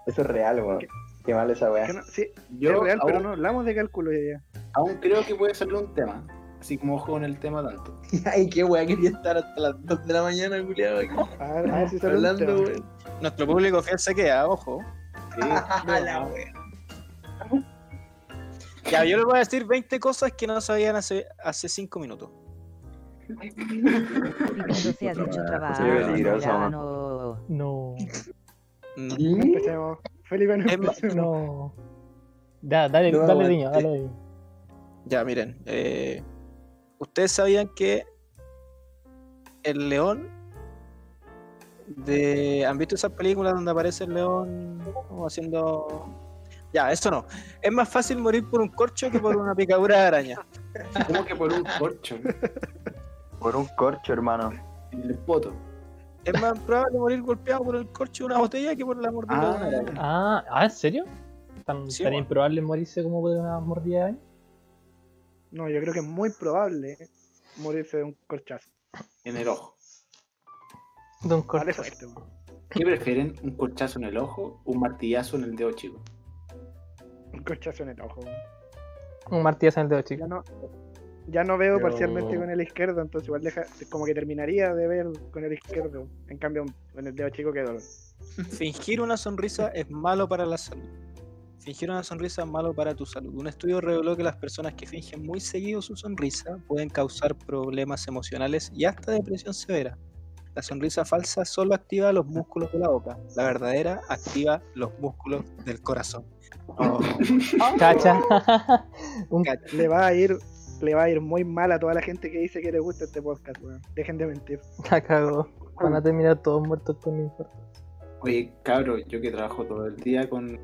[SPEAKER 9] eso es real, weón. Qué mal esa
[SPEAKER 5] Que
[SPEAKER 9] weá.
[SPEAKER 5] no- sí, es
[SPEAKER 4] yo
[SPEAKER 5] real,
[SPEAKER 4] aún,
[SPEAKER 5] pero no hablamos de cálculo ya.
[SPEAKER 4] aún creo que puede salir un tema. Así como ojo con el tema tanto.
[SPEAKER 7] Ay, qué weá, quería estar hasta las 2 de la mañana, culiado, aquí
[SPEAKER 5] A ver,
[SPEAKER 8] Ah,
[SPEAKER 5] a ver si sale un
[SPEAKER 7] hablando,
[SPEAKER 5] tema.
[SPEAKER 7] weón.
[SPEAKER 8] Nuestro público fiel se queda, ojo.
[SPEAKER 7] A la wea.
[SPEAKER 8] Ya, yo les voy a decir 20 cosas que no sabían hace, hace 5 minutos.
[SPEAKER 3] Cuando se ha dicho trabajo,
[SPEAKER 9] Qué peligroso,
[SPEAKER 3] verano.
[SPEAKER 8] No.
[SPEAKER 6] No.
[SPEAKER 5] No
[SPEAKER 7] Ah,
[SPEAKER 5] empecemos. Felipe, no
[SPEAKER 8] Es-
[SPEAKER 5] empecemos.
[SPEAKER 6] No. Da, dale,
[SPEAKER 7] No, eh.
[SPEAKER 6] dale,
[SPEAKER 7] aguante.
[SPEAKER 6] niño, dale, niño.
[SPEAKER 8] Ya, miren. eh, Ustedes sabían que el león de. ¿Han visto esas películas donde aparece el león como haciendo. Ya, eso no. Es más fácil morir por un corcho que por una picadura de araña.
[SPEAKER 4] Como que por un corcho
[SPEAKER 9] Por un corcho, hermano.
[SPEAKER 4] en el poto.
[SPEAKER 8] Es más probable morir golpeado por el corcho de una botella que por la mordida de una
[SPEAKER 4] Ah,
[SPEAKER 8] araña.
[SPEAKER 6] Ah, ah, ¿en serio? ¿Tan,
[SPEAKER 8] Sí,
[SPEAKER 6] tan
[SPEAKER 8] bueno.
[SPEAKER 6] improbable morirse como por una mordida de araña?
[SPEAKER 5] No, yo creo que es muy probable eh, morirse de un corchazo. Ah,
[SPEAKER 4] en el ojo.
[SPEAKER 6] De un corcho.
[SPEAKER 5] Dale fuerte, weón.
[SPEAKER 4] ¿Qué prefieren? ¿Un corchazo en el ojo o un martillazo en el dedo chico?
[SPEAKER 5] Un corchazo en el ojo. weón.
[SPEAKER 6] Un martillazo en el dedo, chico.
[SPEAKER 5] Ya no, ya no veo
[SPEAKER 7] Pero-
[SPEAKER 5] parcialmente con el izquierdo, entonces igual deja, como que terminaría de ver con el izquierdo. En cambio, con el dedo chico quedó.
[SPEAKER 8] Fingir una sonrisa es malo para la salud. Fingir una sonrisa es malo para tu salud. Un estudio reveló que las personas que fingen muy seguido su sonrisa pueden causar problemas emocionales y hasta depresión severa. La sonrisa falsa solo activa los músculos de la boca. La verdadera activa los músculos del corazón. Oh,
[SPEAKER 6] Cacha. un
[SPEAKER 8] cacha.
[SPEAKER 5] Le va a ir, le va a ir muy mal a toda la gente que dice que le gusta este podcast, weón. Dejen de mentir.
[SPEAKER 6] la cagó. Van a terminar todos muertos con infarto.
[SPEAKER 4] Oye, cabro, yo que trabajo todo el día con,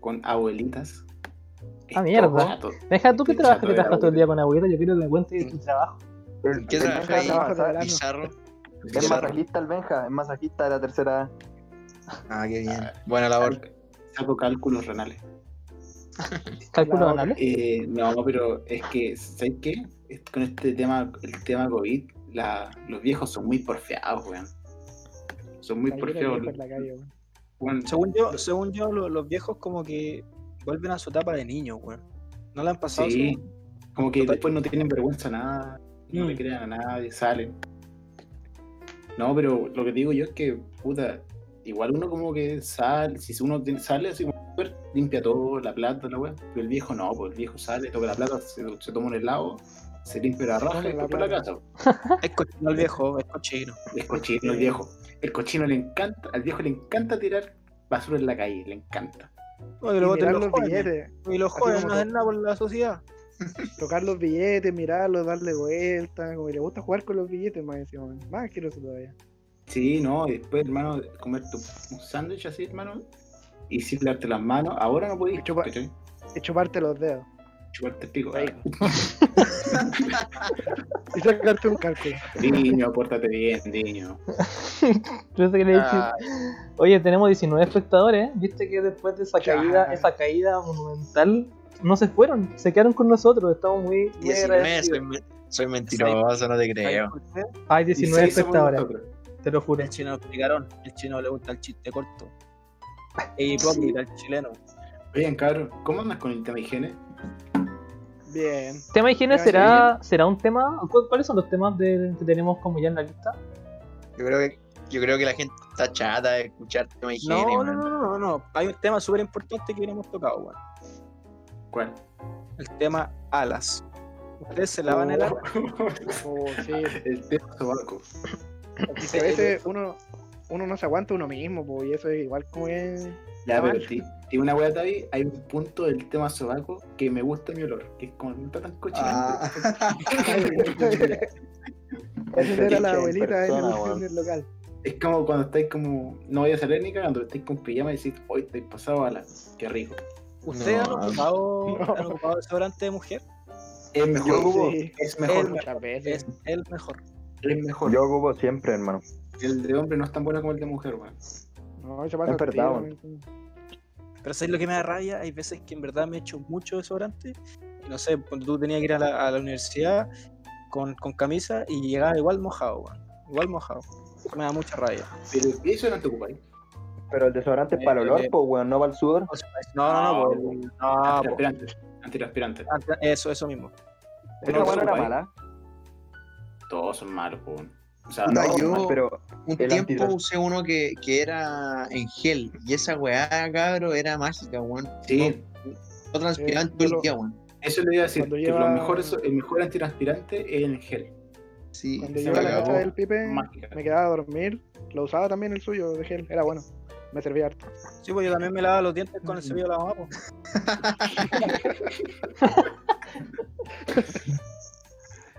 [SPEAKER 4] con abuelitas.
[SPEAKER 6] Ah,
[SPEAKER 4] Estos
[SPEAKER 6] mierda.
[SPEAKER 4] gatos.
[SPEAKER 6] Deja tú que
[SPEAKER 4] Estoy
[SPEAKER 6] trabajas,
[SPEAKER 4] chato
[SPEAKER 6] que
[SPEAKER 4] de
[SPEAKER 6] trabajas todo el
[SPEAKER 4] abuelita.
[SPEAKER 6] día con abuela. Yo quiero que me
[SPEAKER 7] Mm,
[SPEAKER 6] cuentes de tu trabajo.
[SPEAKER 9] El,
[SPEAKER 7] ¿Qué
[SPEAKER 9] el
[SPEAKER 7] trabaja
[SPEAKER 9] Benja
[SPEAKER 7] ahí?
[SPEAKER 5] Trabajo
[SPEAKER 9] trabaja-
[SPEAKER 5] de verano.
[SPEAKER 7] Pizarro.
[SPEAKER 9] Es
[SPEAKER 7] Pizarro.
[SPEAKER 9] masajista el Benja, es masajista de la tercera edad.
[SPEAKER 7] Ah, qué bien. Buena labor.
[SPEAKER 4] Saco cálculos renales.
[SPEAKER 6] Cálculo
[SPEAKER 5] La-
[SPEAKER 6] banal.
[SPEAKER 4] Eh, no, pero es que, ¿sabes qué? Es- Con este tema, el tema COVID, la- los viejos son muy porfeados, weón. Son muy
[SPEAKER 5] Está lleno de
[SPEAKER 4] porfeados.
[SPEAKER 5] viejo en la calle, weón.
[SPEAKER 4] weón.
[SPEAKER 8] Según yo, según yo lo- los viejos como que vuelven a su etapa de niño, weón. ¿No la han pasado?
[SPEAKER 4] Sí,
[SPEAKER 8] según-
[SPEAKER 4] como que
[SPEAKER 8] Total.
[SPEAKER 4] después no tienen vergüenza a nada, no
[SPEAKER 8] Mm.
[SPEAKER 4] le crean a nadie, salen. No, pero lo que digo yo es que, puta, igual uno como que sale, si uno tiene- sale así como súper, limpia todo, la plata, la weá, pero el viejo no, pues el viejo sale, toca la plata, se, se toma un helado, se limpia la raja
[SPEAKER 5] come
[SPEAKER 4] y
[SPEAKER 5] la
[SPEAKER 4] después para la
[SPEAKER 5] plata.
[SPEAKER 4] casa.
[SPEAKER 8] Es cochino el viejo, es cochino.
[SPEAKER 4] Es cochino el viejo. El cochino le encanta, al viejo le encanta tirar basura en la calle, le encanta.
[SPEAKER 8] Oye,
[SPEAKER 5] Y
[SPEAKER 8] luego te
[SPEAKER 5] mirar
[SPEAKER 8] lo
[SPEAKER 5] los
[SPEAKER 8] joden.
[SPEAKER 5] billetes,
[SPEAKER 8] Y los
[SPEAKER 5] Así
[SPEAKER 8] jóvenes
[SPEAKER 5] como
[SPEAKER 8] no
[SPEAKER 5] que-
[SPEAKER 8] hacen nada por la sociedad.
[SPEAKER 5] tocar los billetes, mirarlos, darle vueltas, como que le gusta jugar con los billetes más encima, weón. más asqueroso todavía.
[SPEAKER 4] Sí, no, y después, hermano, comer tu, un sándwich así, hermano, y sin darte las manos, ahora no podéis.
[SPEAKER 5] Chupa-
[SPEAKER 4] ¿cachai?
[SPEAKER 5] Y chuparte los dedos.
[SPEAKER 4] chuparte el pico. ah.
[SPEAKER 5] Y sacarte un cálculo.
[SPEAKER 4] Niño, pórtate bien, niño.
[SPEAKER 6] Yo sé que le he dicho-
[SPEAKER 7] Ah,
[SPEAKER 6] Oye, tenemos 19 espectadores. ¿eh? Viste que después de esa
[SPEAKER 7] Ya.
[SPEAKER 6] caída, esa caída monumental, no se fueron, se quedaron con nosotros. Estamos muy, muy
[SPEAKER 7] 19, soy,
[SPEAKER 6] agradecidos.
[SPEAKER 7] men- soy mentiroso, no te
[SPEAKER 8] ¿Sabes
[SPEAKER 7] creo.
[SPEAKER 8] por qué?
[SPEAKER 6] Hay 19
[SPEAKER 4] 16 somos
[SPEAKER 6] espectadores,
[SPEAKER 4] nosotros.
[SPEAKER 6] te lo juro.
[SPEAKER 8] El chino explicaron, el chino le gusta el chiste corto. E hipócrita el chileno.
[SPEAKER 4] Oigan, cabrón, ¿cómo andas con el tema de higiene?
[SPEAKER 5] Bien.
[SPEAKER 6] ¿Tema de higiene
[SPEAKER 5] Ya,
[SPEAKER 6] será, será un tema? ¿Cu- ¿Cuáles son los temas del- que tenemos como ya en la lista?
[SPEAKER 7] Yo creo que, yo creo que la gente está chata de escuchar tema de higiene,
[SPEAKER 8] No, no, no,
[SPEAKER 7] man.
[SPEAKER 8] no, no, no. Hay un tema súper importante que hubiéramos tocado, weón.
[SPEAKER 4] ¿Cuál?
[SPEAKER 8] El tema alas. Ustedes se lavan el ala.
[SPEAKER 5] Oh, sí.
[SPEAKER 4] El tema sobaco.
[SPEAKER 5] Y a veces uno, uno no se aguanta uno mismo, po, y eso es igual como es.
[SPEAKER 4] Ya,
[SPEAKER 8] Ah.
[SPEAKER 4] pero ti- tiene una weá Tavi, hay un punto del tema sobaco que me gusta mi olor, que es como no está tan
[SPEAKER 7] Ah.
[SPEAKER 4] cochinante.
[SPEAKER 5] Esa era la
[SPEAKER 9] fetiche en
[SPEAKER 5] abuelita en,
[SPEAKER 9] persona,
[SPEAKER 5] el-
[SPEAKER 9] weón.
[SPEAKER 5] en el local.
[SPEAKER 4] Es como cuando estáis como, no voy a salir ni cagando, pero estáis con pijama y decís, hoy te pasado a la, qué rico.
[SPEAKER 8] ¿Ustedes
[SPEAKER 7] No,
[SPEAKER 8] han, ocupado,
[SPEAKER 5] no.
[SPEAKER 8] han ocupado desodorante de mujer?
[SPEAKER 4] Es mejor,
[SPEAKER 9] ocupo-
[SPEAKER 5] Sí,
[SPEAKER 4] es mejor,
[SPEAKER 5] muchas
[SPEAKER 8] Es
[SPEAKER 5] veces.
[SPEAKER 8] el mejor.
[SPEAKER 4] es mejor.
[SPEAKER 9] Yo ocupo siempre, hermano.
[SPEAKER 4] El de hombre no es tan bueno como el de mujer, weón.
[SPEAKER 5] No, eso pasa
[SPEAKER 9] Es verdad,
[SPEAKER 5] contigo, weón.
[SPEAKER 9] weón.
[SPEAKER 8] Pero ¿sabes lo que me da rabia? Hay veces que en verdad me echo mucho desodorante. Y no sé, cuando tú tenías que ir a la, a la universidad con, con camisa y llegaba igual mojado, weón. Igual mojado. Me da mucha rabia.
[SPEAKER 4] Pero eso no te ocupáis.
[SPEAKER 9] Pero el desodorante es para el olor, pues, weón, no para el sudor.
[SPEAKER 8] O sea, No, no, no,
[SPEAKER 4] No,
[SPEAKER 8] no,
[SPEAKER 4] Ah,
[SPEAKER 7] Ah,
[SPEAKER 8] no, po.
[SPEAKER 4] Antiraspirante. Antiraspirante.
[SPEAKER 8] Ante- eso, eso mismo.
[SPEAKER 4] Pero
[SPEAKER 9] Esa weón era
[SPEAKER 4] ocupa, ¿eh?
[SPEAKER 9] mala.
[SPEAKER 4] Todos son malos, weón. O sea,
[SPEAKER 7] No,
[SPEAKER 4] todos son
[SPEAKER 7] yo-
[SPEAKER 4] malos.
[SPEAKER 9] pero
[SPEAKER 7] Un
[SPEAKER 9] El
[SPEAKER 7] tiempo
[SPEAKER 9] antidras-
[SPEAKER 7] usé uno que, que era en gel y esa weá, cabro, era mágica, weón.
[SPEAKER 4] Sí,
[SPEAKER 7] No transpirante
[SPEAKER 5] yo
[SPEAKER 7] todo el
[SPEAKER 5] lo-
[SPEAKER 7] día, weón.
[SPEAKER 4] eso le iba a decir.
[SPEAKER 5] Cuando
[SPEAKER 4] Que
[SPEAKER 5] lleva-
[SPEAKER 4] lo mejor, el mejor antiraspirante es el gel.
[SPEAKER 7] Sí,
[SPEAKER 5] Cuando
[SPEAKER 7] se
[SPEAKER 5] yo iba a la
[SPEAKER 7] acabó.
[SPEAKER 5] casa del Pipe,
[SPEAKER 4] Mágica.
[SPEAKER 5] me quedaba a dormir. Lo usaba también el suyo de gel, era bueno. Me servía harto.
[SPEAKER 8] Sí, pues yo también me lavaba los dientes con el cepillo de la mamá. pues. po.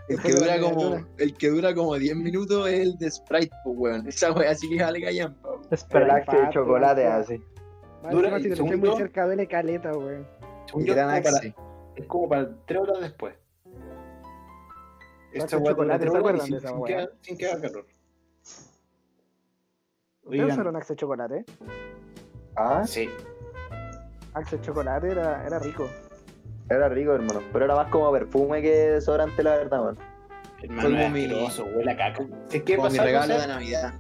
[SPEAKER 7] El que, dura como, el que dura como 10 minutos es el de Sprite, pues, weón. Esa weá sí que vale callampa, weón.
[SPEAKER 9] el
[SPEAKER 6] Espera,
[SPEAKER 5] Relax.
[SPEAKER 9] axe de
[SPEAKER 5] pato,
[SPEAKER 9] chocolate,
[SPEAKER 5] weón.
[SPEAKER 9] así.
[SPEAKER 5] Más
[SPEAKER 4] Dura un
[SPEAKER 5] encima, si te lo eché
[SPEAKER 4] segundo.
[SPEAKER 5] muy cerca, duele caleta, weón.
[SPEAKER 4] Según yo,
[SPEAKER 7] Gran
[SPEAKER 4] es como
[SPEAKER 7] Axe.
[SPEAKER 4] para- es como para tres horas después.
[SPEAKER 5] Hace
[SPEAKER 4] weá dura
[SPEAKER 5] chocolate,
[SPEAKER 4] tres
[SPEAKER 5] ¿se
[SPEAKER 4] horas
[SPEAKER 5] acuerdan
[SPEAKER 4] y sin-
[SPEAKER 5] de esa
[SPEAKER 4] sin
[SPEAKER 5] weá?
[SPEAKER 4] que haga- Sin que haga calor.
[SPEAKER 5] ¿Ustedes
[SPEAKER 4] Oigan,
[SPEAKER 5] usaron Axe Chocolate?
[SPEAKER 9] Ah,
[SPEAKER 4] sí.
[SPEAKER 5] Axe Chocolate era, era rico.
[SPEAKER 9] era rico, hermano. Pero era más como perfume que desodorante, la verdad, weón.
[SPEAKER 4] Hermano,
[SPEAKER 7] Como
[SPEAKER 4] es
[SPEAKER 7] mi-
[SPEAKER 4] asqueroso, huele a caca. ¿Sabes qué
[SPEAKER 7] Como
[SPEAKER 4] pasa
[SPEAKER 7] mi
[SPEAKER 4] con
[SPEAKER 7] regalo de
[SPEAKER 4] ese-
[SPEAKER 7] Navidad.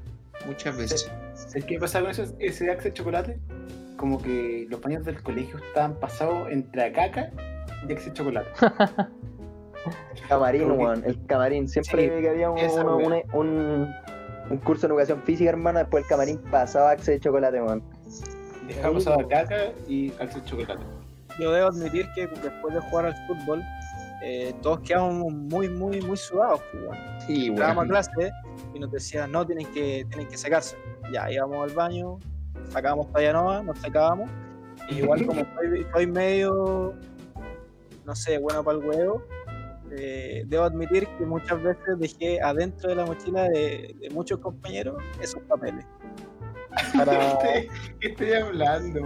[SPEAKER 7] Muchas veces.
[SPEAKER 4] sabes qué pasa con ese, ese Axe de chocolate? Como que los baños del colegio estaban pasados entre a caca y Axe de chocolate.
[SPEAKER 9] Camarín,
[SPEAKER 4] Porque-
[SPEAKER 9] weón. El camarín. Siempre
[SPEAKER 4] Sí,
[SPEAKER 9] que había un,
[SPEAKER 4] esa
[SPEAKER 9] uno-
[SPEAKER 4] weá.
[SPEAKER 9] un, un- un curso de educación física, hermano, después el camarín pasaba axe de chocolate, weón.
[SPEAKER 4] Dejaba pasado a caca y Axe de chocolate.
[SPEAKER 8] Yo debo admitir que después de jugar al fútbol, eh, todos quedábamos muy, muy, muy sudados. pues, weón.
[SPEAKER 7] Sí,
[SPEAKER 8] Entrábamos a
[SPEAKER 7] weón.
[SPEAKER 8] clase y nos decían, no, tienen que, tienen que secarse. Ya íbamos al baño, sacábamos Payanova, nos secábamos. Y igual como soy, soy medio, no sé, bueno para el huevo, eh, debo admitir que muchas veces dejé adentro de la mochila de, de muchos compañeros esos papeles. Para,
[SPEAKER 4] ¿Qué estoy hablando?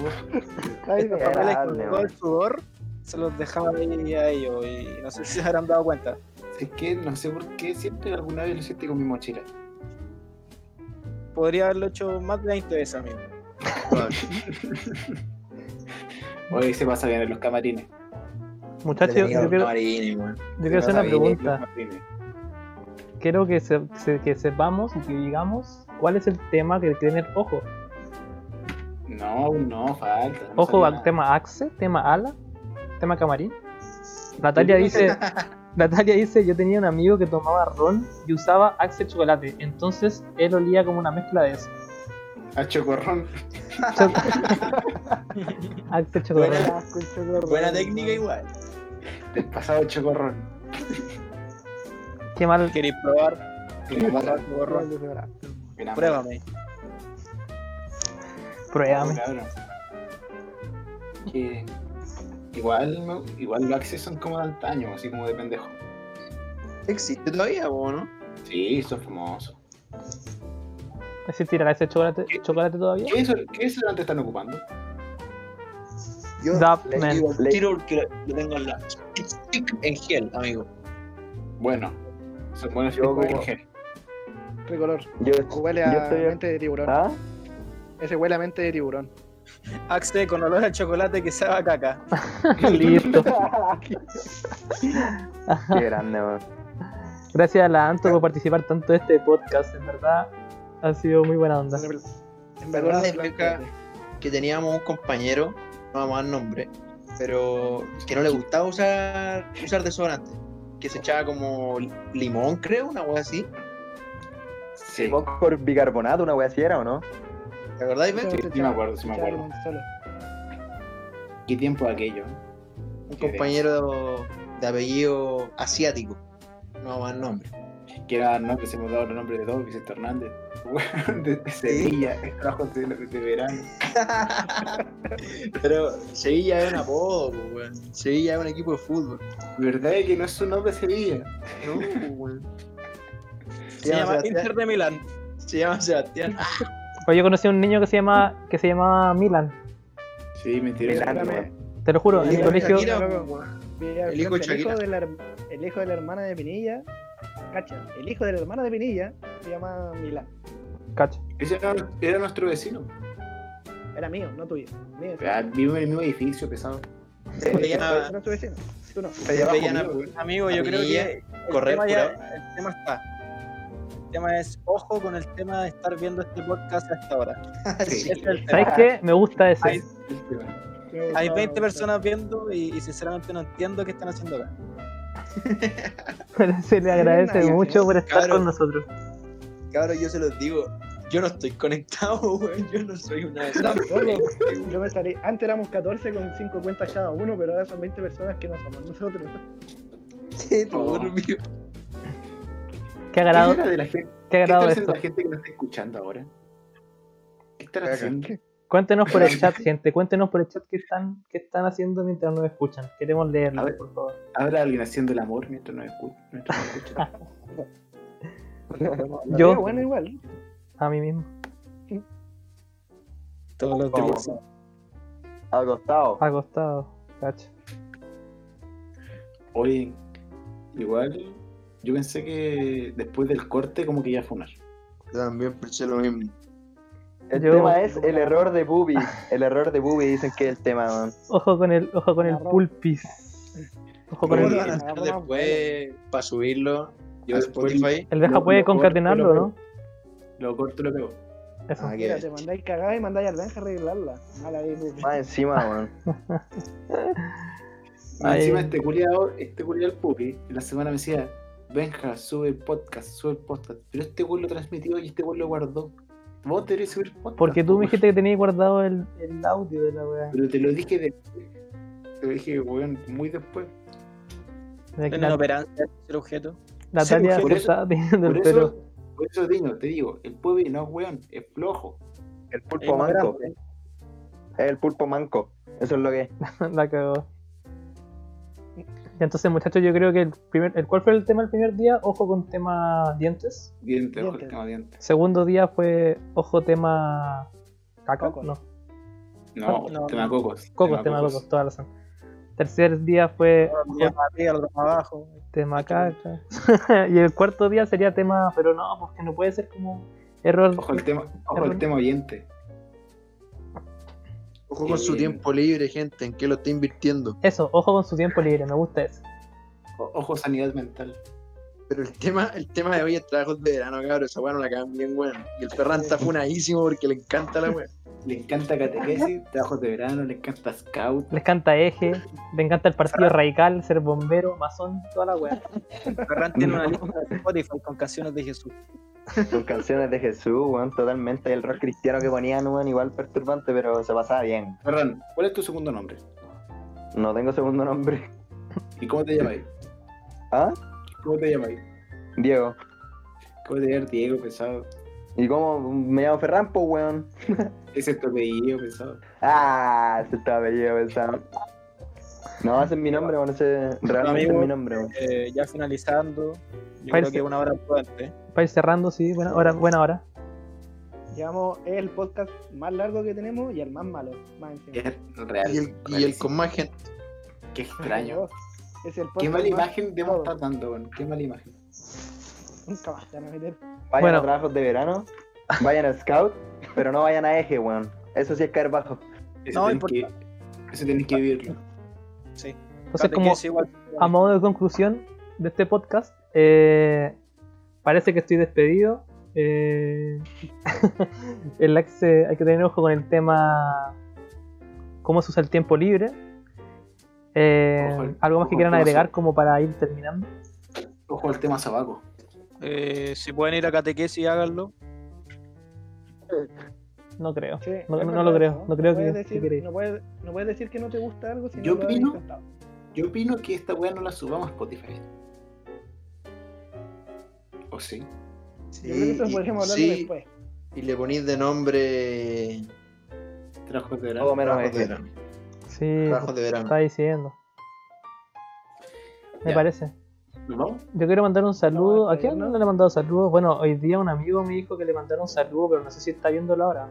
[SPEAKER 5] Ay,
[SPEAKER 9] Era-
[SPEAKER 8] papeles
[SPEAKER 9] Dale,
[SPEAKER 8] con todo
[SPEAKER 9] weón.
[SPEAKER 8] el sudor se los dejaba ahí a ellos y no sé si se habrán dado cuenta.
[SPEAKER 4] Es que no sé por qué siempre alguna vez lo hiciste con mi mochila.
[SPEAKER 8] Podría haberlo hecho más de 20 veces, amigo.
[SPEAKER 4] Oye, se pasa bien en los camarines.
[SPEAKER 6] muchachos,
[SPEAKER 7] Le
[SPEAKER 6] yo
[SPEAKER 7] tenía los
[SPEAKER 6] quiero,
[SPEAKER 7] camarines, weón.
[SPEAKER 6] yo quiero hacer
[SPEAKER 4] Se
[SPEAKER 6] una
[SPEAKER 4] pasa bien en los
[SPEAKER 6] pregunta.
[SPEAKER 4] camarines.
[SPEAKER 6] Quiero que, se- se- que sepamos y que digamos cuál es el tema que tiene el ojo.
[SPEAKER 4] No, no, falta. no
[SPEAKER 6] Ojo
[SPEAKER 4] sabía
[SPEAKER 6] al
[SPEAKER 4] nada.
[SPEAKER 6] tema axe, tema ala, tema camarín. Natalia dice, Natalia dice, yo tenía un amigo que tomaba ron y usaba axe chocolate, entonces él olía como una mezcla de eso.
[SPEAKER 4] A chocorrón.
[SPEAKER 6] Cho- axe chocolate.
[SPEAKER 7] Buena-
[SPEAKER 5] Asco, el chocolate,
[SPEAKER 7] Buena
[SPEAKER 5] weón.
[SPEAKER 7] técnica igual.
[SPEAKER 4] Del pasado chocorrón.
[SPEAKER 6] Qué mal.
[SPEAKER 8] ¿Queréis probar?
[SPEAKER 4] Una mala-
[SPEAKER 5] Igual de sobrado.
[SPEAKER 4] una mala-
[SPEAKER 8] Pruébame.
[SPEAKER 6] Pruébame.
[SPEAKER 4] Cabrón. Que igual, ¿no? igual los axes son como de antaño, así como de pendejo.
[SPEAKER 7] Existe todavía, vos, ¿no?
[SPEAKER 4] Sí, son famosos.
[SPEAKER 6] ¿Existirá ese chocolate, chocolate todavía?
[SPEAKER 4] ¿Qué es, ¿Qué es lo que están ocupando?
[SPEAKER 7] Yo
[SPEAKER 6] Dap,
[SPEAKER 7] le
[SPEAKER 6] man.
[SPEAKER 7] digo al
[SPEAKER 9] Le-
[SPEAKER 7] tiro porque lo tengo en la. En gel, amigo.
[SPEAKER 4] Bueno, son buenos
[SPEAKER 9] Yo
[SPEAKER 4] tipos de
[SPEAKER 9] como-
[SPEAKER 4] gen.
[SPEAKER 5] Tricolor.
[SPEAKER 9] Yo,
[SPEAKER 5] Huele
[SPEAKER 9] yo
[SPEAKER 5] a
[SPEAKER 9] estoy-
[SPEAKER 5] mente de tiburón.
[SPEAKER 9] ¿Ah?
[SPEAKER 5] Ese huele a mente de tiburón.
[SPEAKER 8] Axe con olor al chocolate que sabe a caca.
[SPEAKER 6] Listo.
[SPEAKER 9] Qué grande, weón.
[SPEAKER 6] Gracias a la Anto por participar tanto de este podcast, en verdad. Ha sido muy buena onda.
[SPEAKER 5] En verdad,
[SPEAKER 7] ¿Se acuerdan que teníamos un compañero, no vamos a dar nombre, pero que no le gustaba usar, usar desodorante? Que se echaba como limón, creo, una hueá así.
[SPEAKER 4] Sí,
[SPEAKER 9] Vos por bicarbonato, una wea así era, ¿o no?
[SPEAKER 7] ¿Te acordáis, Ben?
[SPEAKER 5] Ese
[SPEAKER 4] sí me acuerdo, sí me
[SPEAKER 5] chavo,
[SPEAKER 4] acuerdo.
[SPEAKER 5] Gonzalo.
[SPEAKER 4] ¿Qué tiempo aquello?
[SPEAKER 7] Un compañero de apellido asiático. No vamos a dar nombre.
[SPEAKER 4] Que era, no, que se me dado el nombre de todos, Vicente Hernández. Desde Sevilla, el trabajo de, de verano.
[SPEAKER 7] Pero Sevilla es un apodo, po, weón. Sevilla es un equipo de fútbol.
[SPEAKER 4] ¿Verdad que no es su nombre Sevilla?
[SPEAKER 7] No, po, weón.
[SPEAKER 8] Uh, Se llama Inter de Milán.
[SPEAKER 7] se llama Sebastián.
[SPEAKER 6] Pues yo conocí a un niño que se llama que se llamaba Milan.
[SPEAKER 4] Sí, mentira.
[SPEAKER 9] Milán,
[SPEAKER 4] sí,
[SPEAKER 9] weón.
[SPEAKER 6] Te lo juro, en
[SPEAKER 7] El
[SPEAKER 6] el
[SPEAKER 7] hijo de
[SPEAKER 6] colegio.
[SPEAKER 7] Shakira,
[SPEAKER 5] loco.
[SPEAKER 7] po, weón.
[SPEAKER 5] Vi al
[SPEAKER 7] El hijo de
[SPEAKER 5] frente,
[SPEAKER 7] Shakira.
[SPEAKER 5] de la, her- el hijo de la hermana de Pinilla. Cacha, el hijo de la hermana de Pinilla se llama Milán.
[SPEAKER 6] Cacha.
[SPEAKER 4] Ese era, era nuestro vecino.
[SPEAKER 5] Era mío, no tuyo. Mío, sí.
[SPEAKER 4] Ah, Vive en el mismo edificio pesado.
[SPEAKER 7] Se llama-
[SPEAKER 5] Era tu vecino. Tú no.
[SPEAKER 7] se llama
[SPEAKER 4] Abajo,
[SPEAKER 7] Julián,
[SPEAKER 4] amigo.
[SPEAKER 7] weón.
[SPEAKER 8] Amigo, yo creo
[SPEAKER 7] Amiga,
[SPEAKER 8] que el
[SPEAKER 7] correr
[SPEAKER 8] tema,
[SPEAKER 7] por
[SPEAKER 8] ya-
[SPEAKER 7] ahora.
[SPEAKER 8] el tema está. El tema es, ojo con el tema de estar viendo este podcast hasta ahora.
[SPEAKER 4] Sí.
[SPEAKER 8] Ese es el tema.
[SPEAKER 6] ¿Sabes qué? Me gusta
[SPEAKER 8] Hay,
[SPEAKER 6] ese.
[SPEAKER 8] hay 20 personas viendo y, y sinceramente no entiendo qué están haciendo acá.
[SPEAKER 6] Se le agradece
[SPEAKER 5] Nadie,
[SPEAKER 6] mucho por estar
[SPEAKER 7] claro.
[SPEAKER 6] con nosotros.
[SPEAKER 7] Cabrón, yo se los digo. Yo no estoy conectado, weón. Yo no soy una de esas.
[SPEAKER 5] Yo me salí. Antes éramos 14 con 5 cuentas cada uno, pero ahora son 20 personas que no somos nosotros.
[SPEAKER 7] dormido.
[SPEAKER 6] Qué
[SPEAKER 4] ¿Qué
[SPEAKER 6] agrado,
[SPEAKER 4] será de la gente?
[SPEAKER 6] qué
[SPEAKER 4] ¿Qué está
[SPEAKER 6] agrado
[SPEAKER 4] haciendo
[SPEAKER 6] esto.
[SPEAKER 4] la gente que nos está escuchando ahora? ¿Qué estará
[SPEAKER 7] Caca.
[SPEAKER 4] haciendo?
[SPEAKER 6] Cuéntenos por el chat, gente. Cuéntenos por el chat qué están, qué están haciendo mientras nos escuchan. Queremos leerlo,
[SPEAKER 4] A ver.
[SPEAKER 6] por favor.
[SPEAKER 4] ¿Habrá alguien haciendo el amor mientras nos escucha? Mientras nos escucha?
[SPEAKER 5] Lo
[SPEAKER 6] Yo.
[SPEAKER 5] veo Bueno, igual.
[SPEAKER 6] A mí mismo.
[SPEAKER 8] Todos los
[SPEAKER 9] Como-
[SPEAKER 8] días.
[SPEAKER 6] Ah,
[SPEAKER 9] Acostado.
[SPEAKER 6] Acostado. Cacha.
[SPEAKER 4] Oye, igual yo pensé que después del corte como que iba a funar.
[SPEAKER 7] Yo también pensé lo mismo.
[SPEAKER 9] El
[SPEAKER 6] Yo-
[SPEAKER 9] tema es el error de Bubi. El error de Bubi dicen que es el tema, weón.
[SPEAKER 6] Ojo con el, ojo con el
[SPEAKER 5] Arroba.
[SPEAKER 6] pulpis. Ojo con
[SPEAKER 7] ¿Cómo
[SPEAKER 6] el.
[SPEAKER 7] lo van a hacer
[SPEAKER 5] Agarra más
[SPEAKER 7] después para subirlo
[SPEAKER 4] Ah,
[SPEAKER 7] a Spotify?
[SPEAKER 6] El Benja
[SPEAKER 4] Lo-
[SPEAKER 6] puede
[SPEAKER 4] lo corto,
[SPEAKER 6] concatenarlo,
[SPEAKER 4] lo
[SPEAKER 6] ¿no?
[SPEAKER 4] Lo corto y lo pego.
[SPEAKER 6] Eso.
[SPEAKER 7] Ah,
[SPEAKER 5] Mira,
[SPEAKER 7] qué
[SPEAKER 5] te
[SPEAKER 7] bien.
[SPEAKER 5] mandáis cagada y mandáis al Benja a arreglarla. Mala ahí, Bubi.
[SPEAKER 9] Más encima, weón.
[SPEAKER 4] Y
[SPEAKER 6] Ay.
[SPEAKER 4] encima este culiado, este culiado el pupi, la semana me decía, Benja, sube el podcast, sube el podcast. Pero este güey lo transmitió y este güey lo guardó. Vos deberías subir podcast.
[SPEAKER 6] Porque tú
[SPEAKER 4] po,
[SPEAKER 6] me
[SPEAKER 4] weón.
[SPEAKER 6] dijiste que tenías guardado el, el audio de la weá.
[SPEAKER 4] Pero te lo dije después. Te lo dije, weón, muy después.
[SPEAKER 6] La,
[SPEAKER 8] Tienen operancia, el objeto.
[SPEAKER 6] Natalia
[SPEAKER 4] por
[SPEAKER 6] se
[SPEAKER 4] eso-
[SPEAKER 6] estaba teniendo
[SPEAKER 4] Por
[SPEAKER 6] el pelo.
[SPEAKER 4] eso, por eso Dino, te digo, el pupi no es weón, es flojo.
[SPEAKER 9] El pulpo manco. Es el pulpo manco. Eso es lo que es.
[SPEAKER 6] La cagó. Y entonces, muchachos, yo creo que el primer. El, ¿Cuál fue el tema el primer día? Ojo con tema dientes.
[SPEAKER 4] Diente, ojo, el
[SPEAKER 5] Diente.
[SPEAKER 4] tema diente.
[SPEAKER 6] Segundo día fue ojo tema. Caca,
[SPEAKER 5] Coco.
[SPEAKER 6] no.
[SPEAKER 4] No,
[SPEAKER 6] No,
[SPEAKER 4] tema cocos.
[SPEAKER 6] Cocos, tema cocos, toda la razón. Tercer día fue
[SPEAKER 8] Uno arriba, el otro abajo.
[SPEAKER 6] tema caca. y el cuarto día sería tema. Pero no, porque no puede ser como error.
[SPEAKER 4] Ojo el tema, ojo
[SPEAKER 6] Perdón.
[SPEAKER 4] el tema oyente.
[SPEAKER 7] Ojo con su
[SPEAKER 4] Sí.
[SPEAKER 7] tiempo libre, gente. ¿En qué lo está invirtiendo?
[SPEAKER 6] Eso, ojo con su tiempo libre, me gusta eso.
[SPEAKER 4] O- Ojo sanidad mental.
[SPEAKER 7] Pero el tema, el tema de hoy es trabajos de verano, cabrón. Esa weá no la cagan bien, weón. Y el Ferran está funadísimo porque le encanta la weá.
[SPEAKER 4] Le encanta catequesis, trabajos de verano, le encanta scout.
[SPEAKER 6] Les canta eje, le encanta el partido radical, ser bombero, masón, toda la wea.
[SPEAKER 8] Ferran tiene una lista de Spotify con canciones de Jesús.
[SPEAKER 9] Sus canciones de Jesús, weón, totalmente. El rock cristiano que ponían, weón, igual perturbante, pero se pasaba bien.
[SPEAKER 4] Ferran, ¿cuál es tu segundo nombre?
[SPEAKER 9] No tengo segundo nombre.
[SPEAKER 4] ¿Y cómo te llamáis?
[SPEAKER 9] ¿Ah?
[SPEAKER 4] ¿Cómo te llamáis?
[SPEAKER 9] Diego.
[SPEAKER 4] ¿Cómo te llamas Diego Pesado?
[SPEAKER 9] ¿Y cómo me llamo Ferran, po, weón?
[SPEAKER 4] Ese es tu apellido Pesado.
[SPEAKER 9] Ah, se estaba apellido pensando. No, ese es mi nombre, weón. Ese realmente
[SPEAKER 8] Amigo.
[SPEAKER 9] es mi nombre, weón.
[SPEAKER 8] Eh, ya finalizando, yo creo
[SPEAKER 6] Parece-
[SPEAKER 8] que una hora prudente.
[SPEAKER 6] Para ir cerrando, sí, buena hora. Buena hora.
[SPEAKER 5] Llevamos, es el podcast más largo que tenemos y el más malo, más encima.
[SPEAKER 4] Es real.
[SPEAKER 7] Y el, y el con más gente.
[SPEAKER 4] Qué extraño.
[SPEAKER 5] Es el podcast
[SPEAKER 4] Qué mala
[SPEAKER 5] más-
[SPEAKER 4] imagen debemos
[SPEAKER 5] todo.
[SPEAKER 4] estar dando, weón. Qué mala imagen.
[SPEAKER 5] Nunca más te van a meter.
[SPEAKER 9] Vayan
[SPEAKER 6] Bueno.
[SPEAKER 9] a trabajos de verano, vayan a scout, pero no vayan a eje, weón. Eso sí es caer bajo.
[SPEAKER 4] Eso,
[SPEAKER 8] No,
[SPEAKER 4] tenés,
[SPEAKER 8] import-
[SPEAKER 4] que, eso tenés que vivirlo.
[SPEAKER 6] Entonces,
[SPEAKER 8] Dale,
[SPEAKER 6] como,
[SPEAKER 8] que es igual.
[SPEAKER 6] a modo de conclusión de este podcast, eh, parece que estoy despedido. Eh, el Axe- hay que tener ojo con el tema cómo se usa el tiempo libre. Eh,
[SPEAKER 4] Ojo al-
[SPEAKER 6] algo más
[SPEAKER 4] ojo
[SPEAKER 6] que
[SPEAKER 4] al
[SPEAKER 6] quieran
[SPEAKER 4] tema
[SPEAKER 6] agregar
[SPEAKER 4] so-
[SPEAKER 6] como para ir terminando.
[SPEAKER 4] Ojo al tema sobaco.
[SPEAKER 8] Eh, si pueden ir a catequesis, háganlo.
[SPEAKER 6] No creo.
[SPEAKER 5] Sí,
[SPEAKER 6] No-
[SPEAKER 5] es
[SPEAKER 6] no
[SPEAKER 5] verdad,
[SPEAKER 6] lo creo, no creo que-
[SPEAKER 5] puedes
[SPEAKER 6] que
[SPEAKER 5] decir-
[SPEAKER 6] queréis.
[SPEAKER 5] no, puedes, no puedes decir que no te gusta algo si
[SPEAKER 4] Yo
[SPEAKER 5] no lo has
[SPEAKER 4] opino-
[SPEAKER 5] intentado.
[SPEAKER 4] Yo opino que esta weá no la subamos a Spotify. ¿O sí?
[SPEAKER 5] Yo creo que eso
[SPEAKER 7] y-
[SPEAKER 5] podríamos hablarlo
[SPEAKER 7] sí,
[SPEAKER 5] después.
[SPEAKER 7] y le ponéis de nombre.
[SPEAKER 4] Trabajos de
[SPEAKER 9] Todo
[SPEAKER 4] verano.
[SPEAKER 9] menos
[SPEAKER 7] Trabajos de
[SPEAKER 9] eje.
[SPEAKER 7] verano.
[SPEAKER 6] Sí,
[SPEAKER 7] Trabajos de verano.
[SPEAKER 6] está diciendo. Me
[SPEAKER 7] Ya.
[SPEAKER 6] parece.
[SPEAKER 4] ¿Nos vamos?
[SPEAKER 6] Yo quiero mandar un saludo.
[SPEAKER 5] No,
[SPEAKER 6] ¿A quién
[SPEAKER 5] no.
[SPEAKER 6] no le he mandado saludos? Bueno, hoy día un amigo me dijo que le mandara un saludo, pero no sé si está viéndolo ahora.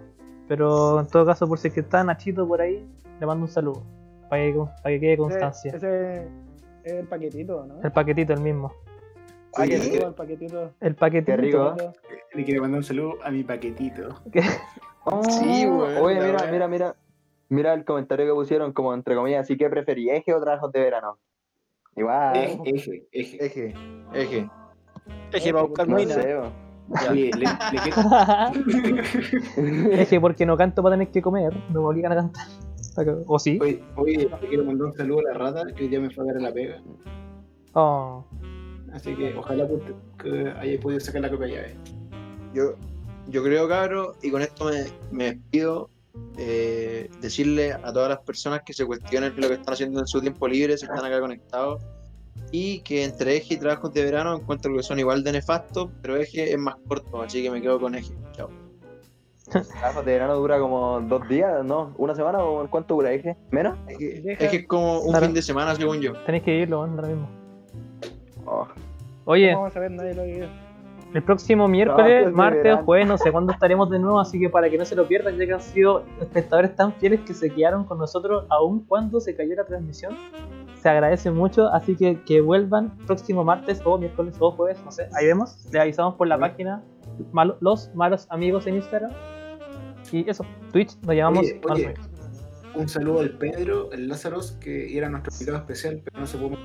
[SPEAKER 6] Pero en todo caso, por si es que está Nachito por ahí, le mando un saludo. Para que, para que quede
[SPEAKER 5] Ese,
[SPEAKER 6] constancia.
[SPEAKER 5] ese es el paquetito, ¿no?
[SPEAKER 6] El paquetito, el mismo.
[SPEAKER 9] Ah,
[SPEAKER 5] El
[SPEAKER 9] que-
[SPEAKER 5] paquetito, el paquetito.
[SPEAKER 6] El paquetito.
[SPEAKER 9] Qué rico. ¿eh?
[SPEAKER 4] Le quiero mandar un saludo a mi paquetito.
[SPEAKER 9] Oh,
[SPEAKER 7] Sí, weón,
[SPEAKER 9] Oye,
[SPEAKER 7] la
[SPEAKER 9] mira,
[SPEAKER 7] weá.
[SPEAKER 9] mira, mira. Mira el comentario que pusieron, como entre comillas, así que preferí eje o trabajos de verano. Igual,
[SPEAKER 4] Eje, eje, eje.
[SPEAKER 7] Eje. Eje.
[SPEAKER 8] Eje para buscar
[SPEAKER 9] no
[SPEAKER 8] mina.
[SPEAKER 9] sé, weón.
[SPEAKER 4] Oye, le, le quiero-
[SPEAKER 6] es que porque no canto para tener que comer, no me obligan a cantar. Está cagado. ¿O sí?
[SPEAKER 4] oye, oye, le quiero mandar un saludo a la rata que hoy día me fue a ver a la pega.
[SPEAKER 6] Oh,
[SPEAKER 4] Así que ojalá pues, que haya podido sacar la copia eh. llave.
[SPEAKER 7] Yo, yo creo, cabro, y con esto me, me despido. eh, decirle a todas las personas que se cuestionen lo que están haciendo en su tiempo libre, si están acá conectados, y que entre eje y trabajos de verano encuentro que son igual de nefastos, pero eje es más corto, así que me quedo con eje. Chao.
[SPEAKER 9] Trabajos de verano dura como dos días, ¿no? ¿Una semana o cuánto dura eje? ¿Menos?
[SPEAKER 7] Eje,
[SPEAKER 5] Deja-
[SPEAKER 7] Eje es como un
[SPEAKER 6] Claro.
[SPEAKER 7] fin de semana, según yo.
[SPEAKER 6] tenéis que irlo, ahora mismo.
[SPEAKER 9] Oh,
[SPEAKER 6] Oye,
[SPEAKER 5] Vamos a ver nadie lo que
[SPEAKER 6] El próximo miércoles,
[SPEAKER 9] Trabajos de
[SPEAKER 6] martes o
[SPEAKER 9] verano.
[SPEAKER 6] jueves, no sé cuándo estaremos de nuevo, así que para que no se lo pierdan, ya que han sido espectadores tan fieles que se quedaron con nosotros aun cuando se cayó la transmisión. Se agradece mucho, así que que vuelvan próximo martes o miércoles o jueves, no sé, ahí vemos. Les avisamos por la página Malo- Los Malos Amigos en Instagram. Y eso, Twitch, nos llamamos
[SPEAKER 4] Oye,
[SPEAKER 6] Malos
[SPEAKER 4] oye,
[SPEAKER 6] Amigos.
[SPEAKER 4] un saludo al Pedro, al Lázaro, que era nuestro invitado especial, pero no se pudo.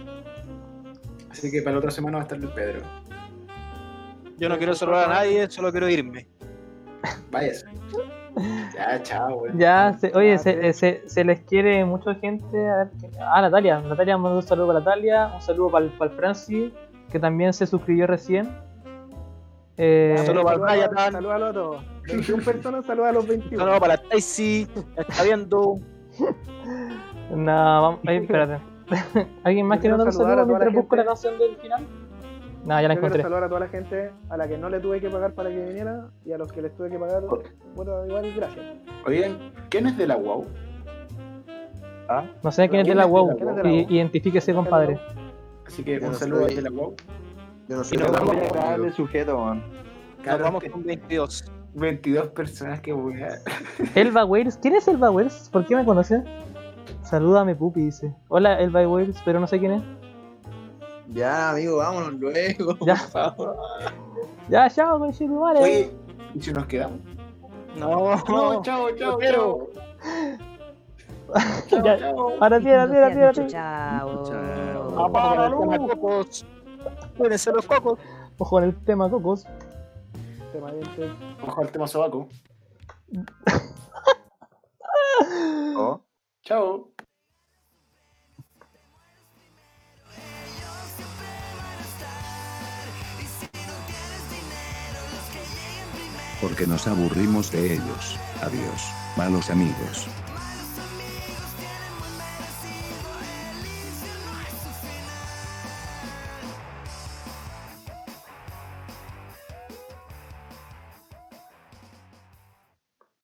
[SPEAKER 4] Así que para la otra semana va a estar el Pedro.
[SPEAKER 8] Yo no quiero saludar a nadie, solo quiero irme.
[SPEAKER 4] Váyase. Ya, chao, güey.
[SPEAKER 6] Ya, se- oye,
[SPEAKER 5] Ah,
[SPEAKER 6] se, eh,
[SPEAKER 5] sí.
[SPEAKER 6] se- se les quiere mucha gente. A ver, ¿quién- ah, Natalia. Natalia mandó un saludo para Natalia. Un saludo para el, para el Francis, que también se suscribió recién. Eh,
[SPEAKER 5] Ah,
[SPEAKER 8] Saludos para el Brayatan.
[SPEAKER 5] Salúdalo a todos. 21 personas, saluda a los 21.
[SPEAKER 8] Saludos para la Stacy, la está viendo.
[SPEAKER 6] no, vamos, ay, espérate. ¿Alguien más
[SPEAKER 5] Yo
[SPEAKER 6] quiere
[SPEAKER 5] quiero
[SPEAKER 6] mandar
[SPEAKER 5] saludar a
[SPEAKER 6] un saludo
[SPEAKER 5] toda la
[SPEAKER 6] mientras busco la
[SPEAKER 5] gente.
[SPEAKER 6] canción del final? No, ya la
[SPEAKER 5] Yo quiero
[SPEAKER 6] encontré.
[SPEAKER 5] saludar a toda la gente a la que no le tuve que pagar para que viniera y a los que les tuve que pagar, bueno, igual gracias.
[SPEAKER 4] Oigan, ¿quién es de la WOW?
[SPEAKER 9] Ah,
[SPEAKER 6] No sé quién es de la
[SPEAKER 4] ¿Quién es
[SPEAKER 6] WOW.
[SPEAKER 4] de la
[SPEAKER 5] WOW?
[SPEAKER 6] i- Identifíquese, compadre.
[SPEAKER 4] Así que
[SPEAKER 7] Yo
[SPEAKER 4] un
[SPEAKER 7] no
[SPEAKER 4] saludo
[SPEAKER 7] soy.
[SPEAKER 4] al de la WOW.
[SPEAKER 7] Yo no
[SPEAKER 8] Y
[SPEAKER 7] soy
[SPEAKER 8] nos
[SPEAKER 7] de la
[SPEAKER 8] vamos
[SPEAKER 7] guagua,
[SPEAKER 9] de
[SPEAKER 7] amigo.
[SPEAKER 9] sujeto, weón.
[SPEAKER 8] Nos vamos
[SPEAKER 4] Carlos,
[SPEAKER 8] con 22.
[SPEAKER 4] 22 personas que voy a.
[SPEAKER 6] Elba Wales. ¿Quién es Elba Wales? ¿Por qué me conoce? Salúdame, Pupi, dice. Hola, Elba Wales, pero no sé quién es.
[SPEAKER 7] Ya, amigo, vámonos luego.
[SPEAKER 6] Ya.
[SPEAKER 7] por favor.
[SPEAKER 6] Ya, chao, conchetumare.
[SPEAKER 4] Oye, ¿y si nos quedamos?
[SPEAKER 8] No,
[SPEAKER 4] No, chao, chao, chao. Chao,
[SPEAKER 6] Ya.
[SPEAKER 4] chao.
[SPEAKER 6] Ahora sí, ahora sí, ahora sí, ahora sí.
[SPEAKER 3] Chao.
[SPEAKER 1] Chao.
[SPEAKER 8] apaga los cocos. Cuídense los cocos.
[SPEAKER 6] Ojo en el tema, cocos.
[SPEAKER 5] Tema bien, tema.
[SPEAKER 4] Ojo al tema sobaco.
[SPEAKER 9] Oh.
[SPEAKER 4] Chao.
[SPEAKER 2] Porque nos aburrimos de ellos. Adiós, malos amigos.